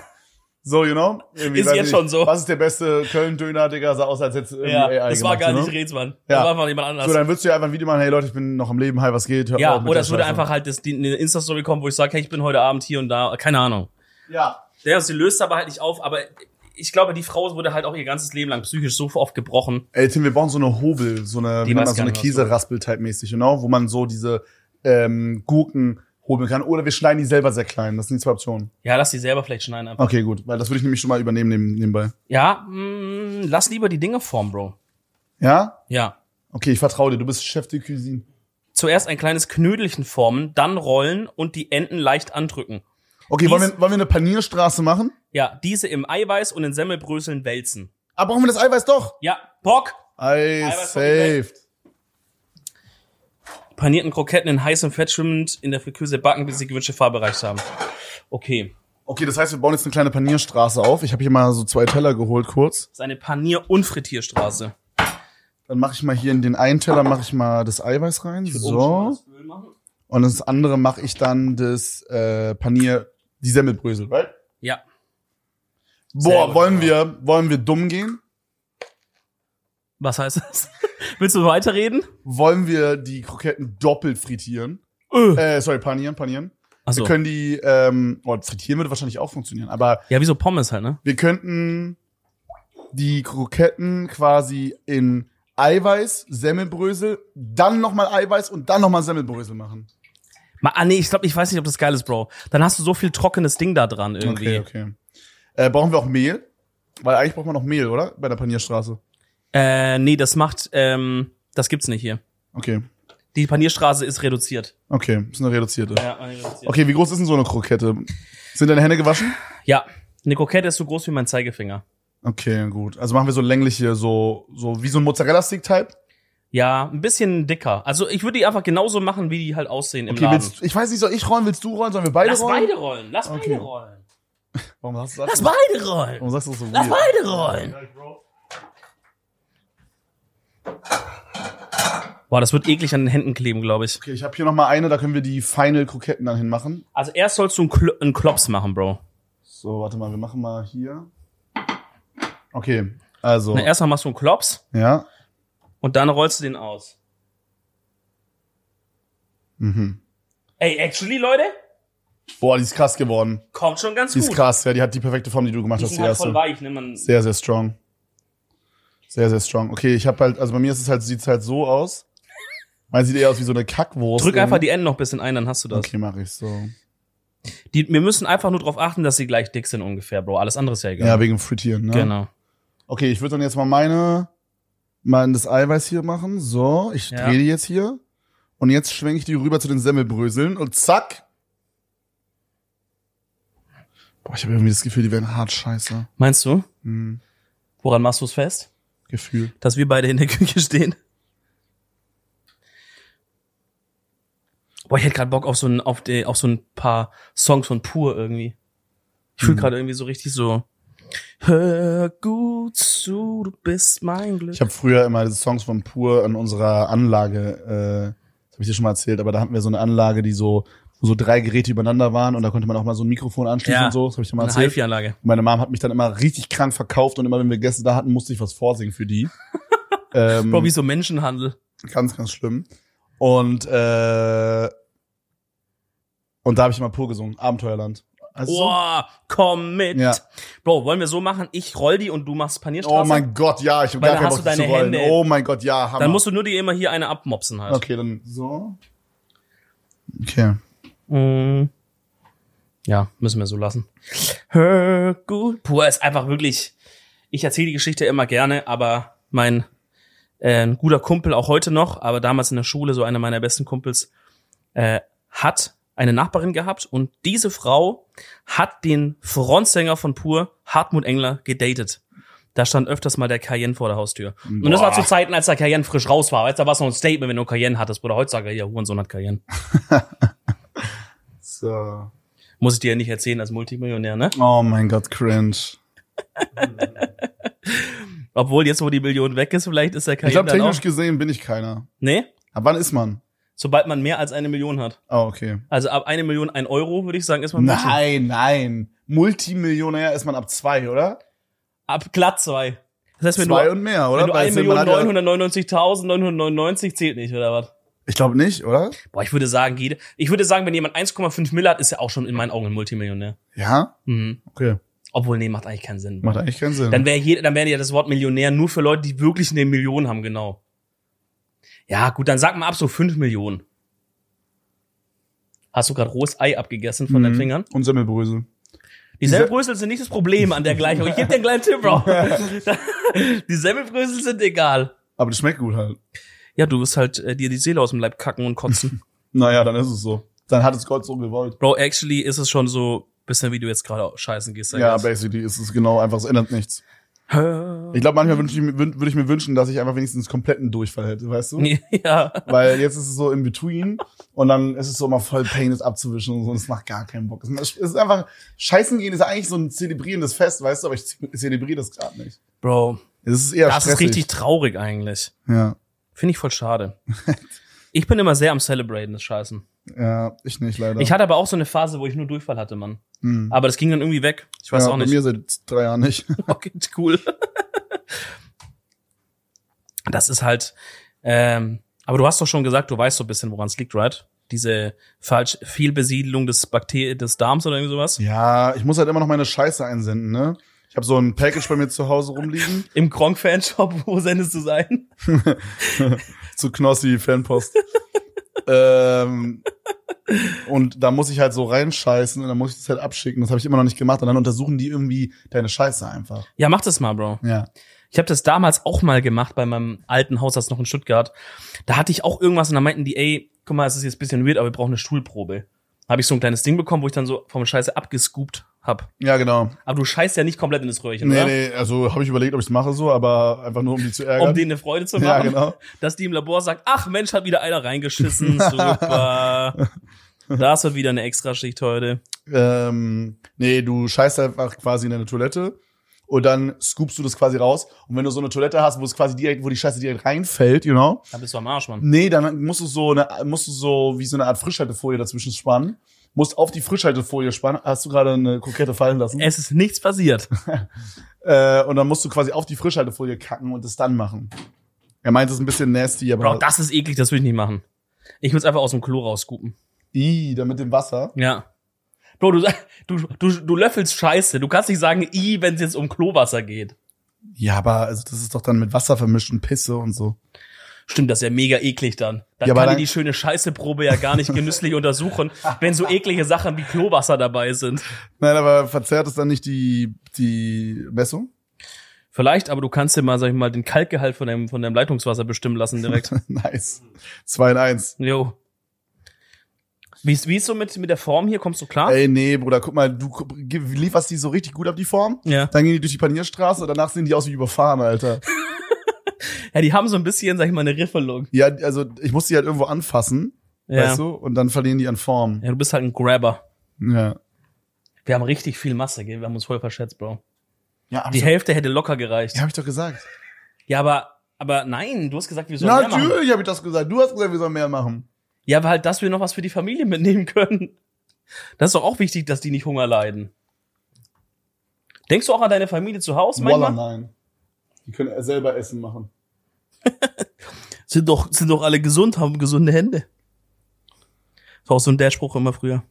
So, you know? Irgendwie, Ist weiß jetzt ich schon so. Was ist der beste Köln-Döner, Digga? Sah aus, als hätte es irgendwie ja, AI das gemacht. war gar you nicht know? Rezmann. Ja. Das war einfach jemand anders. So, dann würdest du ja einfach ein Video machen, hey Leute, ich bin noch am Leben, hi, was geht? Hört auf ja, mit oder der es würde Scheiße. einfach halt das, die, eine Insta-Story kommen, wo ich sage, hey, ich bin heute Abend hier und da, keine Ahnung. Ja. Ja, sie löst aber halt nicht auf, aber ich glaube, die Frau wurde halt auch ihr ganzes Leben lang psychisch so oft gebrochen. Ey, Tim, wir brauchen so eine Hobel, so eine, Die wie nennt weiß man, so gar eine nicht, was Käseraspel-Type-mäßig, genau, wo man so diese ähm, Gurken hobeln kann. Oder wir schneiden die selber sehr klein. Das sind die zwei Optionen. Ja, lass die selber vielleicht schneiden einfach. Okay, gut, weil das würde ich nämlich schon mal übernehmen neben, nebenbei. Ja, mh, lass lieber die Dinge formen, Bro. Ja? Ja. Okay, ich vertraue dir, du bist Chef de Cuisine. Zuerst ein kleines Knödelchen formen, dann rollen und die Enden leicht andrücken. Okay, wollen Dies- wir, wollen wir eine Panierstraße machen? Ja, diese im Eiweiß und in Semmelbröseln wälzen. Ah, brauchen wir das Eiweiß doch? Ja, Bock! Ei, Eiweiß saved. Panierten Kroketten in heißem Fett schwimmend in der Fritteuse backen, bis sie gewünschte Farbe erreicht haben. Okay. Okay, das heißt, wir bauen jetzt eine kleine Panierstraße auf. Ich habe hier mal so zwei Teller geholt kurz. Das ist eine Panier- und Frittierstraße. Dann mache ich mal hier in den einen Teller mache ich mal das Eiweiß rein. Oben schon So. mal das Öl machen? Und das andere mache ich dann das äh, Panier, die Semmelbrösel. Right? Ja. Boah, gut, wollen ja. wir, wollen wir dumm gehen? Was heißt das? Willst du weiterreden? Wollen wir die Kroketten doppelt frittieren? Äh. Äh, sorry, panieren, panieren. Achso. Wir können die, ähm, oh, frittieren würde wahrscheinlich auch funktionieren, aber Ja, wieso Pommes halt, ne? wir könnten die Kroketten quasi in Eiweiß, Semmelbrösel, dann nochmal Eiweiß und dann nochmal Semmelbrösel machen. Ma- Ah, nee, ich glaube, ich weiß nicht, ob das geil ist, Bro. Dann hast du so viel trockenes Ding da dran irgendwie. Okay, okay. Äh, brauchen wir auch Mehl? Weil eigentlich braucht man noch Mehl, oder? Bei der Panierstraße. Äh, nee, das macht, ähm, das gibt's nicht hier. Okay. Die Panierstraße ist reduziert. Okay, ist eine reduzierte. Ja, reduziert. Okay, wie groß ist denn so eine Krokette? Sind deine Hände gewaschen? ja, eine Krokette ist so groß wie mein Zeigefinger. Okay, gut. Also machen wir so längliche, so, so wie so ein Mozzarella-Stick-Type. Ja, ein bisschen dicker. Also ich würde die einfach genauso machen, wie die halt aussehen im Okay, Laden. willst, ich weiß nicht, soll ich rollen, willst du rollen, sollen wir beide rollen? rollen, lass Okay. rollen. Warum sagst du das? beide rollen. Warum sagst du das so Lass weird? beide rollen. Boah, das wird eklig an den Händen kleben, glaube ich. Okay, ich habe hier nochmal eine, da können wir die Final Kroketten dann hinmachen. Also erst sollst du einen, Kl einen Klops machen, Bro. So, warte mal, wir machen mal hier. Okay, also, Na, erstmal machst du einen Klops ja. und dann rollst du den aus. Mhm. Ey, actually, Leute, Boah, die ist krass geworden. kommt schon ganz Die ist gut. krass, ja, die hat die perfekte Form, die du gemacht Die hast, die sind halt erste. voll weich, ne? Man, Sehr, sehr strong. Sehr, sehr strong. Okay, ich habe halt, also bei mir ist es halt, sieht's halt so aus. Meine sieht eher aus wie so eine Kackwurst. Drück einfach irgendwie. die Enden noch ein bisschen ein, dann hast du das. Okay, mache ich so. Die, wir müssen einfach nur darauf achten, dass sie gleich dick sind ungefähr, Bro. Alles andere ist ja Ja, egal. wegen Frittieren, ne? Genau. Okay, ich würde dann jetzt mal meine, mal das Eiweiß hier machen. So, ich Ja. drehe die jetzt hier. Und jetzt schwenke ich die rüber zu den Semmelbröseln und zack. Boah, ich habe irgendwie das Gefühl, die werden hart scheiße. Meinst du? Hm, Woran machst du es fest? Gefühl. Dass wir beide in der Küche stehen? Boah, ich hätte gerade Bock auf so, ein, auf, die, auf so ein paar Songs von Pur irgendwie. Ich fühle Mhm. gerade irgendwie so richtig so. Hör gut zu, du bist mein Glück. Ich habe früher immer diese Songs von Pur an unserer Anlage, äh, das habe ich dir schon mal erzählt, aber da hatten wir so eine Anlage, die so, wo so drei Geräte übereinander waren und da konnte man auch mal so ein Mikrofon anschließen Ja. und so, das habe ich dir mal eine erzählt. HIFI-Anlage. Und Meine Mom hat mich dann immer richtig krank verkauft und immer wenn wir Gäste da hatten, musste ich was vorsingen für die. ähm, Bro, wie so Menschenhandel. ganz, ganz schlimm. Und äh, und da habe ich immer Pur gesungen, Abenteuerland. Weißt du so? Boah, komm mit. Ja. Bro, wollen wir so machen? Ich roll die und du machst Panierstraße. Oh mein Gott, ja, ich habe Weil gar da keinen hast Bock du das zu deine rollen. Hände. Oh mein Gott, ja, Hammer. Dann musst du nur dir immer hier eine abmopsen halt. okay, dann so. Okay. Mm. Ja, müssen wir so lassen. Hör gut. Pur ist einfach wirklich. Ich erzähle die Geschichte immer gerne, aber mein äh, ein guter Kumpel auch heute noch, aber damals in der Schule so einer meiner besten Kumpels äh, hat eine Nachbarin gehabt und diese Frau hat den Frontsänger von Pur Hartmut Engler gedatet. Da stand öfters mal der Cayenne vor der Haustür. Und das war Boah. zu Zeiten, als der Cayenne frisch raus war. Weißt du, da war es noch ein Statement, wenn du Cayenne hattest. Oder heutzutage, ja, Hurensohn hat Cayenne. So. Muss ich dir ja nicht erzählen als Multimillionär, ne? Oh mein Gott, cringe. Obwohl jetzt, wo die Million weg ist, vielleicht ist der Ich glaube, Kalender technisch noch. gesehen bin ich keiner. Nee, Aber wann ist man? sobald man mehr als eine Million hat. Ah, okay. Also ab eine Million, ein Euro, würde ich sagen, ist man Multi. Nein, nein. Multimillionär ist man ab zwei, oder? Ab glatt zwei. Das heißt, wenn Zwei du, und mehr, oder? wenn du Weil es- man hat ja- 1.999.999 zählt nicht, oder was? ich glaube nicht, oder? Boah, ich würde sagen, jede, ich würde sagen, wenn jemand 1,5 Mille hat, ist er auch schon in meinen Augen ein Multimillionär. Ja? Mhm. Okay. Obwohl, nee, macht eigentlich keinen Sinn. Macht eigentlich keinen Sinn. Dann wäre jeder, dann wäre ja das Wort Millionär nur für Leute, die wirklich eine Million haben, genau. Ja, gut, dann sag mal ab so 5 Millionen. Hast du gerade rohes Ei abgegessen von Mhm. deinen Fingern? Und Semmelbrösel. Die Semmelbrösel sind nicht das Problem an der Gleichung. Ich gebe dir einen kleinen Tipp, Bro. Die Semmelbrösel sind egal. Aber das schmeckt gut halt. Ja, du wirst halt äh, dir die Seele aus dem Leib kacken und kotzen. Naja, dann ist es so. Dann hat es Gott so gewollt. Bro, actually ist es schon so bisschen wie du jetzt gerade scheißen gehst. I Ja, guess. basically ist es genau einfach, es ändert nichts. Ich glaube, manchmal wünsche ich mir- wün- würde ich mir wünschen, dass ich einfach wenigstens kompletten Durchfall hätte, weißt du? ja. Weil jetzt ist es so in between und dann ist es so immer voll Pain, das abzuwischen und so. Und es macht gar keinen Bock. Es ist einfach, Scheißen gehen ist eigentlich so ein zelebrierendes Fest, weißt du, aber ich ze- zelebriere das gerade nicht. Bro, Es ist eher das ist stressig. richtig traurig eigentlich. Ja, Finde ich voll schade. Ich bin immer sehr am Celebraten, das Scheißen. ja, ich nicht leider. Ich hatte aber auch so eine Phase, wo ich nur Durchfall hatte, Mann. hm. Aber das ging dann irgendwie weg. Ich weiß ja, auch Bei nicht. mir seit drei Jahren nicht. Okay, cool. Das ist halt. Ähm, aber du hast doch schon gesagt, du weißt so ein bisschen, woran es liegt, right? Diese falsch Fehlbesiedelung des Bakter des Darms oder irgendwie sowas. Ja, ich muss halt immer noch meine Scheiße einsenden, ne? Ich habe so ein Package bei mir zu Hause rumliegen. Im Gronk Fanshop, wo sendest du sein? zu Knossi Fanpost. ähm, und da muss ich halt so reinscheißen und dann muss ich das halt abschicken. Das habe ich immer noch nicht gemacht. Und dann untersuchen die irgendwie deine Scheiße einfach. Ja, mach das mal, Bro. Ja. Ich habe das damals auch mal gemacht bei meinem alten Hausarzt noch in Stuttgart. Da hatte ich auch irgendwas und da meinten die, ey, guck mal, es ist jetzt ein bisschen weird, aber wir brauchen eine Stuhlprobe. Habe ich so ein kleines Ding bekommen, wo ich dann so vom Scheiße abgescoopt hab. Ja, genau. Aber du scheißt ja nicht komplett in das Röhrchen, Nee, oder? nee, also habe ich überlegt, ob ich es mache so, aber einfach nur um die zu ärgern. Um denen eine Freude zu machen. ja, genau. dass die im Labor sagt, ach Mensch, hat wieder einer reingeschissen, super. Das wird wieder eine Extraschicht heute. Ähm, nee, du scheißt einfach quasi in deine Toilette und dann scoopst du das quasi raus. Und wenn du so eine Toilette hast, wo es quasi direkt, wo die Scheiße direkt reinfällt, you know, Da bist du am Arsch, Mann. Nee, dann musst du so eine, musst du so wie so eine Art Frischhaltefolie dazwischen spannen. Musst auf die Frischhaltefolie spannen. Hast du gerade eine Kokette fallen lassen? Es ist nichts passiert. Äh, und dann musst du quasi auf die Frischhaltefolie kacken und es dann machen. Er meint, es ist ein bisschen nasty, aber Bro, das ist eklig, das will ich nicht machen. Ich würde es einfach aus dem Klo rausscoopen. I, dann mit dem Wasser. Ja. Bro, du, du, du, du löffelst Scheiße. Du kannst nicht sagen, i, wenn es jetzt um Klowasser geht. Ja, aber also das ist doch dann mit Wasser vermischt und Pisse und so. Stimmt, das ist ja mega eklig dann. Dann Ja, aber kann dann- die die schöne Scheißeprobe ja gar nicht genüsslich untersuchen, wenn so eklige Sachen wie Klowasser dabei sind. Nein, aber verzerrt es dann nicht die die Messung? Vielleicht, aber du kannst dir mal, sag ich mal, den Kalkgehalt von deinem, von deinem Leitungswasser bestimmen lassen direkt. nice. 2 in 1. Jo. Wie ist, wie ist so mit, mit der Form hier? Kommst du klar? Ey, nee, Bruder, guck mal, du gu- ge- lieferst die so richtig gut ab, die Form. Ja. Dann gehen die durch die Panierstraße und danach sehen die aus wie überfahren, Alter. ja. Die haben so ein bisschen, sag ich mal, eine Riffelung. Ja, also ich muss die halt irgendwo anfassen, Ja. weißt du? Und dann verlieren die an Form. ja, du bist halt ein Grabber. Ja. Wir haben richtig viel Masse, gell? Wir haben uns voll verschätzt, Bro. Ja, hab Die ich, doch, Hälfte hätte locker gereicht. ja, hab ich doch gesagt. Ja, aber, aber nein, du hast gesagt, wir sollen mehr machen. Natürlich habe ich das gesagt. Du hast gesagt, wir sollen mehr machen. Ja, aber halt, dass wir noch was für die Familie mitnehmen können. Das ist doch auch wichtig, dass die nicht Hunger leiden. Denkst du auch an deine Familie zu Hause Wallah, manchmal? nein. Die können selber Essen machen. Sind doch, sind doch alle gesund, haben gesunde Hände. Das war auch so ein Dad-Spruch immer früher.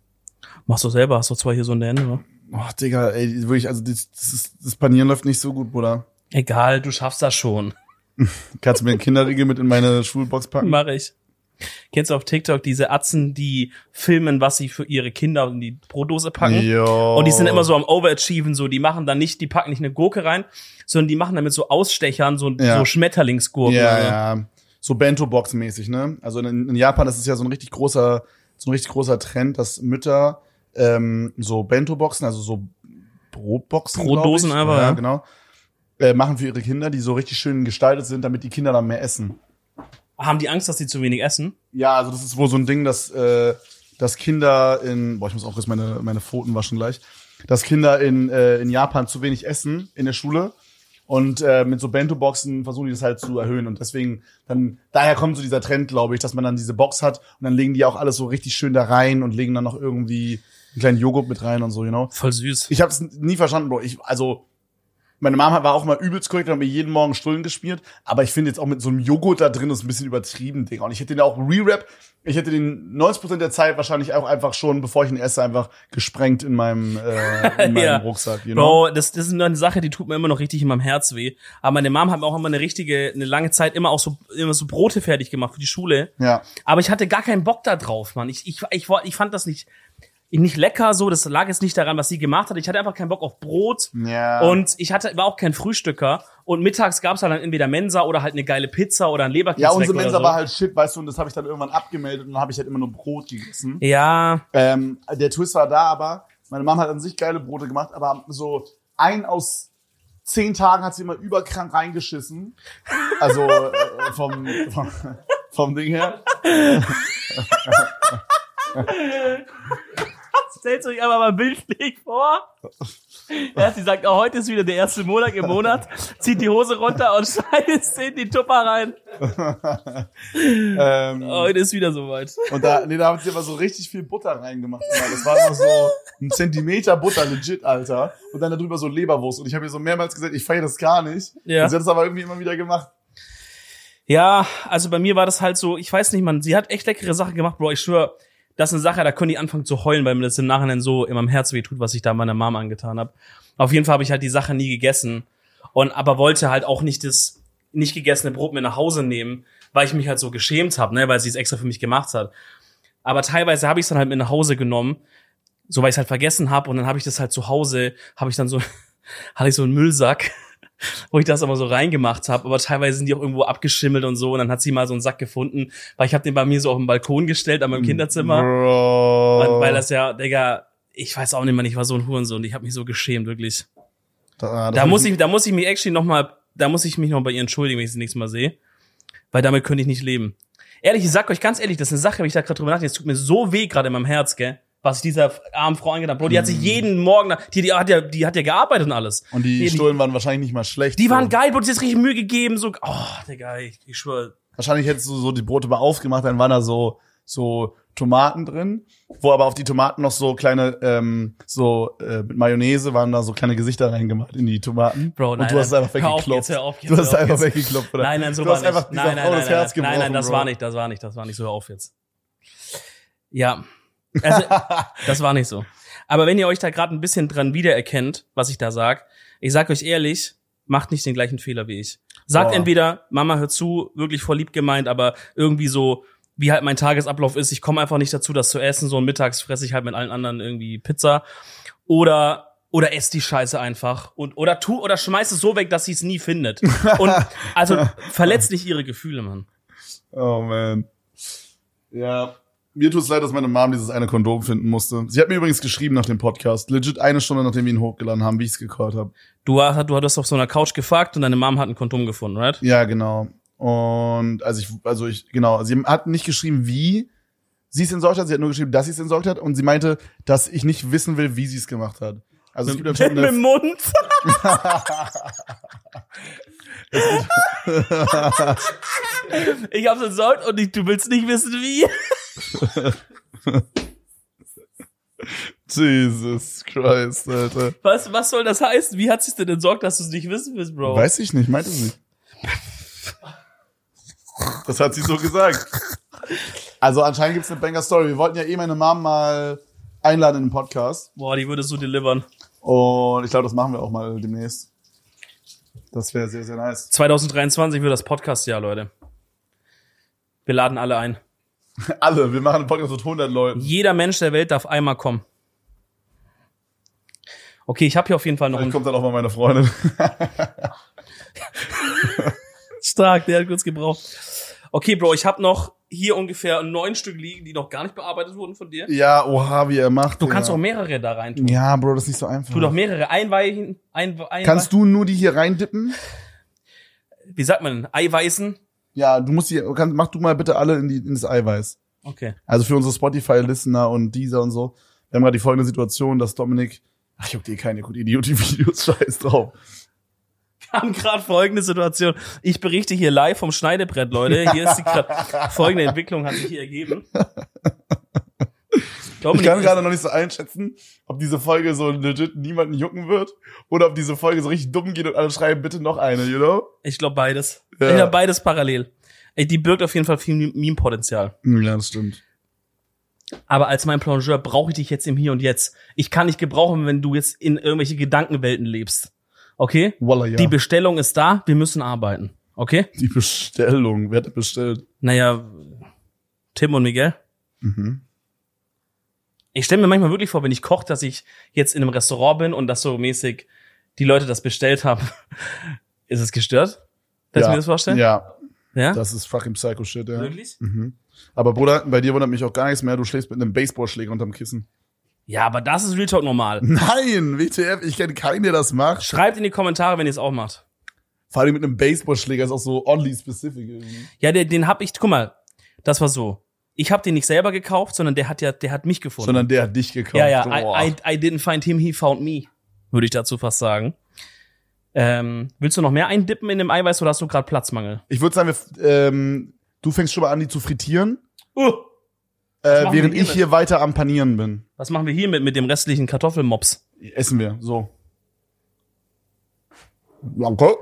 Machst du selber, hast doch zwei hier so eine Hände, wa? Ach, Digga, ey, wirklich, also das, das, ist, das Panieren läuft nicht so gut, Bruder. Egal, du schaffst das schon. Kannst du mir einen Kinderriegel mit in meine Schulbox packen? Mache ich. Kennst du auf TikTok diese Atzen, die filmen, was sie für ihre Kinder in die Brotdose packen? Jo. Und die sind immer so am Overachieven, so die machen dann nicht, die packen nicht eine Gurke rein, sondern die machen damit so Ausstechern, so, Ja. so Schmetterlingsgurken. Ja, oder so. ja. So Bento-Box-mäßig, ne? Also in, in Japan ist es ja so ein richtig großer, so ein richtig großer Trend, dass Mütter ähm, so Bento-Boxen, also so Brotboxen. glaub Brotdosen ich. einfach, ja. ja. genau. Äh, machen für ihre Kinder, die so richtig schön gestaltet sind, damit die Kinder dann mehr essen. Haben die Angst, dass die zu wenig essen? Ja, also das ist wohl so ein Ding, dass, äh, dass Kinder in, boah, ich muss auch kurz meine, meine Pfoten waschen gleich, dass Kinder in, äh, in Japan zu wenig essen in der Schule und äh, mit so Bento-Boxen versuchen die das halt zu erhöhen und deswegen, dann, daher kommt so dieser Trend, glaube ich, dass man dann diese Box hat und dann legen die auch alles so richtig schön da rein und legen dann noch irgendwie einen kleinen Joghurt mit rein und so, you know. Voll süß. Ich habe es nie verstanden, Bro. Ich, also, meine Mama war auch mal übelst korrekt, hat mir jeden Morgen Stullen gespielt. Aber ich finde jetzt auch mit so einem Joghurt da drin ist ein bisschen übertrieben, Digga. Und ich hätte den auch Re-Rap, ich hätte den 90% der Zeit wahrscheinlich auch einfach schon, bevor ich ihn esse, einfach gesprengt in meinem, äh, in meinem Ja. Rucksack, you know? Bro, das, das ist nur eine Sache, die tut mir immer noch richtig in meinem Herz weh. Aber meine Mom hat mir auch immer eine richtige, eine lange Zeit immer auch so, immer so Brote fertig gemacht für die Schule. Ja. Aber ich hatte gar keinen Bock da drauf, Mann. Ich, ich, ich, wollt- ich fand das nicht, nicht lecker so. Das lag jetzt nicht daran, was sie gemacht hat. Ich hatte einfach keinen Bock auf Brot. Ja. Und ich hatte, war auch kein Frühstücker. Und mittags gab's halt dann entweder Mensa oder halt eine geile Pizza oder ein Leberkäse. ja, unsere oder Mensa so. war halt shit, weißt du, und das habe ich dann irgendwann abgemeldet und dann habe ich halt immer nur Brot gegessen. Ja, Ähm, der Twist war da, aber meine Mama hat an sich geile Brote gemacht, aber so ein aus zehn Tagen hat sie immer überkrank reingeschissen. Also äh, vom, vom, vom Ding her. stellt euch einfach mal bildlich vor. Ja, sie sagt, oh, heute ist wieder der erste Monat im Monat, zieht die Hose runter und schneidet es in die Tupper rein. Ähm, Heute ist wieder soweit. und da, nee, da hat sie immer so richtig viel Butter reingemacht. Immer. Das war immer so ein Zentimeter Butter, legit, Alter. Und dann darüber so Leberwurst. Und ich habe ihr so mehrmals gesagt, ich feiere das gar nicht. Ja. Und sie hat es aber irgendwie immer wieder gemacht. Ja, also bei mir war das halt so, ich weiß nicht, man, sie hat echt leckere Sachen gemacht, Bro, ich schwör, das ist eine Sache, da können die anfangen zu heulen, weil mir das im Nachhinein so in meinem Herz weh tut, was ich da meiner Mom angetan habe. Auf jeden Fall habe ich halt die Sache nie gegessen und aber wollte halt auch nicht das nicht gegessene Brot mir nach Hause nehmen, weil ich mich halt so geschämt habe, ne, weil sie es extra für mich gemacht hat. Aber teilweise habe ich es dann halt mit nach Hause genommen, so weil ich es halt vergessen habe und dann habe ich das halt zu Hause, habe ich dann so hatte ich so einen Müllsack wo ich das aber so reingemacht habe. Aber teilweise sind die auch irgendwo abgeschimmelt und so. Und dann hat sie mal so einen Sack gefunden, weil ich habe den bei mir so auf dem Balkon gestellt, an meinem Mm. Kinderzimmer. Bro. Weil, weil das ja, Digga, ich weiß auch nicht, man, ich war so ein Hurensohn. Ich habe mich so geschämt, wirklich. da, ah, Da muss ich, da muss ich mich actually noch mal, da muss ich mich noch bei ihr entschuldigen, wenn ich sie nächstes Mal sehe. Weil damit könnte ich nicht leben. Ehrlich, ich sag euch ganz ehrlich, das ist eine Sache, wenn ich da gerade drüber nachdenke, es tut mir so weh gerade in meinem Herz, gell? Was ich dieser armen Frau angetan habe. Bro, die Mhm. hat sich jeden Morgen, die, die hat ja, die hat ja gearbeitet und alles. Und die Nee, die- Stullen waren wahrscheinlich nicht mal schlecht. Die waren So. geil, wurde jetzt richtig Mühe gegeben, so, oh, Digga, ich, ich schwöre. Wahrscheinlich hättest du so die Brote mal aufgemacht, dann waren da so, so Tomaten drin, wo aber auf die Tomaten noch so kleine, ähm, so äh, mit Mayonnaise waren da so kleine Gesichter reingemacht in die Tomaten. Bro, und nein, du hast es nein. einfach Hör auf weggeklopft. jetzt, hör auf jetzt, du hast hör auf einfach jetzt. weggeklopft, oder? Nein, nein, so du war hast nicht. einfach dieser nein, Frau nein, nein, das Herz nein, nein, nein, gebrochen, das Bro. war nicht, das war nicht, das war nicht so, hör auf jetzt. Ja. Also, das war nicht so. Aber wenn ihr euch da gerade ein bisschen dran wiedererkennt, was ich da sag, ich sag euch ehrlich, macht nicht den gleichen Fehler wie ich. Sagt Boah. entweder, Mama, hör zu, wirklich voll lieb gemeint, aber irgendwie so, wie halt mein Tagesablauf ist, ich komme einfach nicht dazu, das zu essen, so und mittags fresse ich halt mit allen anderen irgendwie Pizza. Oder oder ess die Scheiße einfach und oder tu oder schmeiß es so weg, dass sie es nie findet. Und also verletzt nicht ihre Gefühle, Mann. Oh man. Ja. Mir tut's leid, dass meine Mom dieses eine Kondom finden musste. Sie hat mir übrigens geschrieben nach dem Podcast. Legit eine Stunde, nachdem wir ihn hochgeladen haben, wie ich es gecallt habe. Du hast du hattest auf so einer Couch gefragt und deine Mom hat ein Kondom gefunden, right? Ja, genau. Und also ich, also ich, genau, sie hat nicht geschrieben, wie sie es entsorgt hat, sie hat nur geschrieben, dass sie es entsorgt hat und sie meinte, dass ich nicht wissen will, wie sie es gemacht hat. Also es Mit, gibt ja schon mit dem eine, Mund. ich hab's entsorgt und ich, du willst nicht wissen wie. Jesus Christ, Alter. Was, was soll das heißen? Wie hat sich denn entsorgt, dass du es nicht wissen willst, Bro? Weiß ich nicht, meinte sie. Das hat sie so gesagt. Also anscheinend gibt's eine Banger Story. Wir wollten ja eh meine Mom mal einladen in den Podcast. Boah, die würde so delivern. Und ich glaube, das machen wir auch mal demnächst. Das wäre sehr, sehr nice. 2023 wird das Podcast-Jahr, Leute. Wir laden alle ein. Alle, wir machen einen Podcast mit 100 Leuten. Jeder Mensch der Welt darf einmal kommen. Okay, ich habe hier auf jeden Fall noch Dann einen kommt dann auch mal meine Freundin. Stark, der hat kurz gebraucht. Okay, Bro, ich habe noch hier ungefähr neun Stück liegen, die noch gar nicht bearbeitet wurden von dir. Ja, oha, wie er macht. Du kannst Digga. auch mehrere da rein tun. Ja, Bro, das ist nicht so einfach. Tu doch mehrere einweichen, ein, ein, kannst du nur die hier reindippen? Wie sagt man denn? Eiweißen? Ja, du musst die, kannst, mach du mal bitte alle in, die, in das Eiweiß. Okay. Also für unsere Spotify-Listener und dieser und so. Wir haben gerade die folgende Situation, dass Dominik. Ach, juckt eh keine gut Idiot, die Videos scheiß drauf. haben gerade folgende Situation. Ich berichte hier live vom Schneidebrett, Leute. Hier ist die grad, folgende Entwicklung hat sich hier ergeben. Ich Dominik, kann gerade noch nicht so einschätzen, ob diese Folge so legit niemanden jucken wird oder ob diese Folge so richtig dumm geht und alle schreiben bitte noch eine, you know? ich glaube beides. Ja. Ich glaube beides parallel. Ey, Die birgt auf jeden Fall viel Meme-Potenzial. Hm, Ja, das stimmt. Aber als mein Plongeur brauche ich dich jetzt im Hier und Jetzt. Ich kann dich gebrauchen, wenn du jetzt in irgendwelche Gedankenwelten lebst. Okay? Walla, ja. Die Bestellung ist da, wir müssen arbeiten. Okay? Die Bestellung, wer hat das bestellt? Naja, Tim und Miguel. Mhm. Ich stelle mir manchmal wirklich vor, wenn ich koche, dass ich jetzt in einem Restaurant bin und das so mäßig die Leute das bestellt haben. Ist es gestört? Dass ich mir das vorstellen? Ja, ja? das ist fucking Psycho-Shit, ja. Wirklich? Mhm. Aber Bruder, bei dir wundert mich auch gar nichts mehr, du schläfst mit einem Baseballschläger unterm Kissen. Ja, aber das ist Real Talk normal. Nein, WTF, ich kenne keinen, der das macht. Schreibt in die Kommentare, wenn ihr es auch macht. Vor allem mit einem Baseballschläger ist auch so oddly specific irgendwie. Ja, den, den hab ich, guck mal, das war so. Ich hab den nicht selber gekauft, sondern der hat ja, der hat mich gefunden. Sondern der hat dich gekauft. ja, ja, Boah. I, I, I didn't find him, he found me. Würde ich dazu fast sagen. Ähm, willst du noch mehr eindippen in dem Eiweiß oder hast du gerade Platzmangel? ich würde sagen, wir, f- ähm, du fängst schon mal an, die zu frittieren, Uh, äh, machen während wir eh ich hier weiter am Panieren bin. was machen wir hier mit, mit dem restlichen Kartoffelmops? Essen wir, so. Danke.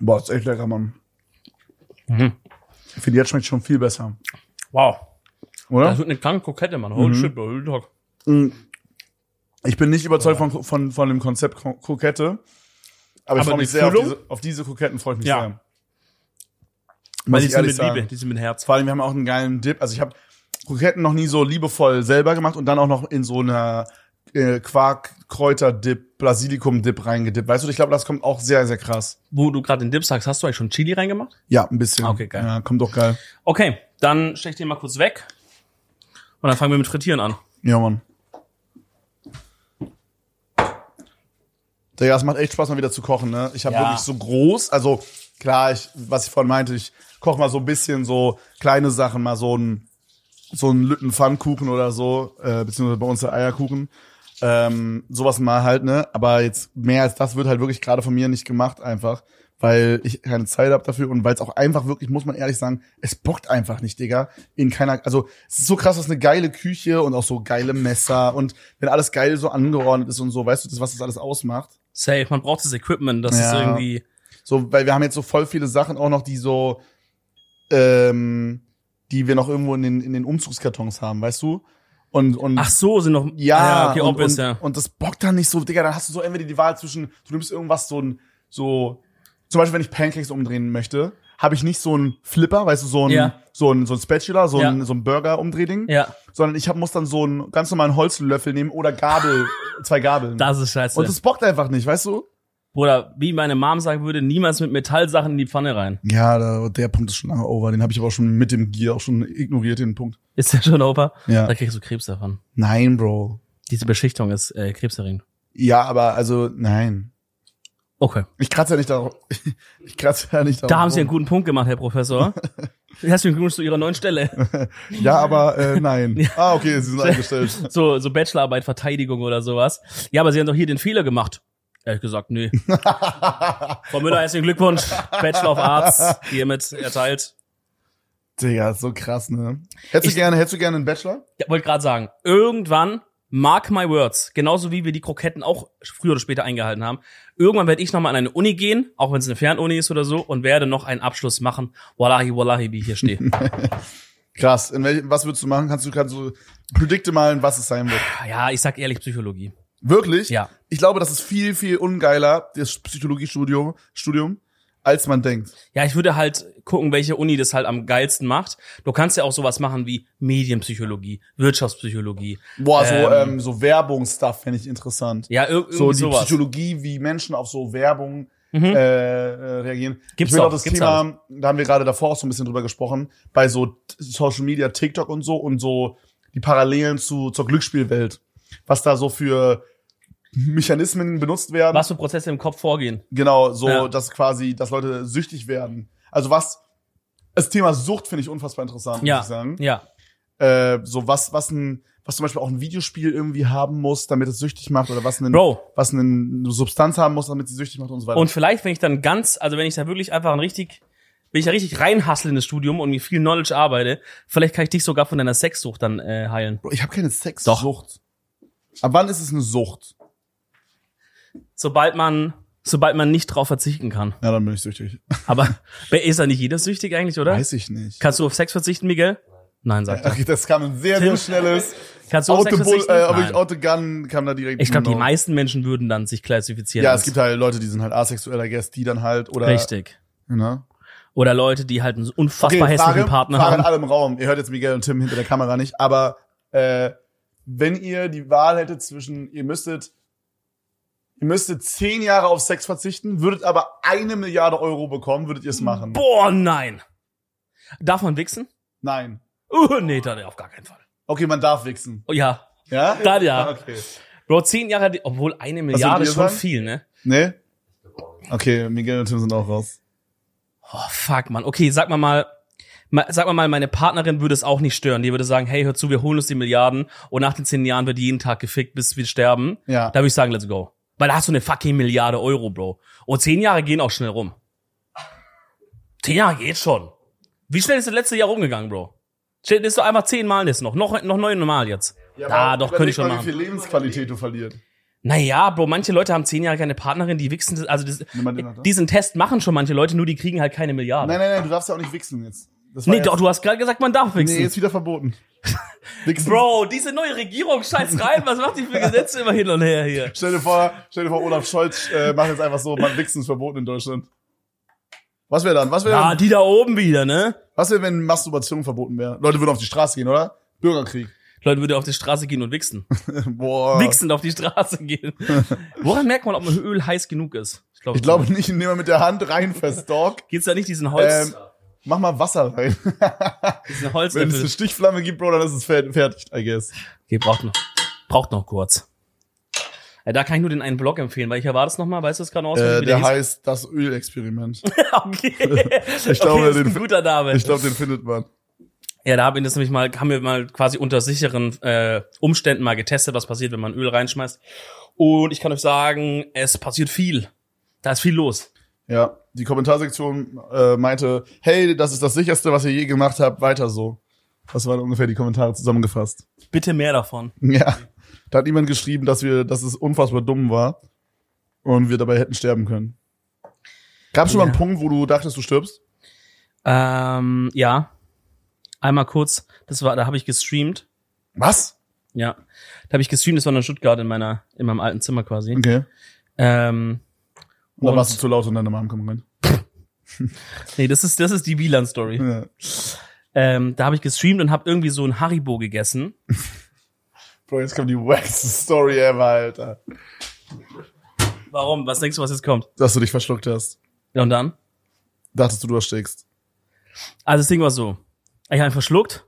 Boah, ist echt lecker, Mann. Mhm. Ich finde, jetzt schmeckt schon viel besser, Wow. Das oder? wird eine kranke Kokette, Mann. Holy Mhm. shit, bro. Real Talk. Mm. Ich bin nicht überzeugt von, von, von dem Konzept Ko- Kokette, aber Aber ich freue die mich sehr auf Füllung? diese, auf diese Koketten freue ich mich Ja. sehr. Weil Muss die ich sind ehrlich mit sagen. Liebe, die sind mit Herz. Vor allem, wir haben auch einen geilen Dip. Also ich habe Kroketten noch nie so liebevoll selber gemacht und dann auch noch in so einer äh, Quark-Kräuter-Dip, Basilikum-Dip reingedippt. Weißt du, ich glaube, das kommt auch sehr, sehr krass. Wo du gerade den Dip sagst, hast du eigentlich schon Chili reingemacht? Ja, ein bisschen. Ah, Okay, geil. Ja, kommt doch geil. Okay, dann stech den mal kurz weg. Und dann fangen wir mit Frittieren an. Ja, Mann. Digga, es macht echt Spaß, mal wieder zu kochen, ne? Ich habe Ja. wirklich so groß, also klar, ich, was ich vorhin meinte, ich koche mal so ein bisschen so kleine Sachen, mal so ein so einen Lüttenpfannkuchen oder so, äh, beziehungsweise bei uns der Eierkuchen. Ähm, sowas mal halt, ne? Aber jetzt mehr als das wird halt wirklich gerade von mir nicht gemacht, einfach, weil ich keine Zeit habe dafür und weil es auch einfach wirklich, muss man ehrlich sagen, es bockt einfach nicht, Digga. In keiner, also es ist so krass, was eine geile Küche und auch so geile Messer und wenn alles geil so angeordnet ist und so, weißt du, das, was das alles ausmacht. Safe, man braucht das Equipment, das ist Ja. irgendwie. So, weil wir haben jetzt so voll viele Sachen auch noch, die so, ähm, die wir noch irgendwo in den, in den Umzugskartons haben, weißt du? Und, und Ach so, sind noch. ja, okay, und, obvious, und, Ah ja. und das bockt dann nicht so, Digga, dann hast du so entweder die Wahl zwischen, du nimmst irgendwas so ein, so, zum Beispiel, wenn ich Pancakes umdrehen möchte, habe ich nicht so einen Flipper, weißt du, so ein, Ja. so ein, so ein Spatula, so Ja. ein, so ein Burger-Umdrehding. Ja. Sondern ich hab, muss dann so einen ganz normalen Holzlöffel nehmen oder Gabel, zwei Gabeln. Das ist scheiße. Und das bockt einfach nicht, weißt du? Bruder, wie meine Mom sagen würde, niemals mit Metallsachen in die Pfanne rein. Ja, da, der Punkt ist schon lange over. Den habe ich aber auch schon mit dem Gier auch schon ignoriert, den Punkt. Ist der schon Opa? Ja. Da kriegst du Krebs davon. Nein, Bro. Diese Beschichtung ist äh, krebserregend. Ja, aber also, nein. Okay. Ich kratze ja nicht darauf. Ich kratze ja nicht darauf. Da haben Sie einen rum. guten Punkt gemacht, Herr Professor. Herzlichen Glückwunsch zu Ihrer neuen Stelle. Ja, aber äh, nein. Ah, okay, sie sind eingestellt. So, so Bachelorarbeit, Verteidigung oder sowas. Ja, aber Sie haben doch hier den Fehler gemacht. Ehrlich gesagt, nee. Frau Müller, herzlichen Glückwunsch. Bachelor of Arts, hiermit erteilt. Digga, ist so krass, ne? Hättest Ich- du gerne, hättest du gerne einen Bachelor? Ja, wollte gerade sagen, irgendwann, mark my words, genauso wie wir die Kroketten auch früher oder später eingehalten haben, irgendwann werde ich nochmal an eine Uni gehen, auch wenn es eine Fernuni ist oder so, und werde noch einen Abschluss machen. Wallahi, wallahi, wie ich hier stehe. Krass. In welchem, was würdest du machen? Kannst du, kannst du predikte malen, was es sein wird? ja, ich sag ehrlich Psychologie. Wirklich? Ja. Ich glaube, das ist viel, viel ungeiler, das Psychologiestudium, Studium, als man denkt. Ja, ich würde halt gucken, welche Uni das halt am geilsten macht. Du kannst ja auch sowas machen wie Medienpsychologie, Wirtschaftspsychologie. Boah, so, Ähm. ähm, so Werbungsstuff fände ich interessant. Ja, ir irgendwie so die sowas. Psychologie, wie Menschen auf so Werbung äh, Mhm. äh, reagieren. ich Gibt's will auch, auch das gibt's Thema, da haben wir gerade davor auch so ein bisschen drüber gesprochen, bei so T- Social Media, TikTok und so und so die Parallelen zu zur Glücksspielwelt, was da so für Mechanismen benutzt werden. Was für Prozesse im Kopf vorgehen. Genau, so Ja. dass quasi, dass Leute süchtig werden. Also was das Thema Sucht finde ich unfassbar interessant, muss Ja, ich sagen. ja. Äh, so was, was ein, was zum Beispiel auch ein Videospiel irgendwie haben muss, damit es süchtig macht oder was ein Bro, was eine Substanz haben muss, damit sie süchtig macht und so weiter. Und vielleicht, wenn ich dann ganz, also wenn ich da wirklich einfach ein richtig, wenn ich da richtig reinhassle in das Studium und mit viel Knowledge arbeite, vielleicht kann ich dich sogar von deiner Sexsucht dann äh, heilen. Bro, ich habe keine Sexsucht. Doch. Ab wann ist es eine Sucht? Sobald man, sobald man nicht drauf verzichten kann. Ja, dann bin ich Ne? süchtig. Aber wer- ist da nicht jeder süchtig eigentlich, oder? Weiß ich nicht. Kannst du auf Sex verzichten, Miguel? Nein, sagt er. Okay, das kam ein sehr, sehr Tim. schnelles Kannst du auf Sex Autobull, verzichten? äh, aber ich Nein. Autogun kam da direkt. Ich glaube, die Genau. meisten Menschen würden dann sich klassifizieren. Ja, als- es gibt halt Leute, die sind halt asexuell, I guess, die dann halt oder. Richtig. Ne? Oder Leute, die halt einen unfassbar hässlichen Partner Frage an haben. alle im Raum. Ihr hört jetzt Miguel und Tim hinter der Kamera nicht, aber äh, wenn ihr die Wahl hättet zwischen, ihr müsstet, ihr müsstet zehn Jahre auf Sex verzichten, würdet aber eine Milliarde Euro bekommen, würdet ihr es machen? Boah, nein. Darf man wichsen? Nein. Uh, nee, dann auf gar keinen Fall. Okay, man darf wichsen. Oh, ja, Ja? Dann ja. Ah, Okay. Bro, zehn Jahre, die- obwohl eine Milliarde ihr ist schon sagen? viel, ne? Nee? Okay, Miguel und Tim sind auch raus. Oh, fuck, Mann. Okay, sag mal mal, ma- sag mal mal, meine Partnerin würde es auch nicht stören. Die würde sagen, hey, hör zu, wir holen uns die Milliarden und nach den zehn Jahren wird jeden Tag gefickt, bis wir sterben. Ja. Da würde ich sagen, let's go. Weil da hast du eine fucking Milliarde Euro, Bro. Und zehn Jahre gehen auch schnell rum. Zehn Jahre geht schon. Wie schnell ist das letzte Jahr rumgegangen, Bro? Shit, ist doch einfach zehnmal jetzt noch. Noch, noch neunmal jetzt. Ja, ah, doch, könnte ich schon mal, wie machen. viel Lebensqualität du verlierst. Naja, Bro, manche Leute haben zehn Jahre keine Partnerin, die wichsen, das- also das, Nimm mal den noch da. diesen Test machen schon manche Leute, nur die kriegen halt keine Milliarden. Nein, nein, nein, du darfst ja auch nicht wichsen jetzt. Das war nee, jetzt, doch, du hast gerade gesagt, man darf Nee, wichsen. jetzt wieder verboten. Wichsen. Bro, diese neue Regierung scheiß rein, was macht die für Gesetze immer hin und her hier? Stell dir vor, stell dir vor, Olaf Scholz äh, macht jetzt einfach so, man Wichsen ist verboten in Deutschland. Was wäre dann? Was wäre, Ah, dann? die da oben wieder, ne? was wäre, wenn Masturbation verboten wäre? Leute würden auf die Straße gehen, oder? Bürgerkrieg. Leute würde auf die Straße gehen und wichsen. Boah. Wichsend auf die Straße gehen. Woran merkt man, ob ein Öl heiß genug ist? Ich glaube nicht, indem man mit der Hand reinfasst, Dog. Geht's da nicht diesen Holz, Ähm, Mach mal Wasser rein. diesen Wenn es eine Holzlöffel? Stichflamme gibt, Bro, dann ist es fer- fertig, I guess. Okay, braucht noch, braucht noch kurz. Ja, da kann ich nur den einen Blog empfehlen, weil ich erwarte es nochmal, weißt du es gerade aus? Äh, der heißt das Ölexperiment. okay. ich glaube, okay, ist den- ein guter Name. Ich glaube, den findet man. Ja, da haben wir das nämlich mal, haben wir mal quasi unter sicheren äh, Umständen mal getestet, was passiert, wenn man Öl reinschmeißt. Und ich kann euch sagen, es passiert viel. Da ist viel los. Ja. Die Kommentarsektion äh, meinte, hey, das ist das sicherste, was ihr je gemacht habt, weiter so. Das waren ungefähr die Kommentare zusammengefasst. Bitte mehr davon. Ja. Da hat jemand geschrieben, dass wir, dass es unfassbar dumm war und wir dabei hätten sterben können. Gab schon mal einen Ja. Punkt, wo du dachtest, du stirbst? Ähm, ja. Einmal kurz, das war, da habe ich gestreamt. Was? Ja. Da habe ich gestreamt, das war in Stuttgart in meiner, in meinem alten Zimmer quasi. Okay. Ähm, Und dann Und- warst du zu laut und deine Mom kam rein. Nee, das ist, das ist die Wieland-Story. Ja. Ähm, da habe ich gestreamt und habe irgendwie so ein Haribo gegessen. Bro, jetzt kommt die wackste Story ever, Alter. Warum? Was denkst du, was jetzt kommt? Dass du dich verschluckt hast. Ja, und dann? Dachtest du, du erstickst. Also das Ding war so. Ich habe ihn verschluckt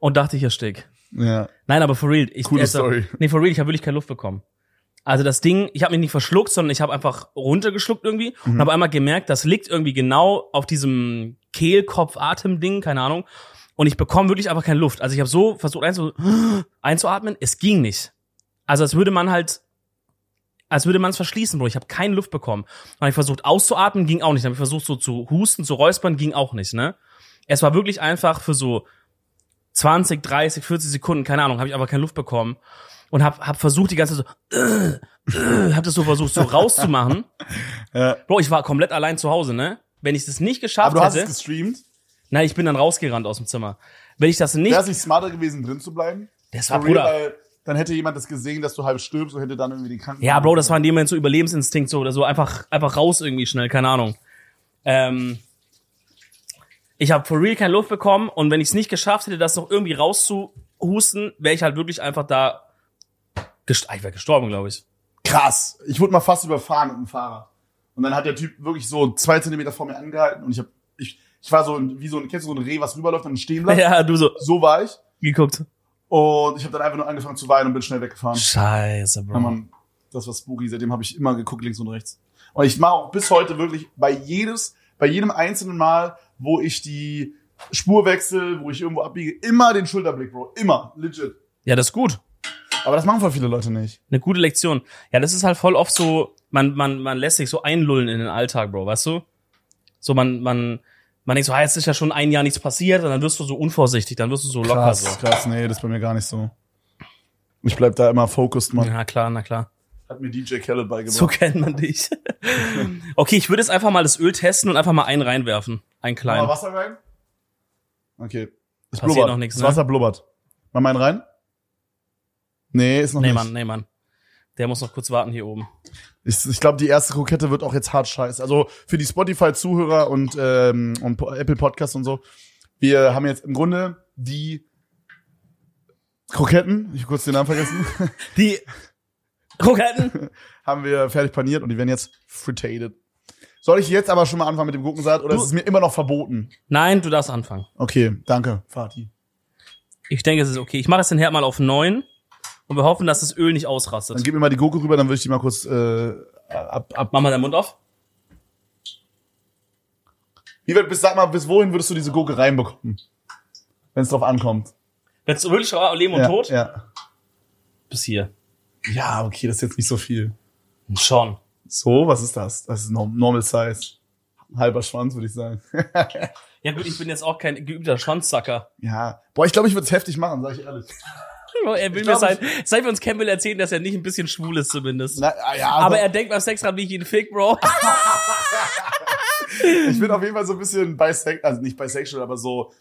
und dachte, ich erstick. Ja. Nein, aber for real. Ich, Coole also, Story. Nee, for real, ich habe wirklich keine Luft bekommen. Also das Ding, ich habe mich nicht verschluckt, sondern ich habe einfach runtergeschluckt irgendwie und habe einmal gemerkt, das liegt irgendwie genau auf diesem Kehlkopf-Atem-Ding, keine Ahnung. Und ich bekomme wirklich einfach keine Luft. Also ich habe so versucht einzu einzuatmen, es ging nicht. Also als würde man halt, als würde man es verschließen, Bro. Ich habe keine Luft bekommen. Dann habe ich versucht auszuatmen, ging auch nicht. Dann habe ich versucht so zu husten, zu räuspern, ging auch nicht, ne? Es war wirklich einfach für so 20, 30, 40 Sekunden, keine Ahnung, habe ich aber keine Luft bekommen und habe hab versucht die ganze Zeit so äh, äh, habe das so versucht so rauszumachen. Ja. Bro, ich war komplett allein zu Hause, ne? Wenn ich das nicht geschafft Aber du hast hätte, es gestreamt. nein, ich bin dann rausgerannt aus dem Zimmer. Wenn ich das nicht, Wäre es nicht smarter gewesen, drin zu bleiben? Das war For real, Bruder. weil Dann hätte jemand das gesehen, dass du halb stirbst und hätte dann irgendwie die Kranken. ja, Bro, das war in dem Moment so Überlebensinstinkt so oder so einfach einfach raus irgendwie schnell, keine Ahnung. Ähm, ich habe for real keine Luft bekommen und wenn ich es nicht geschafft hätte, das noch irgendwie rauszuhusten, wäre ich halt wirklich einfach da gest ah, ich wäre gestorben, glaube ich. krass. Ich wurde mal fast überfahren mit dem Fahrer. Und dann hat der Typ wirklich so zwei Zentimeter vor mir angehalten und ich hab, ich, ich war so ein, wie so ein, kennst du so ein Reh, was rüberläuft und dann stehen bleibt? Ja, du so So war ich. geguckt. Und ich habe dann einfach nur angefangen zu weinen und bin schnell weggefahren. Scheiße, Bro. Ja, Mann, das war spooky. Seitdem habe ich immer geguckt, links und rechts. Und ich mache auch bis heute wirklich bei jedes, bei jedem einzelnen Mal, wo ich die Spur wechsle, wo ich irgendwo abbiege, immer den Schulterblick, Bro. Immer. Legit. Ja, das ist gut. Aber das machen voll viele Leute nicht. Eine gute Lektion. Ja, das ist halt voll oft so, man, man, man lässt sich so einlullen in den Alltag, Bro, weißt du? So, man, man, man denkt so, ah, jetzt ist ja schon ein Jahr nichts passiert und dann wirst du so unvorsichtig, dann wirst du so locker Krass, so. krass. Nee, das ist bei mir gar nicht so. Ich bleib da immer focused, Mann. Genau. Na klar, na klar. Hat mir DJ Khaled beigebracht. So kennt man dich. okay, ich würde jetzt einfach mal das Öl testen und einfach mal einen reinwerfen. Einen Mach mal kleinen. Wasser rein? Okay. Es Passiert blubbert. noch nichts, das ne? Wasser blubbert. Mach mal einen rein. Nee, ist noch Nee, nicht. Mann, nee, Mann. Der muss noch kurz warten hier oben. Ich, ich glaube, die erste Krokette wird auch jetzt hart scheiße. Also für die Spotify-Zuhörer und, ähm, und Po- Apple Podcasts und so. Wir haben jetzt im Grunde die Kroketten, ich habe kurz den Namen vergessen, Die Kroketten. haben wir fertig paniert und die werden jetzt fritated. Soll ich jetzt aber schon mal anfangen mit dem Gurkensalat oder Du- ist es mir immer noch verboten? Nein, du darfst anfangen. Okay, danke, Fatih. Ich denke, es ist okay. Ich mache es den Herd mal auf neun und wir hoffen, dass das Öl nicht Dann ausrastet. gib mir mal die Gurke rüber, dann würde ich die mal kurz äh, ab, ab. Mach mal deinen Mund auf. Wie weit, bis, sag mal, bis wohin würdest du diese Gurke reinbekommen? Wenn es drauf ankommt. Jetzt wirklich rau- Leben und ja, Tod? Ja. Bis hier. ja, okay, das ist jetzt nicht so viel. Schon. So, was ist das? Das ist norm- normal size. Ein halber Schwanz, würde ich sagen. Ja gut, ich bin jetzt auch kein geübter Schwanzsacker. ja. Boah, ich glaube, ich würde es heftig machen, sage ich ehrlich. Er will glaub, mir sein, seit wir uns kennen, will er erzählen, dass er nicht ein bisschen schwul ist zumindest. Na, ah, ja, Aber doch. er denkt beim Sex dran, wie ich ihn fick, Bro. ich bin auf jeden Fall so ein bisschen bisexual, also nicht bisexual, aber so.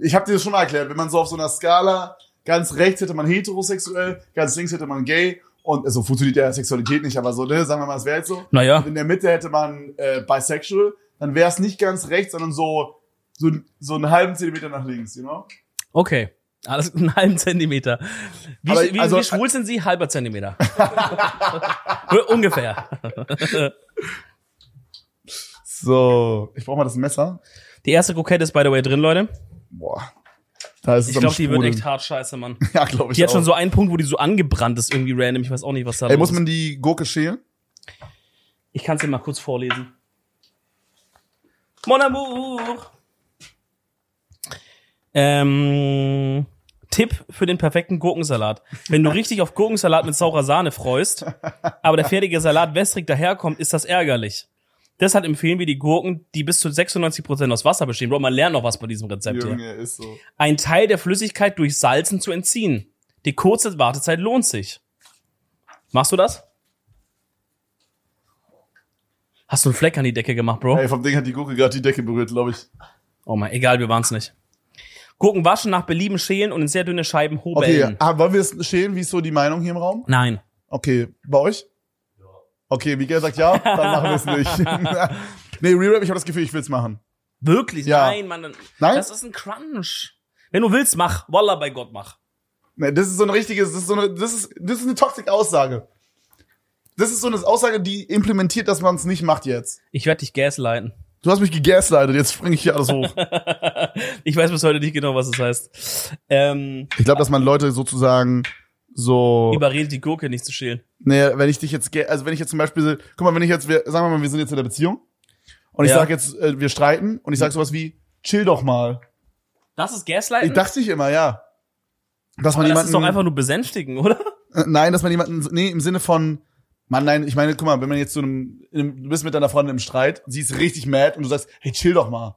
Ich habe dir das schon mal erklärt, wenn man so auf so einer Skala, ganz rechts hätte man heterosexuell, ganz links hätte man gay und so also funktioniert ja Sexualität nicht, aber so, ne, sagen wir mal, es wäre jetzt so. Naja. In der Mitte hätte man äh, bisexual, dann wäre es nicht ganz rechts, sondern so so, so einen halben Zentimeter nach links, you know? Okay. Alles einen halben Zentimeter. Wie, Aber- wie, also- wie schwul sind Sie? Halber Zentimeter. Ungefähr. So, ich brauche mal das Messer. Die erste Krokette ist by the way drin, Leute. Boah. Da ist es Ich am glaube, die wird Sprudeln. echt hart scheiße, Mann. Ja, glaube ich. Die hat schon auch. so einen Punkt, wo die so angebrannt ist, irgendwie random. Ich weiß auch nicht, was da Ey, los muss ist. man die Gurke schälen? Ich kann es dir mal kurz vorlesen. Mon amour! Ähm, Tipp für den perfekten Gurkensalat. Wenn du richtig auf Gurkensalat mit saurer Sahne freust, aber der fertige Salat wässrig daherkommt, ist das ärgerlich. Deshalb empfehlen wir die Gurken, die bis zu 96% aus Wasser bestehen. Bro, man lernt noch was bei diesem Rezept hier. Junge, ist so. Ein Teil der Flüssigkeit durch Salzen zu entziehen. Die kurze Wartezeit lohnt sich. Machst du das? Hast du einen Fleck an die Decke gemacht, Bro? Ey, vom Ding hat die Gurke gerade die Decke berührt, glaube ich. Oh mein, egal, wir waren's nicht. Gurken waschen, nach Belieben schälen und in sehr dünne Scheiben Okay, hobeln. ah, wollen wir es schälen? Wie ist so die Meinung hier im Raum? Nein. Okay, bei euch? Okay, Miguel sagt ja, dann machen wir es nicht. Nee, Re-Rap, ich habe das Gefühl, ich will's machen. Wirklich? Ja. Nein, Mann. dann- Nein? Das ist ein Crunch. Wenn du willst, mach. Wallah, bei Gott, mach. Nee, das ist so ein richtiges, das ist so eine, das ist, das ist eine toxische Aussage. Das ist so eine Aussage, die implementiert, dass man es nicht macht jetzt. Ich werde dich gaslighten. Du hast mich gegaslightet, jetzt springe ich hier alles hoch. Ich weiß bis heute nicht genau, was es heißt. Ähm, Ich glaube, dass man Leute sozusagen so. überredet die Gurke nicht zu schälen. Nee, wenn ich dich jetzt, ge- also wenn ich jetzt zum Beispiel, guck mal, wenn ich jetzt, wir, sagen wir mal, wir sind jetzt in der Beziehung und ich Ja. Mhm. sag jetzt, äh, wir streiten und ich sag sowas wie, chill doch mal. Das ist Ich gaslighten? dachte ich immer, ja. Dass man Aber das jemanden, ist doch einfach nur besänftigen, oder? äh, nein, dass man jemanden, nee, im Sinne von, Mann, nein, ich meine, guck mal, wenn man jetzt so einem, in einem, du bist mit deiner Freundin im Streit, sie ist richtig mad und du sagst, hey, chill doch mal.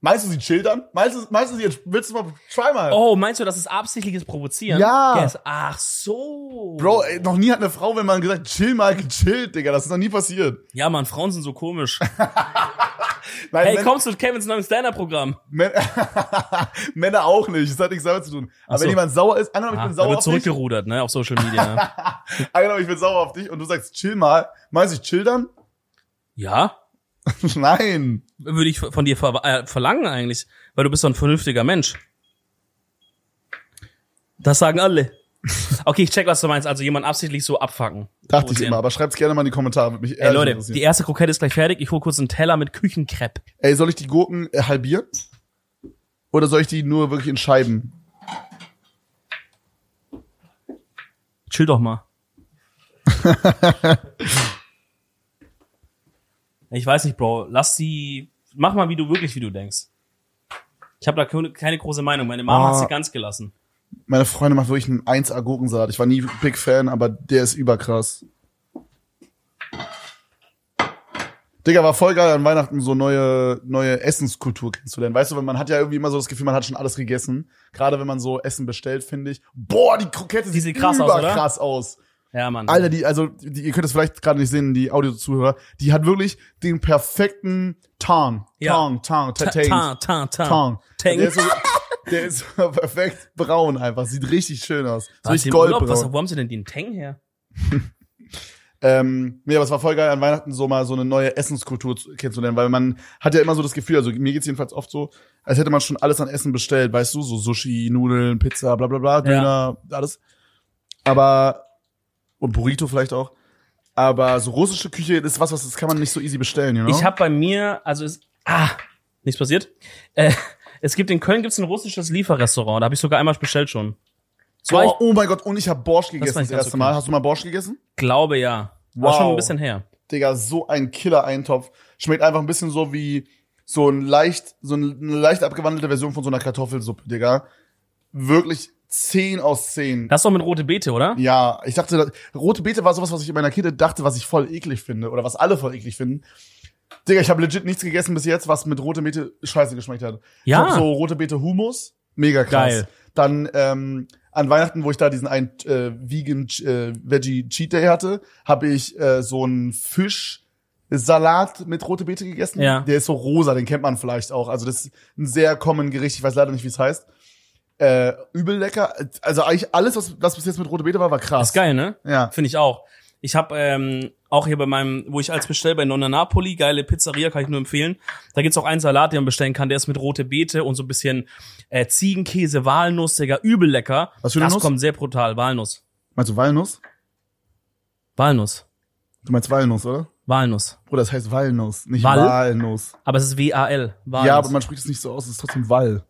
Meinst du, sie chill dann? Meinst du, meinst du, sie, willst du mal, try mal. Oh, meinst du, das ist absichtliches Provozieren? Ja. Gas Ach so. Bro, ey, noch nie hat eine Frau, wenn man gesagt, chill mal, gechillt, Digga, das ist noch nie passiert. Ja, Mann, Frauen sind so komisch. Nein, Hey, wenn- kommst du zu Kevins neuem Stand-Up-Programm? Män Männer auch nicht. Das hat nichts damit zu tun. Aber Ach so. wenn jemand sauer ist, angenommen, ich Ah, bin da sauer wird auf dich. zurückgerudert, ne, auf Social Media. Ne? Angenommen, ich bin sauer auf dich und du sagst, chill mal. Meinst du, ich chill dann? ja, Nein. würde ich von dir ver äh, verlangen eigentlich, weil du bist doch ein vernünftiger Mensch. Das sagen alle. Okay, ich check, was du meinst. Also jemand absichtlich so abfacken. Dachte ich Provozieren. immer, aber schreibt's gerne mal in die Kommentare. Würde mich Ey, ehrlich Leute, interessieren. die erste Krokette ist gleich fertig. Ich hole kurz einen Teller mit Küchenkrepp. Ey, soll ich die Gurken äh, halbieren? Oder soll ich die nur wirklich in Scheiben? Chill doch mal. ich weiß nicht, Bro. Lass die. Mach mal, wie du wirklich, wie du denkst. Ich habe da keine keine große Meinung. Meine Ah. Mama hat sie ganz gelassen. Meine Freundin macht wirklich einen 1A Gurkensalat. Ich war nie Big Fan, aber der ist überkrass. Digga, war voll geil an Weihnachten so neue, neue Essenskultur kennenzulernen. Weißt du, weil man hat ja irgendwie immer so das Gefühl, man hat schon alles gegessen. Gerade wenn man so Essen bestellt, finde ich. Boah, die Krokette Die sieht, sieht krass aus, oder? überkrass aus. Ja, Mann. Alter, die, also, die, ihr könnt es vielleicht gerade nicht sehen, die Audio-Zuhörer. Die hat wirklich den perfekten Tarn. Ja. Tarn, Tarn, Tarn, Tang, tang, tang. Tang. Tang. Der ist, so, der ist so perfekt braun einfach. Sieht richtig schön aus. So Was, richtig im Urlaub, was, goldbraun. wo haben sie denn den Tang her? Ähm, nee, aber es war voll geil, an Weihnachten so mal so eine neue Essenskultur zu- kennenzulernen, weil man hat ja immer so das Gefühl, also mir geht's jedenfalls oft so, als hätte man schon alles an Essen bestellt, weißt du, so Sushi, Nudeln, Pizza, bla bla bla, Döner, alles. Aber, und Burrito vielleicht auch. Aber so russische Küche ist was, was das kann man nicht so easy bestellen, you know? Ich habe bei mir, also es, ah, nichts passiert. Äh, es gibt in Köln gibt's ein russisches Lieferrestaurant. Da habe ich sogar einmal bestellt schon. So, oh, oh mein Gott, und ich habe Borsch gegessen fand ich das, ganz erste okay. Mal. Hast du mal Borsch gegessen? ich glaube ja. War Wow. schon ein bisschen her. Digga, so ein Killer-Eintopf. Schmeckt einfach ein bisschen so wie so ein leicht, so eine leicht abgewandelte Version von so einer Kartoffelsuppe, Digga. Wirklich 10 aus 10. Das ist doch mit rote Beete, oder? Ja, ich dachte, das- rote Beete war sowas, was ich in meiner Kindheit dachte, was ich voll eklig finde oder was alle voll eklig finden. Digga, ich habe legit nichts gegessen bis jetzt, was mit rote Beete scheiße geschmeckt hat. Ich Ja. hab so rote Beete Hummus, mega krass. Geil. Dann ähm, an Weihnachten, wo ich da diesen einen äh, vegan äh, Veggie Cheat Day hatte, habe ich äh, so einen Fischsalat mit rote Beete gegessen. Ja. Der ist so rosa, den kennt man vielleicht auch. Also das ist ein sehr common Gericht, ich weiß leider nicht, wie es heißt. Äh, übel lecker. Also eigentlich alles, was, was bis jetzt mit rote Beete war, war krass. Das ist geil, ne? Ja. Finde ich auch. Ich habe ähm, auch hier bei meinem, wo ich als bestell bei Nonna Napoli, geile Pizzeria, kann ich nur empfehlen. Da gibt's auch einen Salat, den man bestellen kann, der ist mit rote Beete und so ein bisschen äh, Ziegenkäse, Walnuss, Digga, übel lecker. Was für eine das Nuss? kommt sehr brutal, Walnuss. Meinst du Walnuss? Walnuss. Du meinst Walnuss, oder? Walnuss. Bruder, das heißt Walnuss, nicht Wal- Walnuss. Aber es ist W-A-L. Walnuss. Ja, aber man spricht es nicht so aus, es ist trotzdem Wall.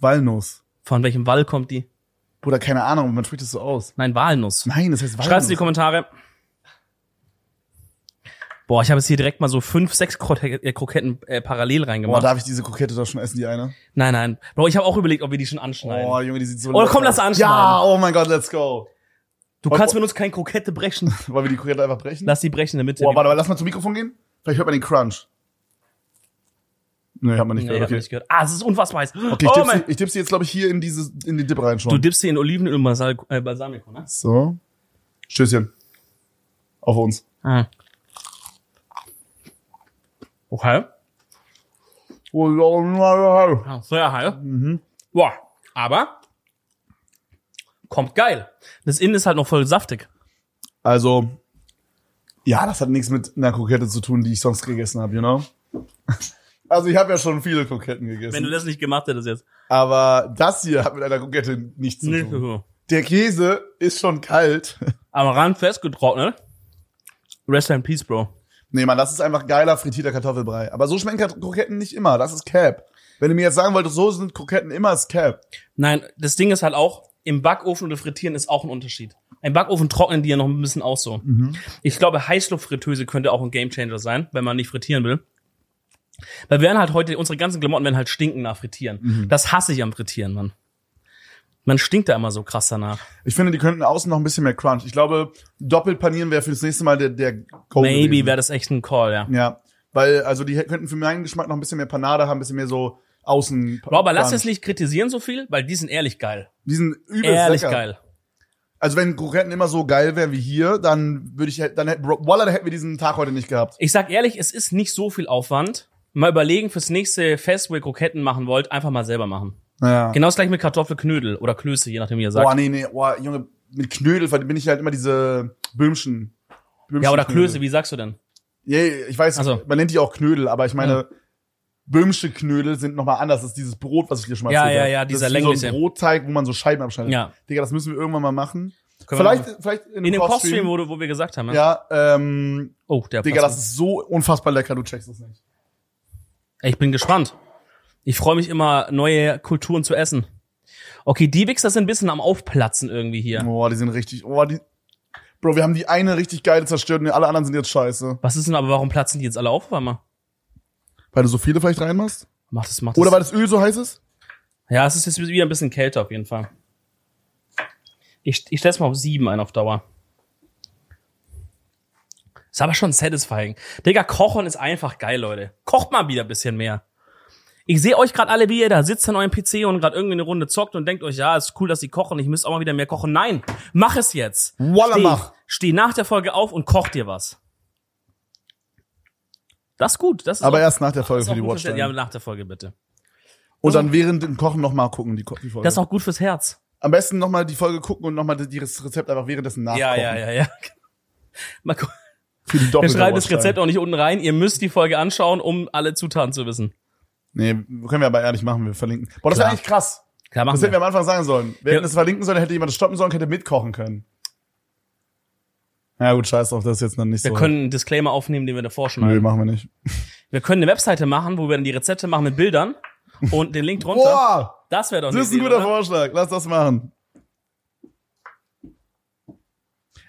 Walnuss. Von welchem Wall kommt die? Bruder, keine Ahnung, man spricht es so aus. Nein, Walnuss. Nein, das heißt Walnuss. Schreibt's in die Kommentare. Boah, ich habe jetzt hier direkt mal so fünf, sechs Kroke- äh, Kroketten äh, parallel Boah, reingemacht. darf ich diese Kokette da schon essen, die eine? nein, nein. Bro, ich habe auch überlegt, ob wir die schon anschneiden. Oh, Junge, die sieht so Oder lecker komm, lass aus. anschneiden. Ja, oh mein Gott, let's go. du oh, kannst oh. mit uns keine Krokette brechen. Wollen wir die Kokette einfach brechen? Lass die brechen in der Mitte. oh, warte mal, lass mal zum Mikrofon gehen. Vielleicht hört man den Crunch. Nee, hat man nicht nee, gehört. hab Okay, nicht gehört. Ah, es ist unfassbar heiß. okay ich, oh tipp's mein. sie, ich tipp sie jetzt, glaube ich, hier in, diese, in die Dippe rein schon. Du dippst sie in Olivenöl und Basal äh, Balsamico, ne? so. Stößchen. Auf uns. Ah. Okay. Oh, Boah, Ja, sehr heiß. Mhm. Boah, aber kommt geil. Das Innen ist halt noch voll saftig. Also, ja, das hat nichts mit einer Kokette zu tun, die ich sonst gegessen habe, you know? Also ich habe ja schon viele Kroketten gegessen. Wenn du das nicht gemacht hättest jetzt. aber das hier hat mit einer Krokette nichts zu Nicht tun. so. Der Käse ist schon kalt. Am Rand festgetrocknet. Rest in peace, Bro. Nee, Mann, das ist einfach geiler frittierter Kartoffelbrei. Aber so schmecken Kar- Kroketten nicht immer. Das ist Cap. Wenn du mir jetzt sagen wolltest, so sind Kroketten immer das Cap. Nein, das Ding ist halt auch, im Backofen oder Frittieren ist auch ein Unterschied. Im Backofen trocknen die ja noch ein bisschen aus so. Mhm. Ich glaube, Heißluftfritteuse könnte auch ein Gamechanger sein, wenn man nicht frittieren will. Weil wir werden halt heute, unsere ganzen Klamotten werden halt stinken nach Frittieren. Mhm. Das hasse ich am Frittieren, Mann. Man stinkt da immer so krass danach. Ich finde, die könnten außen noch ein bisschen mehr Crunch. Ich glaube, doppelt panieren wäre für das nächste Mal der, der Go Maybe gewesen. wäre das echt ein Call, ja. Ja, weil, also die könnten für meinen Geschmack noch ein bisschen mehr Panade haben, ein bisschen mehr so außen. Robert, lass Crunch. das nicht kritisieren so viel, weil die sind ehrlich geil. Die sind übelst Ehrlich lecker. geil. Also wenn Kroketten immer so geil wären wie hier, dann würde ich, dann hätte, Waller, dann hätten wir diesen Tag heute nicht gehabt. Ich sag ehrlich, es ist nicht so viel Aufwand. Mal überlegen, fürs nächste Fest, wo ihr Kroketten machen wollt, einfach mal selber machen. Ja. Genau das gleiche mit Kartoffelknödel oder Klöße, je nachdem, wie ihr sagt. Boah, nee, nee, boah, Junge, mit Knödel bin ich halt immer diese Böhmschen. Böhmschen ja, oder Klöße, wie sagst du denn? Ja, ich weiß, Ach so. man nennt die auch Knödel, aber ich meine, böhmische Knödel sind nochmal anders. Das ist dieses Brot, was ich dir schon mal Ja, erzählt ja, habe. ja, dieser das ist wie so längliche. ein Brotteig, wo man so Scheiben abschneidet. Ja. Digga, das müssen wir irgendwann mal machen. Können wir vielleicht, machen. vielleicht in, In dem einem Poststream, wo, du- wo wir gesagt haben. Ja, ähm, Oh, der Digga, passt das ist so unfassbar lecker, du checkst es nicht. gut. Ey, Ich bin gespannt. Ich freue mich immer, neue Kulturen zu essen. Okay, die Wichser sind ein bisschen am Aufplatzen irgendwie hier. Boah, die sind richtig, oh, die, Bro, wir haben die eine richtig geile zerstört und die alle anderen sind jetzt scheiße. Was ist denn aber, warum platzen die jetzt alle auf auf einmal? Weil du so viele vielleicht reinmachst? Macht das, macht das. Oder weil das Öl so heiß ist? ja, es ist jetzt wieder ein bisschen kälter auf jeden Fall. Ich, ich stell's mal auf sieben ein auf Dauer. Ist aber schon satisfying. Digga, kochen ist einfach geil, Leute. Kocht mal wieder ein bisschen mehr. Ich sehe euch gerade alle, wie ihr da sitzt an eurem PC und gerade irgendwie eine Runde zockt und denkt euch, ja, ist cool, dass sie kochen, ich müsste auch mal wieder mehr kochen. Nein, mach es jetzt. Wallah, steh, mach. Steh nach der Folge auf und koch dir was. Das ist gut. Das ist Aber auch, erst nach der Folge ist für auch die gut fürs- Watchtime. Ja, nach der Folge bitte. und dann während dem Kochen nochmal gucken, die, Ko- die Folge. Das ist auch gut fürs Herz. Am besten nochmal die Folge gucken und nochmal das Rezept einfach währenddessen nachkochen. ja, ja. Mal gucken. Für die Wir doppelte schreiben das Watchtime. Rezept auch nicht unten rein. Ihr müsst die Folge anschauen, um alle Zutaten zu wissen. Nee, können wir aber ehrlich machen, wir verlinken. Boah, das Klar. wäre eigentlich krass. Klar, machen Das hätten wir am Anfang sagen sollen. Wir Ja. hätten das verlinken sollen, hätte jemand das stoppen sollen, hätte mitkochen können. Na gut, scheiß drauf, das ist jetzt noch nicht Wir so. können einen Disclaimer aufnehmen, den wir davor Nö, schneiden. machen wir nicht. Wir können eine Webseite machen, wo wir dann die Rezepte machen mit Bildern und den Link drunter. Boah, das wäre doch das ist ein eine Idee, guter oder? Vorschlag. Lass das machen.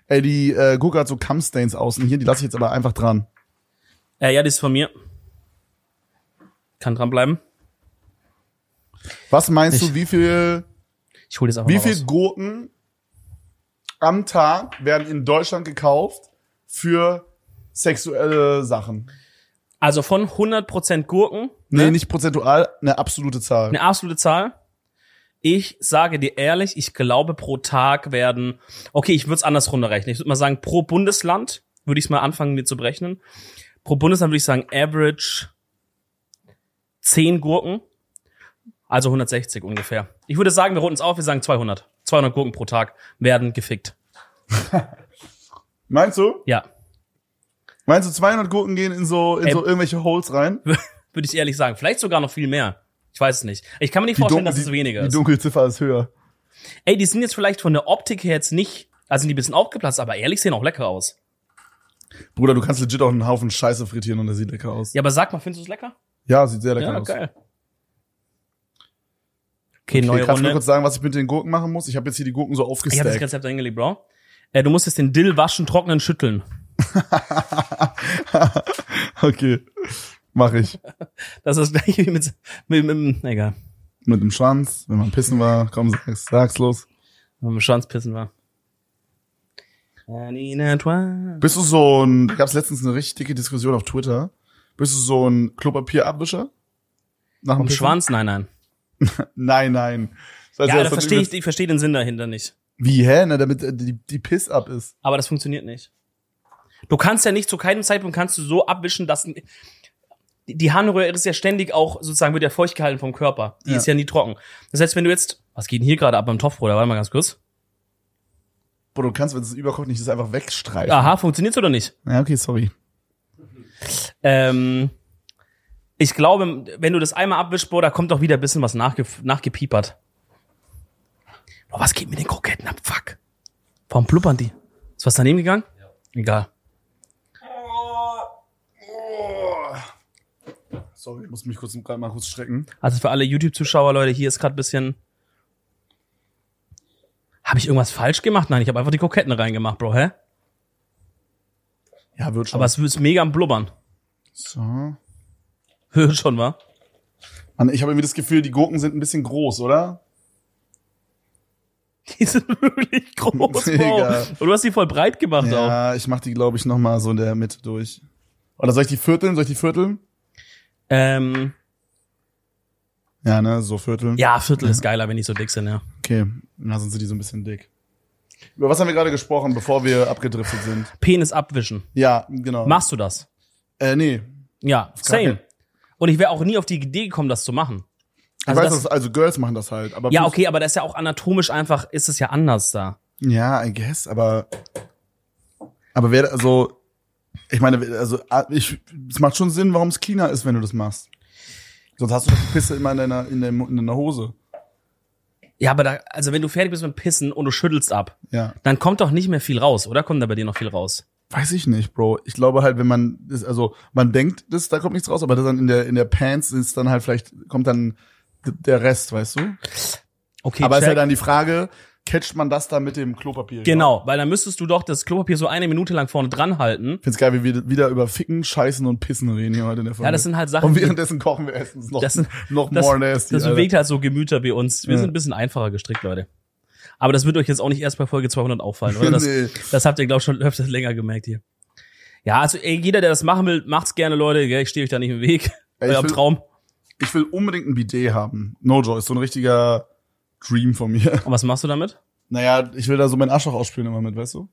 Ey, die äh, Gurke hat so Kammstains außen hier, die lasse ich jetzt aber einfach dran. äh, Ja, die ist von mir. Kann dranbleiben. Was meinst Ich- du, wie viel Ich hole jetzt einfach Wie mal viel raus. Gurken am Tag werden in Deutschland gekauft für sexuelle Sachen? Also von 100% Gurken. Nee, ne? nicht prozentual, eine absolute Zahl. Eine absolute Zahl. Ich sage dir ehrlich, ich glaube, pro Tag werden, okay, ich würde es anders runterrechnen. Ich würde mal sagen, pro Bundesland würde ich mal anfangen, mir zu berechnen. Pro Bundesland würde ich sagen, average 10 Gurken, also 160 ungefähr. Ich würde sagen, wir runden es auf, wir sagen 200. 200 Gurken pro Tag werden gefickt. Meinst du? Ja, Meinst du, 200 Gurken gehen in so, in Ey. so irgendwelche Holes rein? würde ich ehrlich sagen. Vielleicht sogar noch viel mehr. Ich weiß es nicht. Ich kann mir nicht vorstellen, dass es weniger die ist. Dunkelziffer ist höher. Ey, die sind jetzt vielleicht von der Optik her jetzt nicht, also sind die ein bisschen aufgeplatzt, aber ehrlich sehen auch lecker aus. Bruder, du kannst legit auch einen Haufen Scheiße frittieren und der sieht lecker aus. Ja, Ja, aber sag mal, findest du es lecker? sieht sehr lecker ja, aus. geil. Okay, Okay, neue kannst du mir Runde. kurz sagen, was ich mit den Gurken machen muss? Ich habe jetzt hier die Gurken so Ich habe das aufgestackt. Rezept eingelegt, Bro. Äh, du musst jetzt den Dill waschen, trocknen, schütteln. Okay, mache ich. Das ist das gleiche wie mit, mit, mit, mit egal, Mit dem Schwanz, wenn man pissen war. Komm, sag's, sag's los. wenn man Schwanz pissen war. Anina Twa- Bist du so ein, da gab es letztens eine richtig dicke Diskussion auf Twitter. Bist du so ein Klopapierabwischer? Nach Vom Pissen? Also Schwanz? Nein, nein. Nein, nein. Das heißt, das Ja, da hat verstehe ich, übelst- ich verstehe den Sinn dahinter nicht. Wie, hä? Na, damit äh, die, die Piss ab ist. Aber das funktioniert nicht. Du kannst ja nicht, zu keinem Zeitpunkt kannst du so abwischen, dass ein- die- die Harnröhre ist ja ständig auch sozusagen, wird ja feucht gehalten vom Körper. Die Ja. ist ja nie trocken. Das heißt, wenn du jetzt, was geht denn hier gerade ab beim Topfbruder? Warte mal ganz kurz. Boah, du kannst, wenn es überkocht, nicht das einfach wegstreichen. Aha, funktioniert's oder nicht? Ja, okay, sorry. Ähm, ich glaube, wenn du das einmal abwischst, Bro, da kommt doch wieder ein bisschen was nachge nachgepiepert. Boah, was geht mit den Kroketten ab? Fuck. Warum pluppern die? Ist was daneben gegangen? Egal. Sorry, ich muss mich kurz gerade mal kurz strecken. Also für alle YouTube-Zuschauer, Leute, hier ist gerade ein bisschen. Habe ich irgendwas falsch gemacht? Nein, ich habe einfach die Kroketten reingemacht, Bro, hä? Ja, wird schon. Aber es ist mega am Blubbern. so. Mann, Hört schon, wa? ich habe irgendwie das Gefühl, die Gurken sind ein bisschen groß, oder? Die sind wirklich groß, Bro. Mega. Und du hast die voll breit gemacht auch. Ja, ich mache die, glaube ich, noch mal so in der Mitte durch. Oder soll ich die vierteln? Soll ich die vierteln? Ähm, Ja, ne, so vierteln. ja, Viertel ist geiler, wenn die so dick sind, ja. Okay, na, sonst sind die so ein bisschen dick. Über was haben wir gerade gesprochen, bevor wir abgedriftet sind? Penis abwischen. Ja, genau. Machst du das? Äh, nee. gar Ja, same. Und ich wäre auch nie auf die Idee gekommen, das zu machen. Ich Also weiß, das- dass, also Girls machen das halt. Aber Ja, Fuß- okay, aber das ist ja auch anatomisch einfach, ist es ja anders da. Ja, I guess, aber aber wer also ich meine, also ich es macht schon Sinn, warum es cleaner ist, wenn du das machst. Sonst hast du doch die Pisse immer in deiner in, deinem, in deiner Hose. Ja, aber da, also wenn du fertig bist mit Pissen und du schüttelst ab, Ja, dann kommt doch nicht mehr viel raus, oder? Kommt da bei dir noch viel raus? weiß ich nicht, Bro. Ich glaube halt, wenn man das also man denkt, das da kommt nichts raus, aber das dann in der in der Pants ist dann halt vielleicht kommt dann d- der Rest, weißt du? Okay, aber ist check. halt dann die Frage, catcht man das dann mit dem Klopapier? Genau, weil dann müsstest du doch das Klopapier so eine Minute lang vorne dran halten. Ich find's geil, wie wir wieder über Ficken, Scheißen und Pissen reden hier heute in der Folge. Ja, das sind halt Sachen, Und die- währenddessen kochen wir erstens noch, Das sind- noch Das, more nasty. das Alter. bewegt halt so Gemüter bei uns. Wir Ja. sind ein bisschen einfacher gestrickt, Leute. Aber das wird euch jetzt auch nicht erst bei Folge 200 auffallen, oder? Das, Nee. das habt ihr, glaube ich, schon öfters länger gemerkt hier. Ja, also ey, jeder, der das machen will, macht's gerne, Leute. gell? Ich stehe euch da nicht im Weg. Ey, ich Euer will- Traum. Ich will unbedingt ein Bidet haben. No Joy, ist so ein richtiger Dream von mir. Und was machst du damit? Naja, ich will da so meinen Arsch auch ausspülen immer mit, weißt du?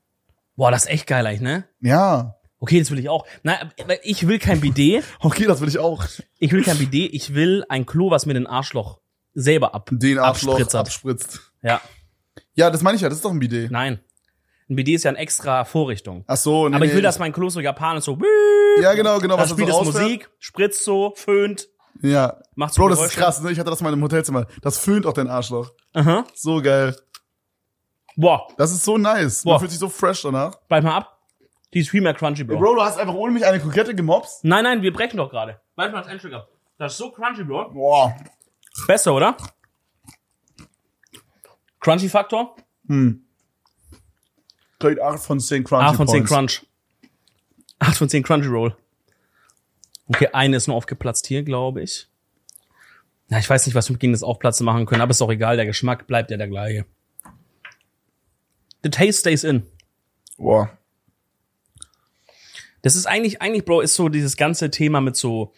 Boah, das ist echt geil eigentlich, ne? Ja. Okay, das will ich auch. Nein, aber ich will kein Bidet. Okay, das will ich auch. Ich will kein Bidet. Ich will ein Klo, was mir den Arschloch selber ab. Den Arschloch Abspritzert. abspritzt. Ja, Ja, das meine ich ja, das ist doch ein Bidet. nein. Ein Bidet ist ja eine extra Vorrichtung. Ach so, nee, Aber ich will, nee. dass mein Klo so japanisch so. Ja, genau, genau. Dann was spielt so es rausfällt. Musik, spritzt so, föhnt, Ja. macht so Bro, das ist Geräusche. krass, ne? Ich hatte das mal im Hotelzimmer. Das föhnt auch dein Arschloch. Aha. So geil. Boah, Das ist so nice. Man Boah. fühlt sich so fresh danach. bleib mal ab. Die ist viel mehr crunchy, Bro. Bro, du hast einfach ohne mich eine Kokette gemobst. Nein, nein, wir brechen doch gerade. Manchmal das Endstück ab. Das ist so crunchy, Bro. Boah. Besser, oder? Crunchy-Faktor? Hm. Kriegt 8 von 10 Crunchy 8 von 10 Points. Crunch. 8 von 10 Crunchy Roll. Okay, eine ist nur aufgeplatzt hier, glaube ich. Na, ich weiß nicht, was wir gegen das Aufplatzen machen können, aber ist auch egal, der Geschmack bleibt ja der gleiche. The taste stays in. Boah. Das ist eigentlich, eigentlich, Bro, ist so dieses ganze Thema mit so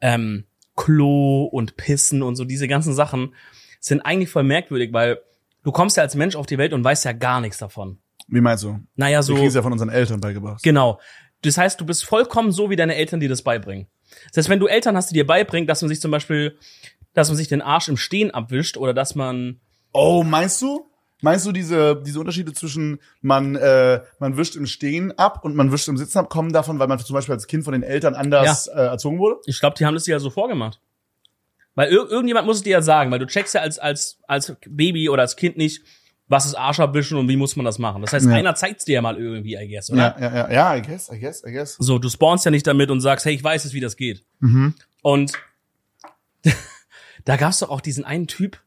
ähm, Klo und Pissen und so diese ganzen Sachen sind eigentlich voll merkwürdig, weil du kommst ja als Mensch auf die Welt und weißt ja gar nichts davon. Wie meinst du? Naja, so. Wir kriegen's ja von unseren Eltern beigebracht. Genau. Das heißt, du bist vollkommen so wie deine Eltern, die das beibringen. Das heißt, wenn du Eltern hast, die dir beibringen, dass man sich zum Beispiel, dass man sich den Arsch im Stehen abwischt oder dass man, Oh, meinst du? Meinst du diese, diese Unterschiede zwischen man, äh, man wischt im Stehen ab und man wischt im Sitzen ab, kommen davon, weil man zum Beispiel als Kind von den Eltern anders äh, erzogen wurde? ich glaube, die haben das dir ja so vorgemacht. Weil ir irgendjemand muss es dir ja sagen, weil du checkst ja als, als, als Baby oder als Kind nicht, was ist Arsch abwischen und wie muss man das machen. Das heißt, Ja. einer zeigt dir ja mal irgendwie, I guess, oder? ja, ja, ja, I guess, I guess, I guess. So, du spawnst ja nicht damit und sagst, hey, ich weiß jetzt, wie das geht. Und da gab's doch auch diesen einen Typ,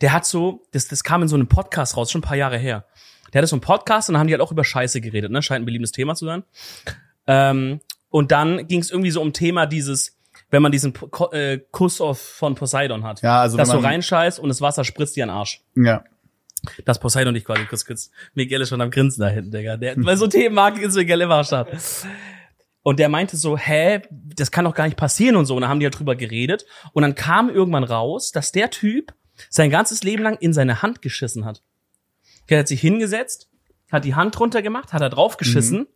der hat so, das, das kam in so einem Podcast raus, schon ein paar Jahre her. Der hatte so einen Podcast und dann haben die halt auch über Scheiße geredet, ne? Scheint ein beliebendes Thema zu sein. Ähm, und dann ging's irgendwie so um Thema dieses, wenn man diesen Po- Ko- äh, Kuss auf, von Poseidon hat. Ja, also dass wenn du man- reinscheißt und das Wasser spritzt dir an den Arsch Ja. dass Poseidon dich quasi kurz küsst. Miguel ist schon am Grinsen da hinten, Digga. Der, bei so Themen mag ist Miguel immer am Start. Und der meinte so, hä, das kann doch gar nicht passieren und so. Und dann haben die halt drüber geredet. Und dann kam irgendwann raus, dass der Typ sein ganzes Leben lang in seine Hand geschissen hat. Er hat sich hingesetzt, hat die Hand runter gemacht, hat da drauf geschissen.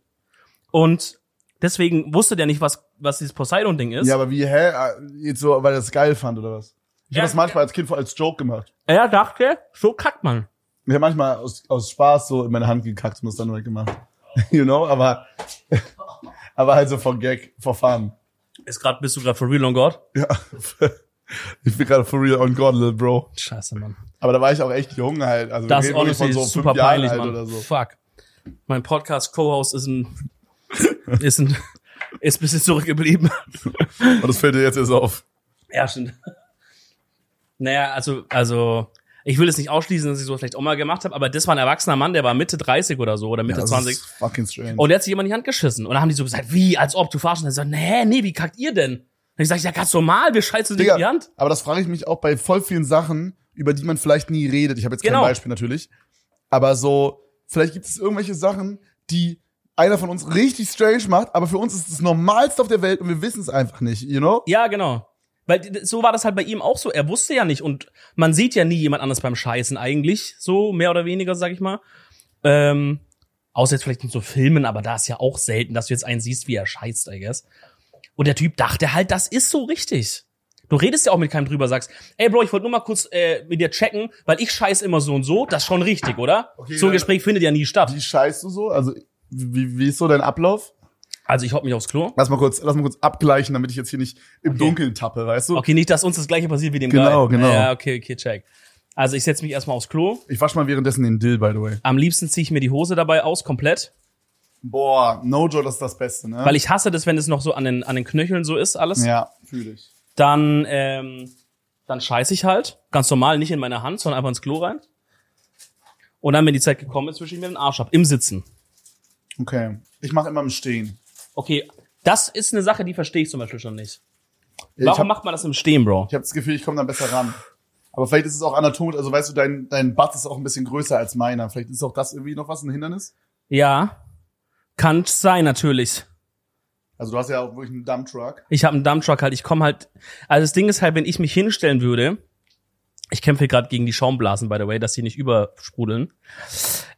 Und deswegen wusste der nicht, was, was dieses Poseidon-Ding ist. Ja, aber wie, hä? Äh, Jetzt so, weil er das geil fand oder was? Ich Ja, habe das manchmal als Kind als Joke gemacht. er dachte, so kackt man. Ich habe manchmal aus, aus Spaß so in meine Hand gekackt und das halt dann weggemacht. You know, aber, aber halt so for Gag, for fun. Ist grad, bist du gerade for real on God? Ja. Ich bin gerade for real on God, little Bro. Scheiße, Mann. Aber da war ich auch echt jung halt. Also Das wir reden honestly von so ist fünf super Jahren peinlich, alt Mann. Oder so. Fuck. Mein Podcast-Co-Host ist ein, ist ein, ist ein bisschen zurückgeblieben. Und das fällt dir jetzt erst auf. Ja, stimmt. Naja, also, also, ich will es nicht ausschließen, dass ich sowas vielleicht auch mal gemacht habe, aber das war ein erwachsener Mann, der war Mitte 30 oder so oder Mitte Ja, das 20. ist fucking strange. Und der hat sich jemand in die Hand geschissen. Und dann haben die so gesagt, wie, als ob du verarschen. Und dann hat er gesagt, nee, nee, wie kackt ihr denn? Und ich sag, ja, ganz normal, wir scheißen dir in die Digga, Hand. aber das frage ich mich auch bei voll vielen Sachen, über die man vielleicht nie redet. Ich habe jetzt Genau. kein Beispiel natürlich. Aber so, vielleicht gibt es irgendwelche Sachen, die einer von uns richtig strange macht, aber für uns ist es das Normalste auf der Welt und wir wissen es einfach nicht, you know? Ja, genau. Weil d- so war das halt bei ihm auch so. Er wusste ja nicht und man sieht ja nie jemand anders beim Scheißen eigentlich. So mehr oder weniger, sag ich mal. Ähm, außer jetzt vielleicht in so Filmen, aber da ist ja auch selten, dass du jetzt einen siehst, wie er scheißt, I guess. Und der Typ dachte halt, das ist so richtig. Du redest ja auch mit keinem drüber, sagst, ey Bro, ich wollte nur mal kurz äh, mit dir checken, weil ich scheiß immer so und so, das ist schon richtig, oder? Okay, so ein dann- Gespräch findet ja nie statt. Wie scheißt du so? Also, wie, wie ist so dein Ablauf? Also ich hock mich aufs Klo. Lass mal kurz, lass mal kurz abgleichen, damit ich jetzt hier nicht im Okay. Dunkeln tappe, weißt du? Okay, nicht, dass uns das gleiche passiert wie dem Genau, Guy. genau. Ja, okay, okay, check. Also ich setze mich erstmal aufs Klo. Ich wasch mal währenddessen den Dill, by the way. Am liebsten ziehe ich mir die Hose dabei aus, komplett. Boah, Nojo, das ist das Beste, ne? Weil ich hasse das, wenn es noch so an den, an den Knöcheln so ist, alles. ja, fühle ich. Dann, ähm, dann scheiße ich halt. Ganz normal, nicht in meine Hand, sondern einfach ins Klo rein. Und dann, wenn die Zeit gekommen ist, wische ich mir den Arsch ab. Im Sitzen. Okay. Ich mache immer im Stehen. Okay, das ist eine Sache, die verstehe ich zum Beispiel schon nicht. ich Warum hab- macht man das im Stehen, Bro? Ich habe das Gefühl, ich komme da besser ran. Aber vielleicht ist es auch anatomisch, also weißt du, dein, dein Butt ist auch ein bisschen größer als meiner. Vielleicht ist auch das irgendwie noch was, ein Hindernis. Ja. Kann sein, natürlich. Also du hast ja auch wirklich einen Dumptruck. Ich habe einen Dumptruck halt, ich komme halt. Also das Ding ist halt, wenn ich mich hinstellen würde, ich kämpfe gerade gegen die Schaumblasen, by the way, dass sie nicht übersprudeln.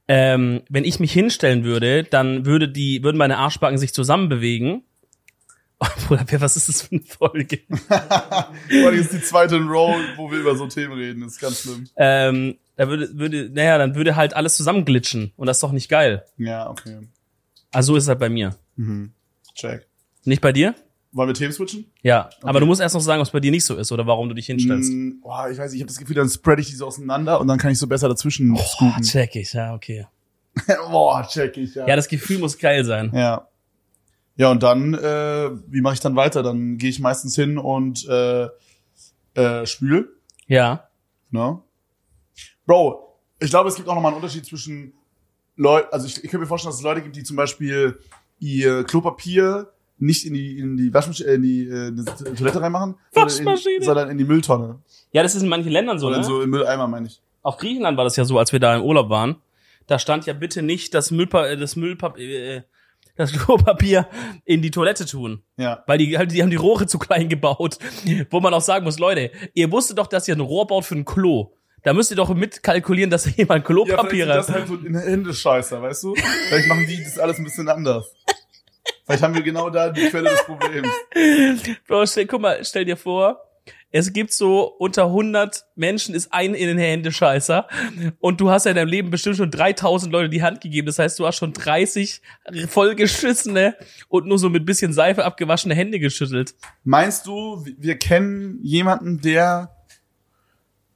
Ähm, wenn ich mich hinstellen würde, dann würde die, würden meine Arschbacken sich zusammenbewegen. Oh, Bruder, Pierre, was ist das für eine Folge? Vor allem ist die zweite in Row, wo wir über so Themen reden. Das ist ganz schlimm. ähm, da würde, würde, naja, dann würde halt alles zusammenglitschen und das ist doch nicht geil. Ja, okay. Mhm. Also so ist es halt bei mir. Check. Nicht bei dir? Wollen wir Themen switchen? Ja. Aber du musst erst noch sagen, ob es bei dir nicht so ist oder warum du dich hinstellst. Mm, boah, ich weiß nicht, ich habe das Gefühl, dann spread ich die so auseinander und dann kann ich so besser dazwischen Oh, scooten. check ich, ja, okay. Boah, check ich, ja. Ja, das Gefühl muss geil sein. Ja. Ja, und dann, äh, wie mache ich dann weiter? Dann gehe ich meistens hin und äh, äh, spül. Ja. Ne? Bro, ich glaube, es gibt auch nochmal einen Unterschied zwischen Leuten, also ich, ich könnte mir vorstellen, dass es Leute gibt, die zum Beispiel ihr Klopapier nicht in die, in die Waschmaschine, in die, äh, in die Toilette reinmachen, Sondern, in, Waschmaschine. sondern in die Mülltonne. Ja, das ist in manchen Ländern so, Sondern ne? so im Mülleimer, meine ich. Auf Griechenland war das ja so, als wir da im Urlaub waren. Da stand ja bitte nicht das Müllpa äh, das Müllpapier, äh, das Klopapier in die Toilette tun. Ja. Weil die, halt- die haben die Rohre zu klein gebaut. Wo man auch sagen muss, Leute, ihr wusstet doch, dass ihr ein Rohr baut für ein Klo. Da müsst ihr doch mitkalkulieren, dass jemand Ja, vielleicht Klopapier sind das hat. halt so in Händescheißer, weißt du? Vielleicht machen die das alles ein bisschen anders. Vielleicht haben wir genau da die Quelle des Problems. Bro, stell, guck mal, stell dir vor, es gibt so unter 100 Menschen ist ein in den Hände Scheißer und du hast ja in deinem Leben bestimmt schon 3000 Leute die Hand gegeben. Das heißt, du hast schon 30 vollgeschissene und nur so mit bisschen Seife abgewaschene Hände geschüttelt. Meinst du, w- wir kennen jemanden, der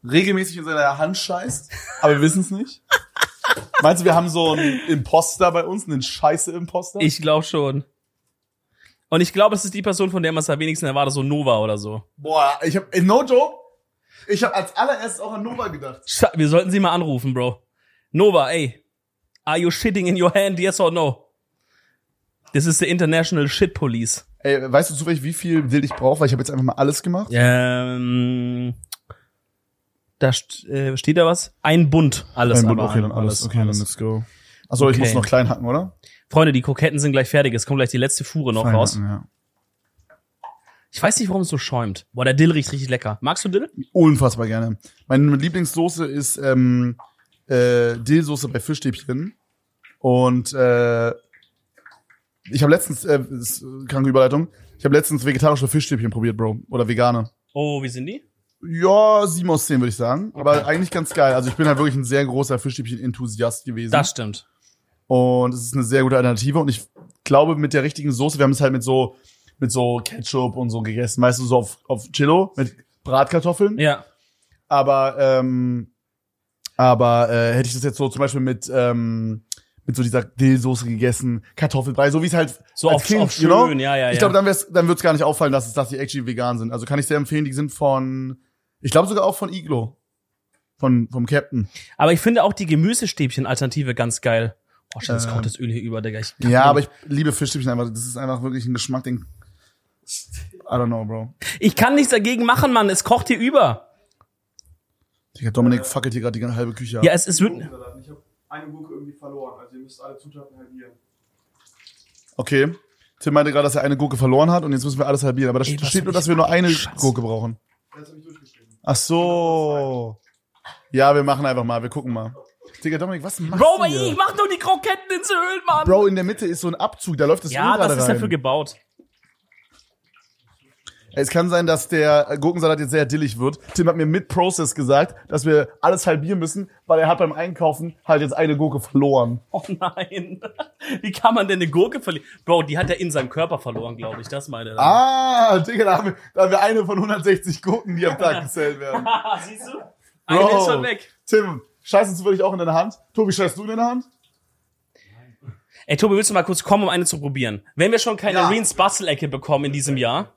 regelmäßig in seiner Hand scheißt, aber wir wissen es nicht? Meinst du, wir haben so einen Imposter bei uns, einen scheiße Imposter? Ich glaube schon. Und ich glaube, es ist die Person, von der man es am wenigsten erwartet, so Nova oder so. Boah, ich hab, ey, no joke, ich habe als allererstes auch an Nova gedacht. Scha- Wir sollten sie mal anrufen, Bro. Nova, ey. Are you shitting in your hand, yes or no? This is the International Shit Police. Ey, weißt du zufällig, wie viel Dill ich brauche? Weil ich habe jetzt einfach mal alles gemacht. Ähm, da st äh, steht da was? Ein Bund, alles. Ein Bund, aber okay, dann ein- alles. Okay, dann alles. let's go. Achso, ich Okay. muss noch klein hacken, oder? Freunde, die Kroketten sind gleich fertig. Es kommt gleich die letzte Fuhre noch Fein raus. hacken, Ja. Ich weiß nicht, warum es so schäumt. Boah, der Dill riecht richtig lecker. Magst du Dill? Unfassbar gerne. Meine Lieblingssoße ist ähm, äh, Dillsoße bei Fischstäbchen. Und äh, ich habe letztens, äh, das ist eine kranke Überleitung, ich habe letztens vegetarische Fischstäbchen probiert, Bro. Oder vegane. Oh, wie sind die? Ja, sieben aus zehn würde ich sagen. Aber Okay. eigentlich ganz geil. Also ich bin halt wirklich ein sehr großer Fischstäbchen-Enthusiast gewesen. Das stimmt. Und es ist eine sehr gute Alternative. Und ich glaube, mit der richtigen Soße, wir haben es halt mit so, mit mit so Ketchup und so gegessen. Weißt du, so auf, auf Chillo mit Bratkartoffeln. Ja. Aber, ähm, aber äh, hätte ich das jetzt so zum Beispiel mit, ähm, mit so dieser Dillsoße gegessen, Kartoffelbrei, so wie es halt So als auf, Kind, auf schön, genau. ja, ja, ja. Ich glaube, dann, wär's- dann wird's gar nicht auffallen, dass, es, dass die actually vegan sind. Also kann ich sehr empfehlen, die sind von, ich glaube sogar auch von Iglo. Von, vom Captain. Aber ich finde auch die Gemüsestäbchen-Alternative ganz geil. Oh, shit, jetzt Ähm. kommt das Öl hier über, Digga. Ich kann- Ja, aber ich liebe Fischstäbchen einfach. Das ist einfach wirklich ein Geschmack, den. I don't know, Bro. Ich kann nichts dagegen machen, Mann. Es kocht hier über. Digga, Dominik fackelt hier gerade die ganze halbe Küche ab. Äh. Ja, es ist. wür- Gurkensalat. Ich habe eine Gurke irgendwie verloren. Also ihr müsst alle Zutaten halbieren. Okay. Tim meinte gerade, dass er eine Gurke verloren hat und jetzt müssen wir alles halbieren. Aber da Ey, was steht hab nur, ich dass wir nur eine Scheiße. Gurke brauchen. Jetzt habe ich Genau, durchgeschrieben. Ach so. Ja, wir machen einfach mal. Wir gucken mal. Digga, Dominik, was machst Bro, du ey, ich hier? mach doch die Kroketten ins Öl, Mann. Bro, in der Mitte ist so ein Abzug, da läuft das Öl ja, das gerade ist rein. dafür gebaut. Es kann sein, dass der Gurkensalat jetzt sehr dillig wird. Tim hat mir mit Process gesagt, dass wir alles halbieren müssen, weil er hat beim Einkaufen halt jetzt eine Gurke verloren. Oh nein. Wie kann man denn eine Gurke verlieren? Bro, die hat er in seinem Körper verloren, glaube ich. Das meine er. damit. Ah, Digga, da haben wir, da haben wir eine von 160 Gurken, die am Tag gesellt werden. Ah, siehst du? Eine ist schon weg. Tim, scheiße zufällig auch in deine Hand. Tobi, scheißt du in deine Hand? Ey, Tobi, willst du mal kurz kommen, um eine zu probieren? Wenn wir schon keine Ja. Reens Bastelecke bekommen in diesem Jahr.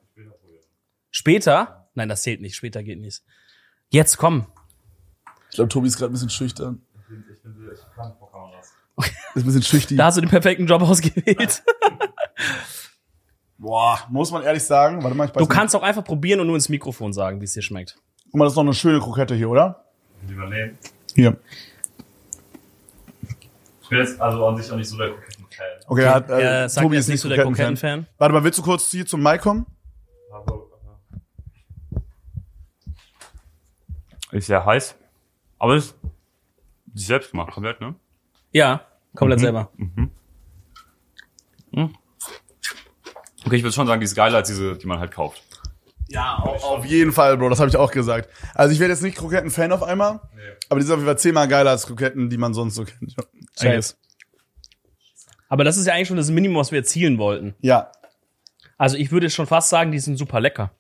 Später? Nein, das zählt nicht. Später geht nicht. Jetzt komm. Ich glaube, Tobi ist gerade ein bisschen schüchtern. Ich bin, ich bin ich kann vor Kameras. Ist ein bisschen schüchtern. Da hast du den perfekten Job ausgewählt. Boah, muss man ehrlich sagen. Warte mal, ich beiß Du mal. kannst auch einfach probieren und nur ins Mikrofon sagen, wie es dir schmeckt. Guck mal, das ist noch eine schöne Krokette hier, oder? Lieber nehmen. Hier. Ich bin jetzt also an sich auch nicht so der Gurken-Fan. Okay, er hat, äh, er sagt, Tobi er ist nicht so der Kroketten-Fan. Krokettenfan. Warte mal, willst du kurz hier zum Mai kommen? Ist ja heiß. Aber es ist sich selbst gemacht, komplett, ne? Ja, Mhm. komplett selber. Okay, ich würde schon sagen, die ist geiler als diese, die man halt kauft. Ja, auf, auf jeden Fall, Bro. Das habe ich auch gesagt. Also ich werde jetzt nicht Kroketten-Fan auf einmal, aber die sind auf jeden Fall zehnmal geiler als Kroketten, die man sonst so kennt. Safe. Einiges. Aber das ist ja eigentlich schon das Minimum, was wir erzielen wollten. Ja. Also ich würde schon fast sagen, die sind super lecker.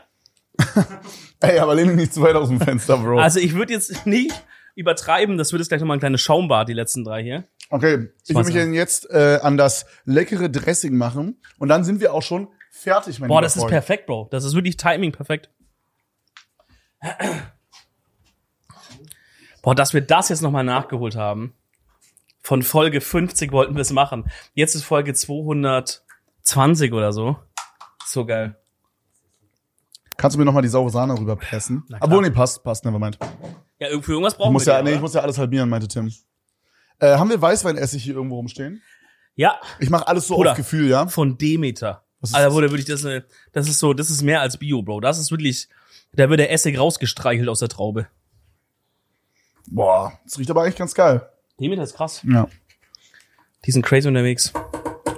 Ey, aber lehn dich nicht zu weit aus dem Fenster, Bro. Also ich würde jetzt nicht übertreiben, das wird jetzt gleich nochmal ein kleines Schaumbad, die letzten drei hier. Okay, ich will war's mich dann. denn jetzt äh, an das leckere Dressing machen und dann sind wir auch schon fertig, mein Boah, lieber das ist Freund. perfekt, Bro. Das ist wirklich Timing perfekt. Boah, dass wir das jetzt nochmal nachgeholt haben. Von Folge 50 wollten wir es machen. Jetzt ist Folge 220 oder so. So geil. Kannst du mir nochmal die saure Sahne rüberpressen? Na klar. Obwohl, nee, passt, passt, nevermind. Ja, für irgendwas Ich brauchen muss wir ja, die, nee, oder? ich muss ja alles halbieren, meinte Tim. Äh, haben wir Weißweinessig hier irgendwo rumstehen? Ja, Ich mache alles so Bruder. auf Gefühl, ja? von Demeter. Was ist Alter, das? wurde wirklich das, eine- das ist so, das ist mehr als Bio, Bro. Das ist wirklich, da wird der Essig rausgestreichelt aus der Traube. Boah, das riecht aber eigentlich ganz geil. Demeter ist krass. Ja. Die sind crazy unterwegs.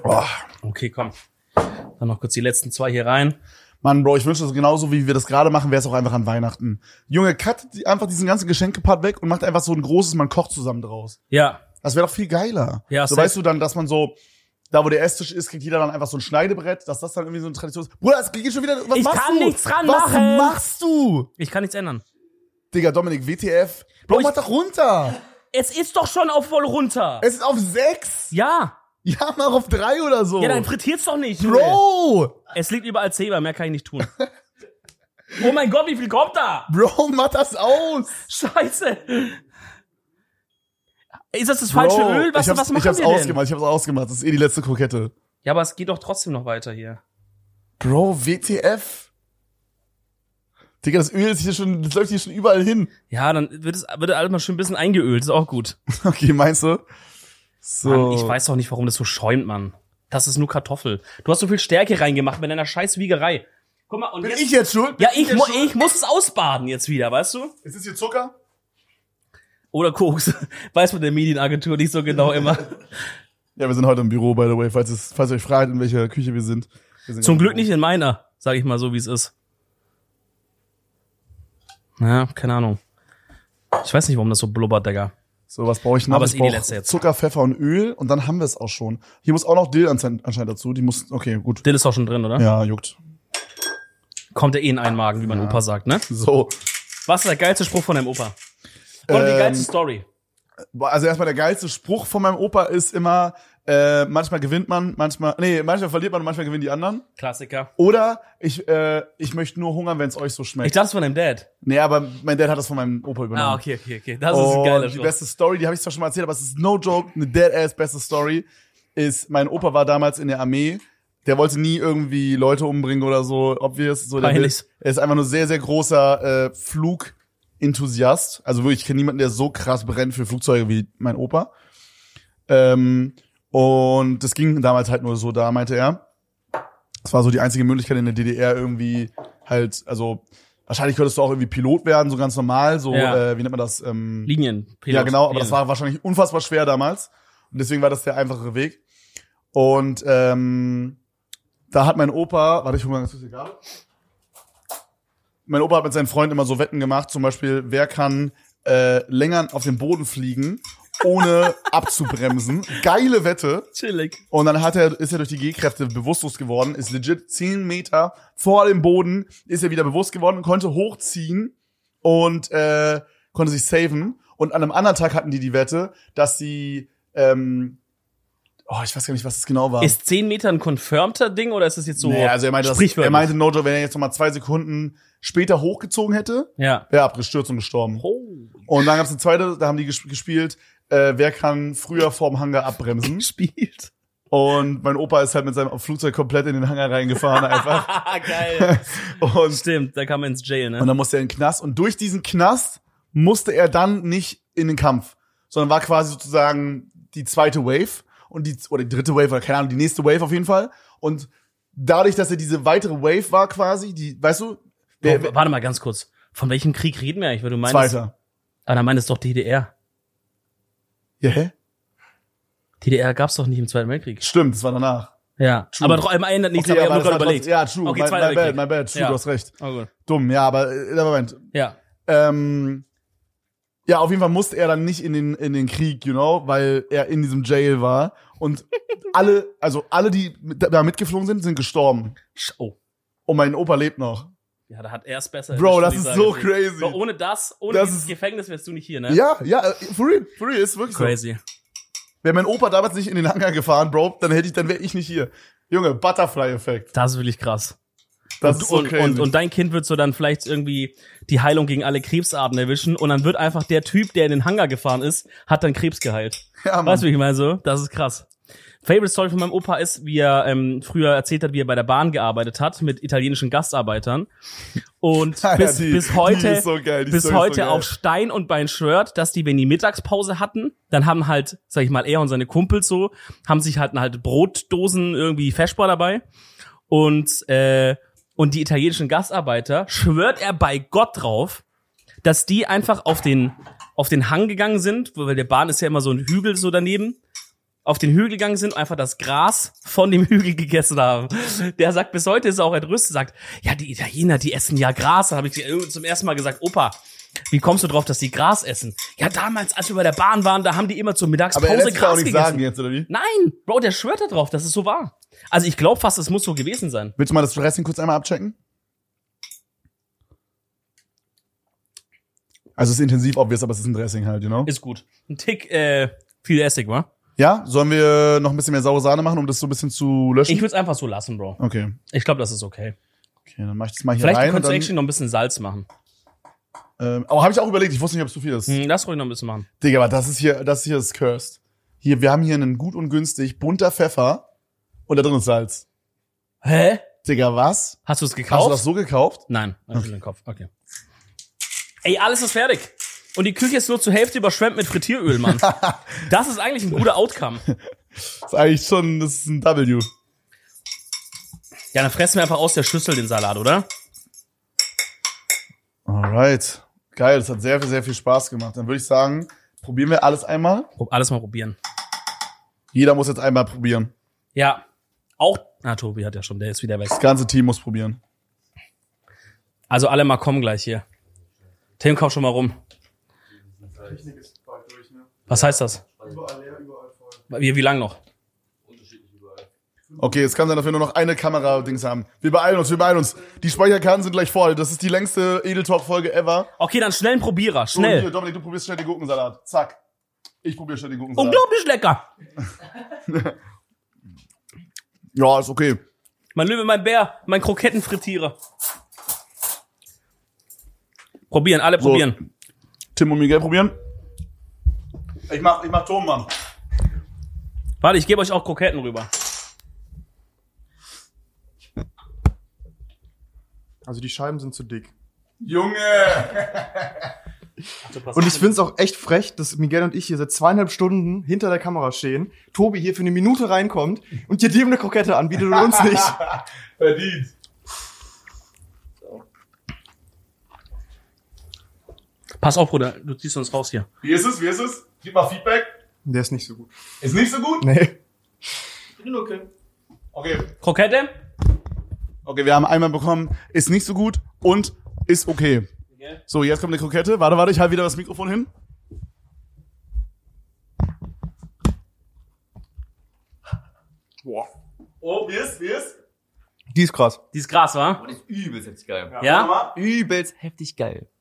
Boah. Okay, komm. Dann noch kurz die letzten zwei hier rein. Mann, Bro, ich wünsche das genauso, wie wir das gerade machen, wäre es auch einfach an Weihnachten. Junge, cuttet die- einfach diesen ganzen Geschenkepart weg und macht einfach so ein großes, man kocht zusammen draus. Ja, Das wäre doch viel geiler. Ja, so safe. weißt du dann, dass man so, da wo der Esstisch ist, kriegt jeder dann einfach so ein Schneidebrett, dass das dann irgendwie so eine Tradition ist. Bruder, es geht schon wieder, was Ich machst kann du? nichts dran was machen. Was machst du? ich kann nichts ändern. Digga, Dominik, WTF. Bro, ich- mach doch runter. Es ist doch schon auf voll runter. Es ist auf sechs. ja. Ja, mach auf drei oder so. Ja, dann frittiert's doch nicht. Junge. Bro, Es liegt überall Zebra, mehr kann ich nicht tun. oh mein Gott, wie viel kommt da? Bro, mach das aus. Scheiße. Ist das das falsche Bro, Öl? Was, ich hab's, was machen ich hab's wir denn? ausgemacht, ich hab's ausgemacht. Das ist eh die letzte Krokette. Ja, aber es geht doch trotzdem noch weiter hier. Bro, WTF? Digga, das Öl ist hier schon, das läuft hier schon überall hin. Ja, dann wird es wird alles mal schön ein bisschen eingeölt, ist auch gut. Okay, meinst du? So. Mann, ich weiß doch nicht, warum das so schäumt, Mann. Das ist nur Kartoffel. Du hast so viel Stärke reingemacht mit deiner scheiß Wiegerei. Guck mal, und Bin jetzt, ich jetzt schuld? Bin Ja, ich, jetzt mu schuld? ich muss es ausbaden jetzt wieder, weißt du? Ist das hier Zucker? Oder Koks. Weiß man der Medienagentur nicht so genau immer. Ja, wir sind heute im Büro, by the way, falls, es, falls ihr euch fragt, in welcher Küche wir sind. Wir sind Zum gerade Glück im nicht in meiner, sag ich mal so, wie es ist. Ja, keine Ahnung. Ich weiß nicht, warum das so blubbert, Digga. Büro. So, was brauche ich noch? Aber es ich ist eh die brauch letzte jetzt. Zucker, Pfeffer und Öl und dann haben wir es auch schon. Hier muss auch noch Dill anschein- anscheinend dazu. Die muss, okay, gut. Dill ist auch schon drin, oder? Ja, juckt. kommt er eh in einen Magen, wie mein Opa sagt, ne? So. Was ist der geilste Spruch von deinem Opa? Oder die Ähm, geilste Story? Boah, Also erstmal der geilste Spruch von meinem Opa ist immer, äh, manchmal gewinnt man, manchmal, nee, manchmal verliert man und manchmal gewinnen die anderen. Klassiker. Oder ich, äh, ich möchte nur hungern, wenn es euch so Ich schmeckt. dachte, es war deinem Dad. nee, aber mein Dad hat das von meinem Opa übernommen. Ah, okay, okay, okay. Das ist Genau. Und ein geiler die Spruch. beste Story, die habe ich zwar schon mal erzählt, aber es ist no joke, eine dead-ass beste Story, ist, mein Opa war damals in der Armee, der wollte nie irgendwie Leute umbringen oder so, obvious. So, der Peinlich. will- er ist einfach nur sehr, sehr großer äh, Flugenthusiast. Also wirklich, ich kenne niemanden, der so krass brennt für Flugzeuge wie mein Opa. Ähm, und das ging damals halt nur so da, meinte er. Das war so die einzige Möglichkeit in der DDR irgendwie halt, also wahrscheinlich könntest du auch irgendwie Pilot werden, so ganz normal, so, Ja. äh, wie nennt man das? Ähm, Linien. ja, genau, aber das war wahrscheinlich unfassbar schwer damals. Und deswegen war das der einfachere Weg. Und ähm, da hat mein Opa, warte, ich hol mal ganz kurz die Gabel. Mein Opa hat mit seinen Freunden immer so Wetten gemacht, zum Beispiel, wer kann äh, länger auf den Boden fliegen, ohne abzubremsen. Geile Wette. chillig. Und dann hat er, ist er durch die G-Kräfte bewusstlos geworden, ist legit 10 Meter vor dem Boden, ist er wieder bewusst geworden, konnte hochziehen und äh, konnte sich saven. Und an einem anderen Tag hatten die die Wette, dass sie, ähm, oh, ich weiß gar nicht, was das genau war. Ist 10 Meter ein confirmter Ding oder ist das jetzt so? nee, also er meinte, das, sprichwörtlich? er meinte Nojo, wenn er jetzt nochmal zwei Sekunden später hochgezogen hätte, ja. wäre er abgestürzt und gestorben. Oh. Und dann gab es eine zweite, da haben die gesp gespielt, äh, wer kann früher vorm Hangar abbremsen. Spielt. Und mein Opa ist halt mit seinem Flugzeug komplett in den Hangar reingefahren einfach. Geil. Und, Stimmt, da kam er ins Jail, ne? und dann musste er in den Knast. Und durch diesen Knast musste er dann nicht in den Kampf, sondern war quasi sozusagen die zweite Wave und die, oder die dritte Wave, oder keine Ahnung, die nächste Wave auf jeden Fall. Und dadurch, dass er diese weitere Wave war quasi, die, weißt du, wer, oh, warte mal ganz kurz. Von welchem Krieg reden wir eigentlich? Weil du meinst, zweiter. aber dann meinst du doch DDR. Ja, hä? DDR gab's doch nicht im Zweiten Weltkrieg. Stimmt, das war danach. Ja. True. Aber doch einmal ändert nichts, Okay, aber ich aber habe gerade das war überlegt. trotzdem- Ja, true. Okay, my, zweiter my bad, Weltkrieg. my bad. True, Ja. du hast recht. Oh, gut. Dumm, ja, aber, äh, Moment, Ja. Ähm, ja, auf jeden Fall musste er dann nicht in den, in den Krieg, you know, weil er in diesem Jail war. Und alle, also alle, die mit- da mitgeflogen sind, sind gestorben. Sch- Oh. Und mein Opa lebt noch. Ja, da hat er es besser. Bro, das Ich ist sage so dir. crazy. Bro, ohne das, ohne Das dieses ist- Gefängnis wärst du nicht hier, ne? Ja, ja, äh, for real, for real, ist wirklich so. Crazy. Wäre mein Opa damals nicht in den Hangar gefahren, Bro, dann hätte ich, dann wäre ich nicht hier. Junge, Butterfly-Effekt. Das ist wirklich krass. Das und, ist so und, crazy. und, und dein Kind wird so dann vielleicht irgendwie die Heilung gegen alle Krebsarten erwischen und dann wird einfach der Typ, der in den Hangar gefahren ist, hat dann Krebs geheilt. ja, Mann. Weißt du, wie ich meine so? Das ist krass. Favorite Story von meinem Opa ist, wie er ähm, früher erzählt hat, wie er bei der Bahn gearbeitet hat mit italienischen Gastarbeitern und Ja, bis, die- bis die heute ist so geil, die bis Story ist so heute geil. auf Stein und Bein Shirt, dass die, wenn die Mittagspause hatten, dann haben halt, sag ich mal, er und seine Kumpels so, haben sich halt halt Brotdosen irgendwie Feschbar dabei und äh, und die italienischen Gastarbeiter schwört er bei Gott drauf, dass die einfach auf den, auf den Hang gegangen sind, weil der Bahn ist ja immer so ein Hügel so daneben, auf den Hügel gegangen sind und einfach das Gras von dem Hügel gegessen haben. Der sagt, bis heute ist er auch entrüstet, sagt, ja, die Italiener, die essen ja Gras. Da habe ich irgendwann zum ersten Mal gesagt, Opa, wie kommst du drauf, dass die Gras essen? Ja, damals, als wir bei der Bahn waren, da haben die immer zur aber Mittagspause er lässt Gras auch nicht gegessen. sagen jetzt, oder wie? Nein, Bro, der schwört da drauf, das ist so wahr. Also ich glaube fast, es muss so gewesen sein. Willst du mal das Dressing kurz einmal abchecken? Also es ist intensiv obvious, aber es ist ein Dressing halt, you know? Ist gut. Ein Tick, äh, viel Essig, wa? Ja, sollen wir noch ein bisschen mehr saure Sahne machen, um das so ein bisschen zu löschen? Ich würde es einfach so lassen, Bro. okay, Ich glaube, das ist okay. okay, dann mach ich das mal hier Vielleicht rein. Und könntest du dann, actually noch ein bisschen Salz machen. ähm, aber habe ich auch überlegt, ich wusste nicht, ob es zu viel ist. Hm, lass ruhig noch ein bisschen machen. Digga, aber das ist hier, das hier ist cursed. Hier, wir haben hier einen gut und günstig bunter Pfeffer und da drin ist Salz. Hä? Digga, was? Hast du es Hast du gekauft? das so gekauft? Nein, hab ich in den Kopf. Okay. Ey, alles ist fertig. Und die Küche ist nur zur Hälfte überschwemmt mit Frittieröl, Mann. das ist eigentlich ein guter Outcome. Das ist eigentlich schon, das ist ein W. Ja, dann fressen wir einfach aus der Schüssel den Salat, oder? Alright. Geil, das hat sehr, sehr viel Spaß gemacht. Dann würde ich sagen, probieren wir alles einmal. Prob- Alles mal probieren. Jeder muss jetzt einmal probieren. Ja. Auch. Na, Tobi hat ja schon, der ist wieder weg. Das ganze Team muss probieren. Also alle mal kommen gleich hier. Tim, komm schon mal rum. Die Technik ist bald durch, ne? Was heißt das? Überall leer, überall voll. Wie, wie lang noch? Okay, es kann sein, dass wir nur noch eine Kamera-Dings haben. Wir beeilen uns, wir beeilen uns. Die Speicherkarten sind gleich voll. Das ist die längste Edel Talk folge ever. Okay, dann schnell einen Probierer, Du, hier, schnell. Dominik, du probierst schnell den Gurkensalat. Zack. Ich probiere schnell den Gurkensalat. Unglaublich lecker. Ja, ist okay. Mein Löwe, mein Bär, mein Krokettenfrittierer. Probieren, alle So. probieren. Tim und Miguel probieren. Ich mach, ich mach Ton, Mann. Warte, ich gebe euch auch Kroketten rüber. Also die Scheiben sind zu dick. Junge! Also Und ich find's auch echt frech, dass Miguel und ich hier seit zweieinhalb Stunden hinter der Kamera stehen, Tobi hier für eine Minute reinkommt und dir dem eine Krokette anbietet und uns nicht. Verdient. Pass auf, Bruder, du ziehst uns raus hier. Wie ist es? Wie ist es? Gib mal Feedback. Der ist nicht so gut. Ist nicht so gut? Nee. Okay. Krokette? Okay, wir haben einmal bekommen, ist nicht so gut und ist okay. So, jetzt kommt eine Krokette. Warte, warte, ich halte wieder das Mikrofon hin. Boah. Oh, wie ist, wie ist? Die ist krass. Die ist Gras, wa? Das ist übelst heftig geil. Ja? Übelst heftig geil.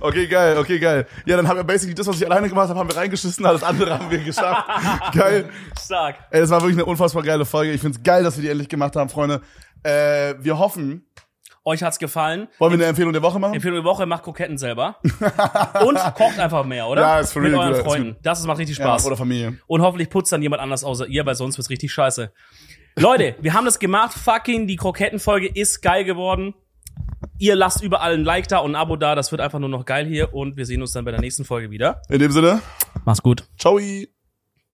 Okay, geil, okay, geil. Ja, dann haben wir basically das, was ich alleine gemacht habe, haben wir reingeschissen, alles andere haben wir geschafft. geil. Stark. Ey, das war wirklich eine unfassbar geile Folge. Ich find's geil, dass wir die endlich gemacht haben, Freunde. Äh, wir hoffen, Euch hat's gefallen. wollen wir eine Empfehlung der Woche machen? Empfehlung der Woche, macht Kroketten selber. Und kocht einfach mehr, oder? Ja, ist for Mit real, euren Bruder, ist Freunden. Das ist- macht richtig Ja, Spaß. oder Familie. Und hoffentlich putzt dann jemand anders außer ihr, weil sonst wird's richtig scheiße. Leute, wir haben das gemacht. Fucking, die Krokettenfolge ist geil geworden. Ihr lasst überall ein Like da und ein Abo da. Das wird einfach nur noch geil hier. Und wir sehen uns dann bei der nächsten Folge wieder. In dem Sinne, Mach's gut. ciao.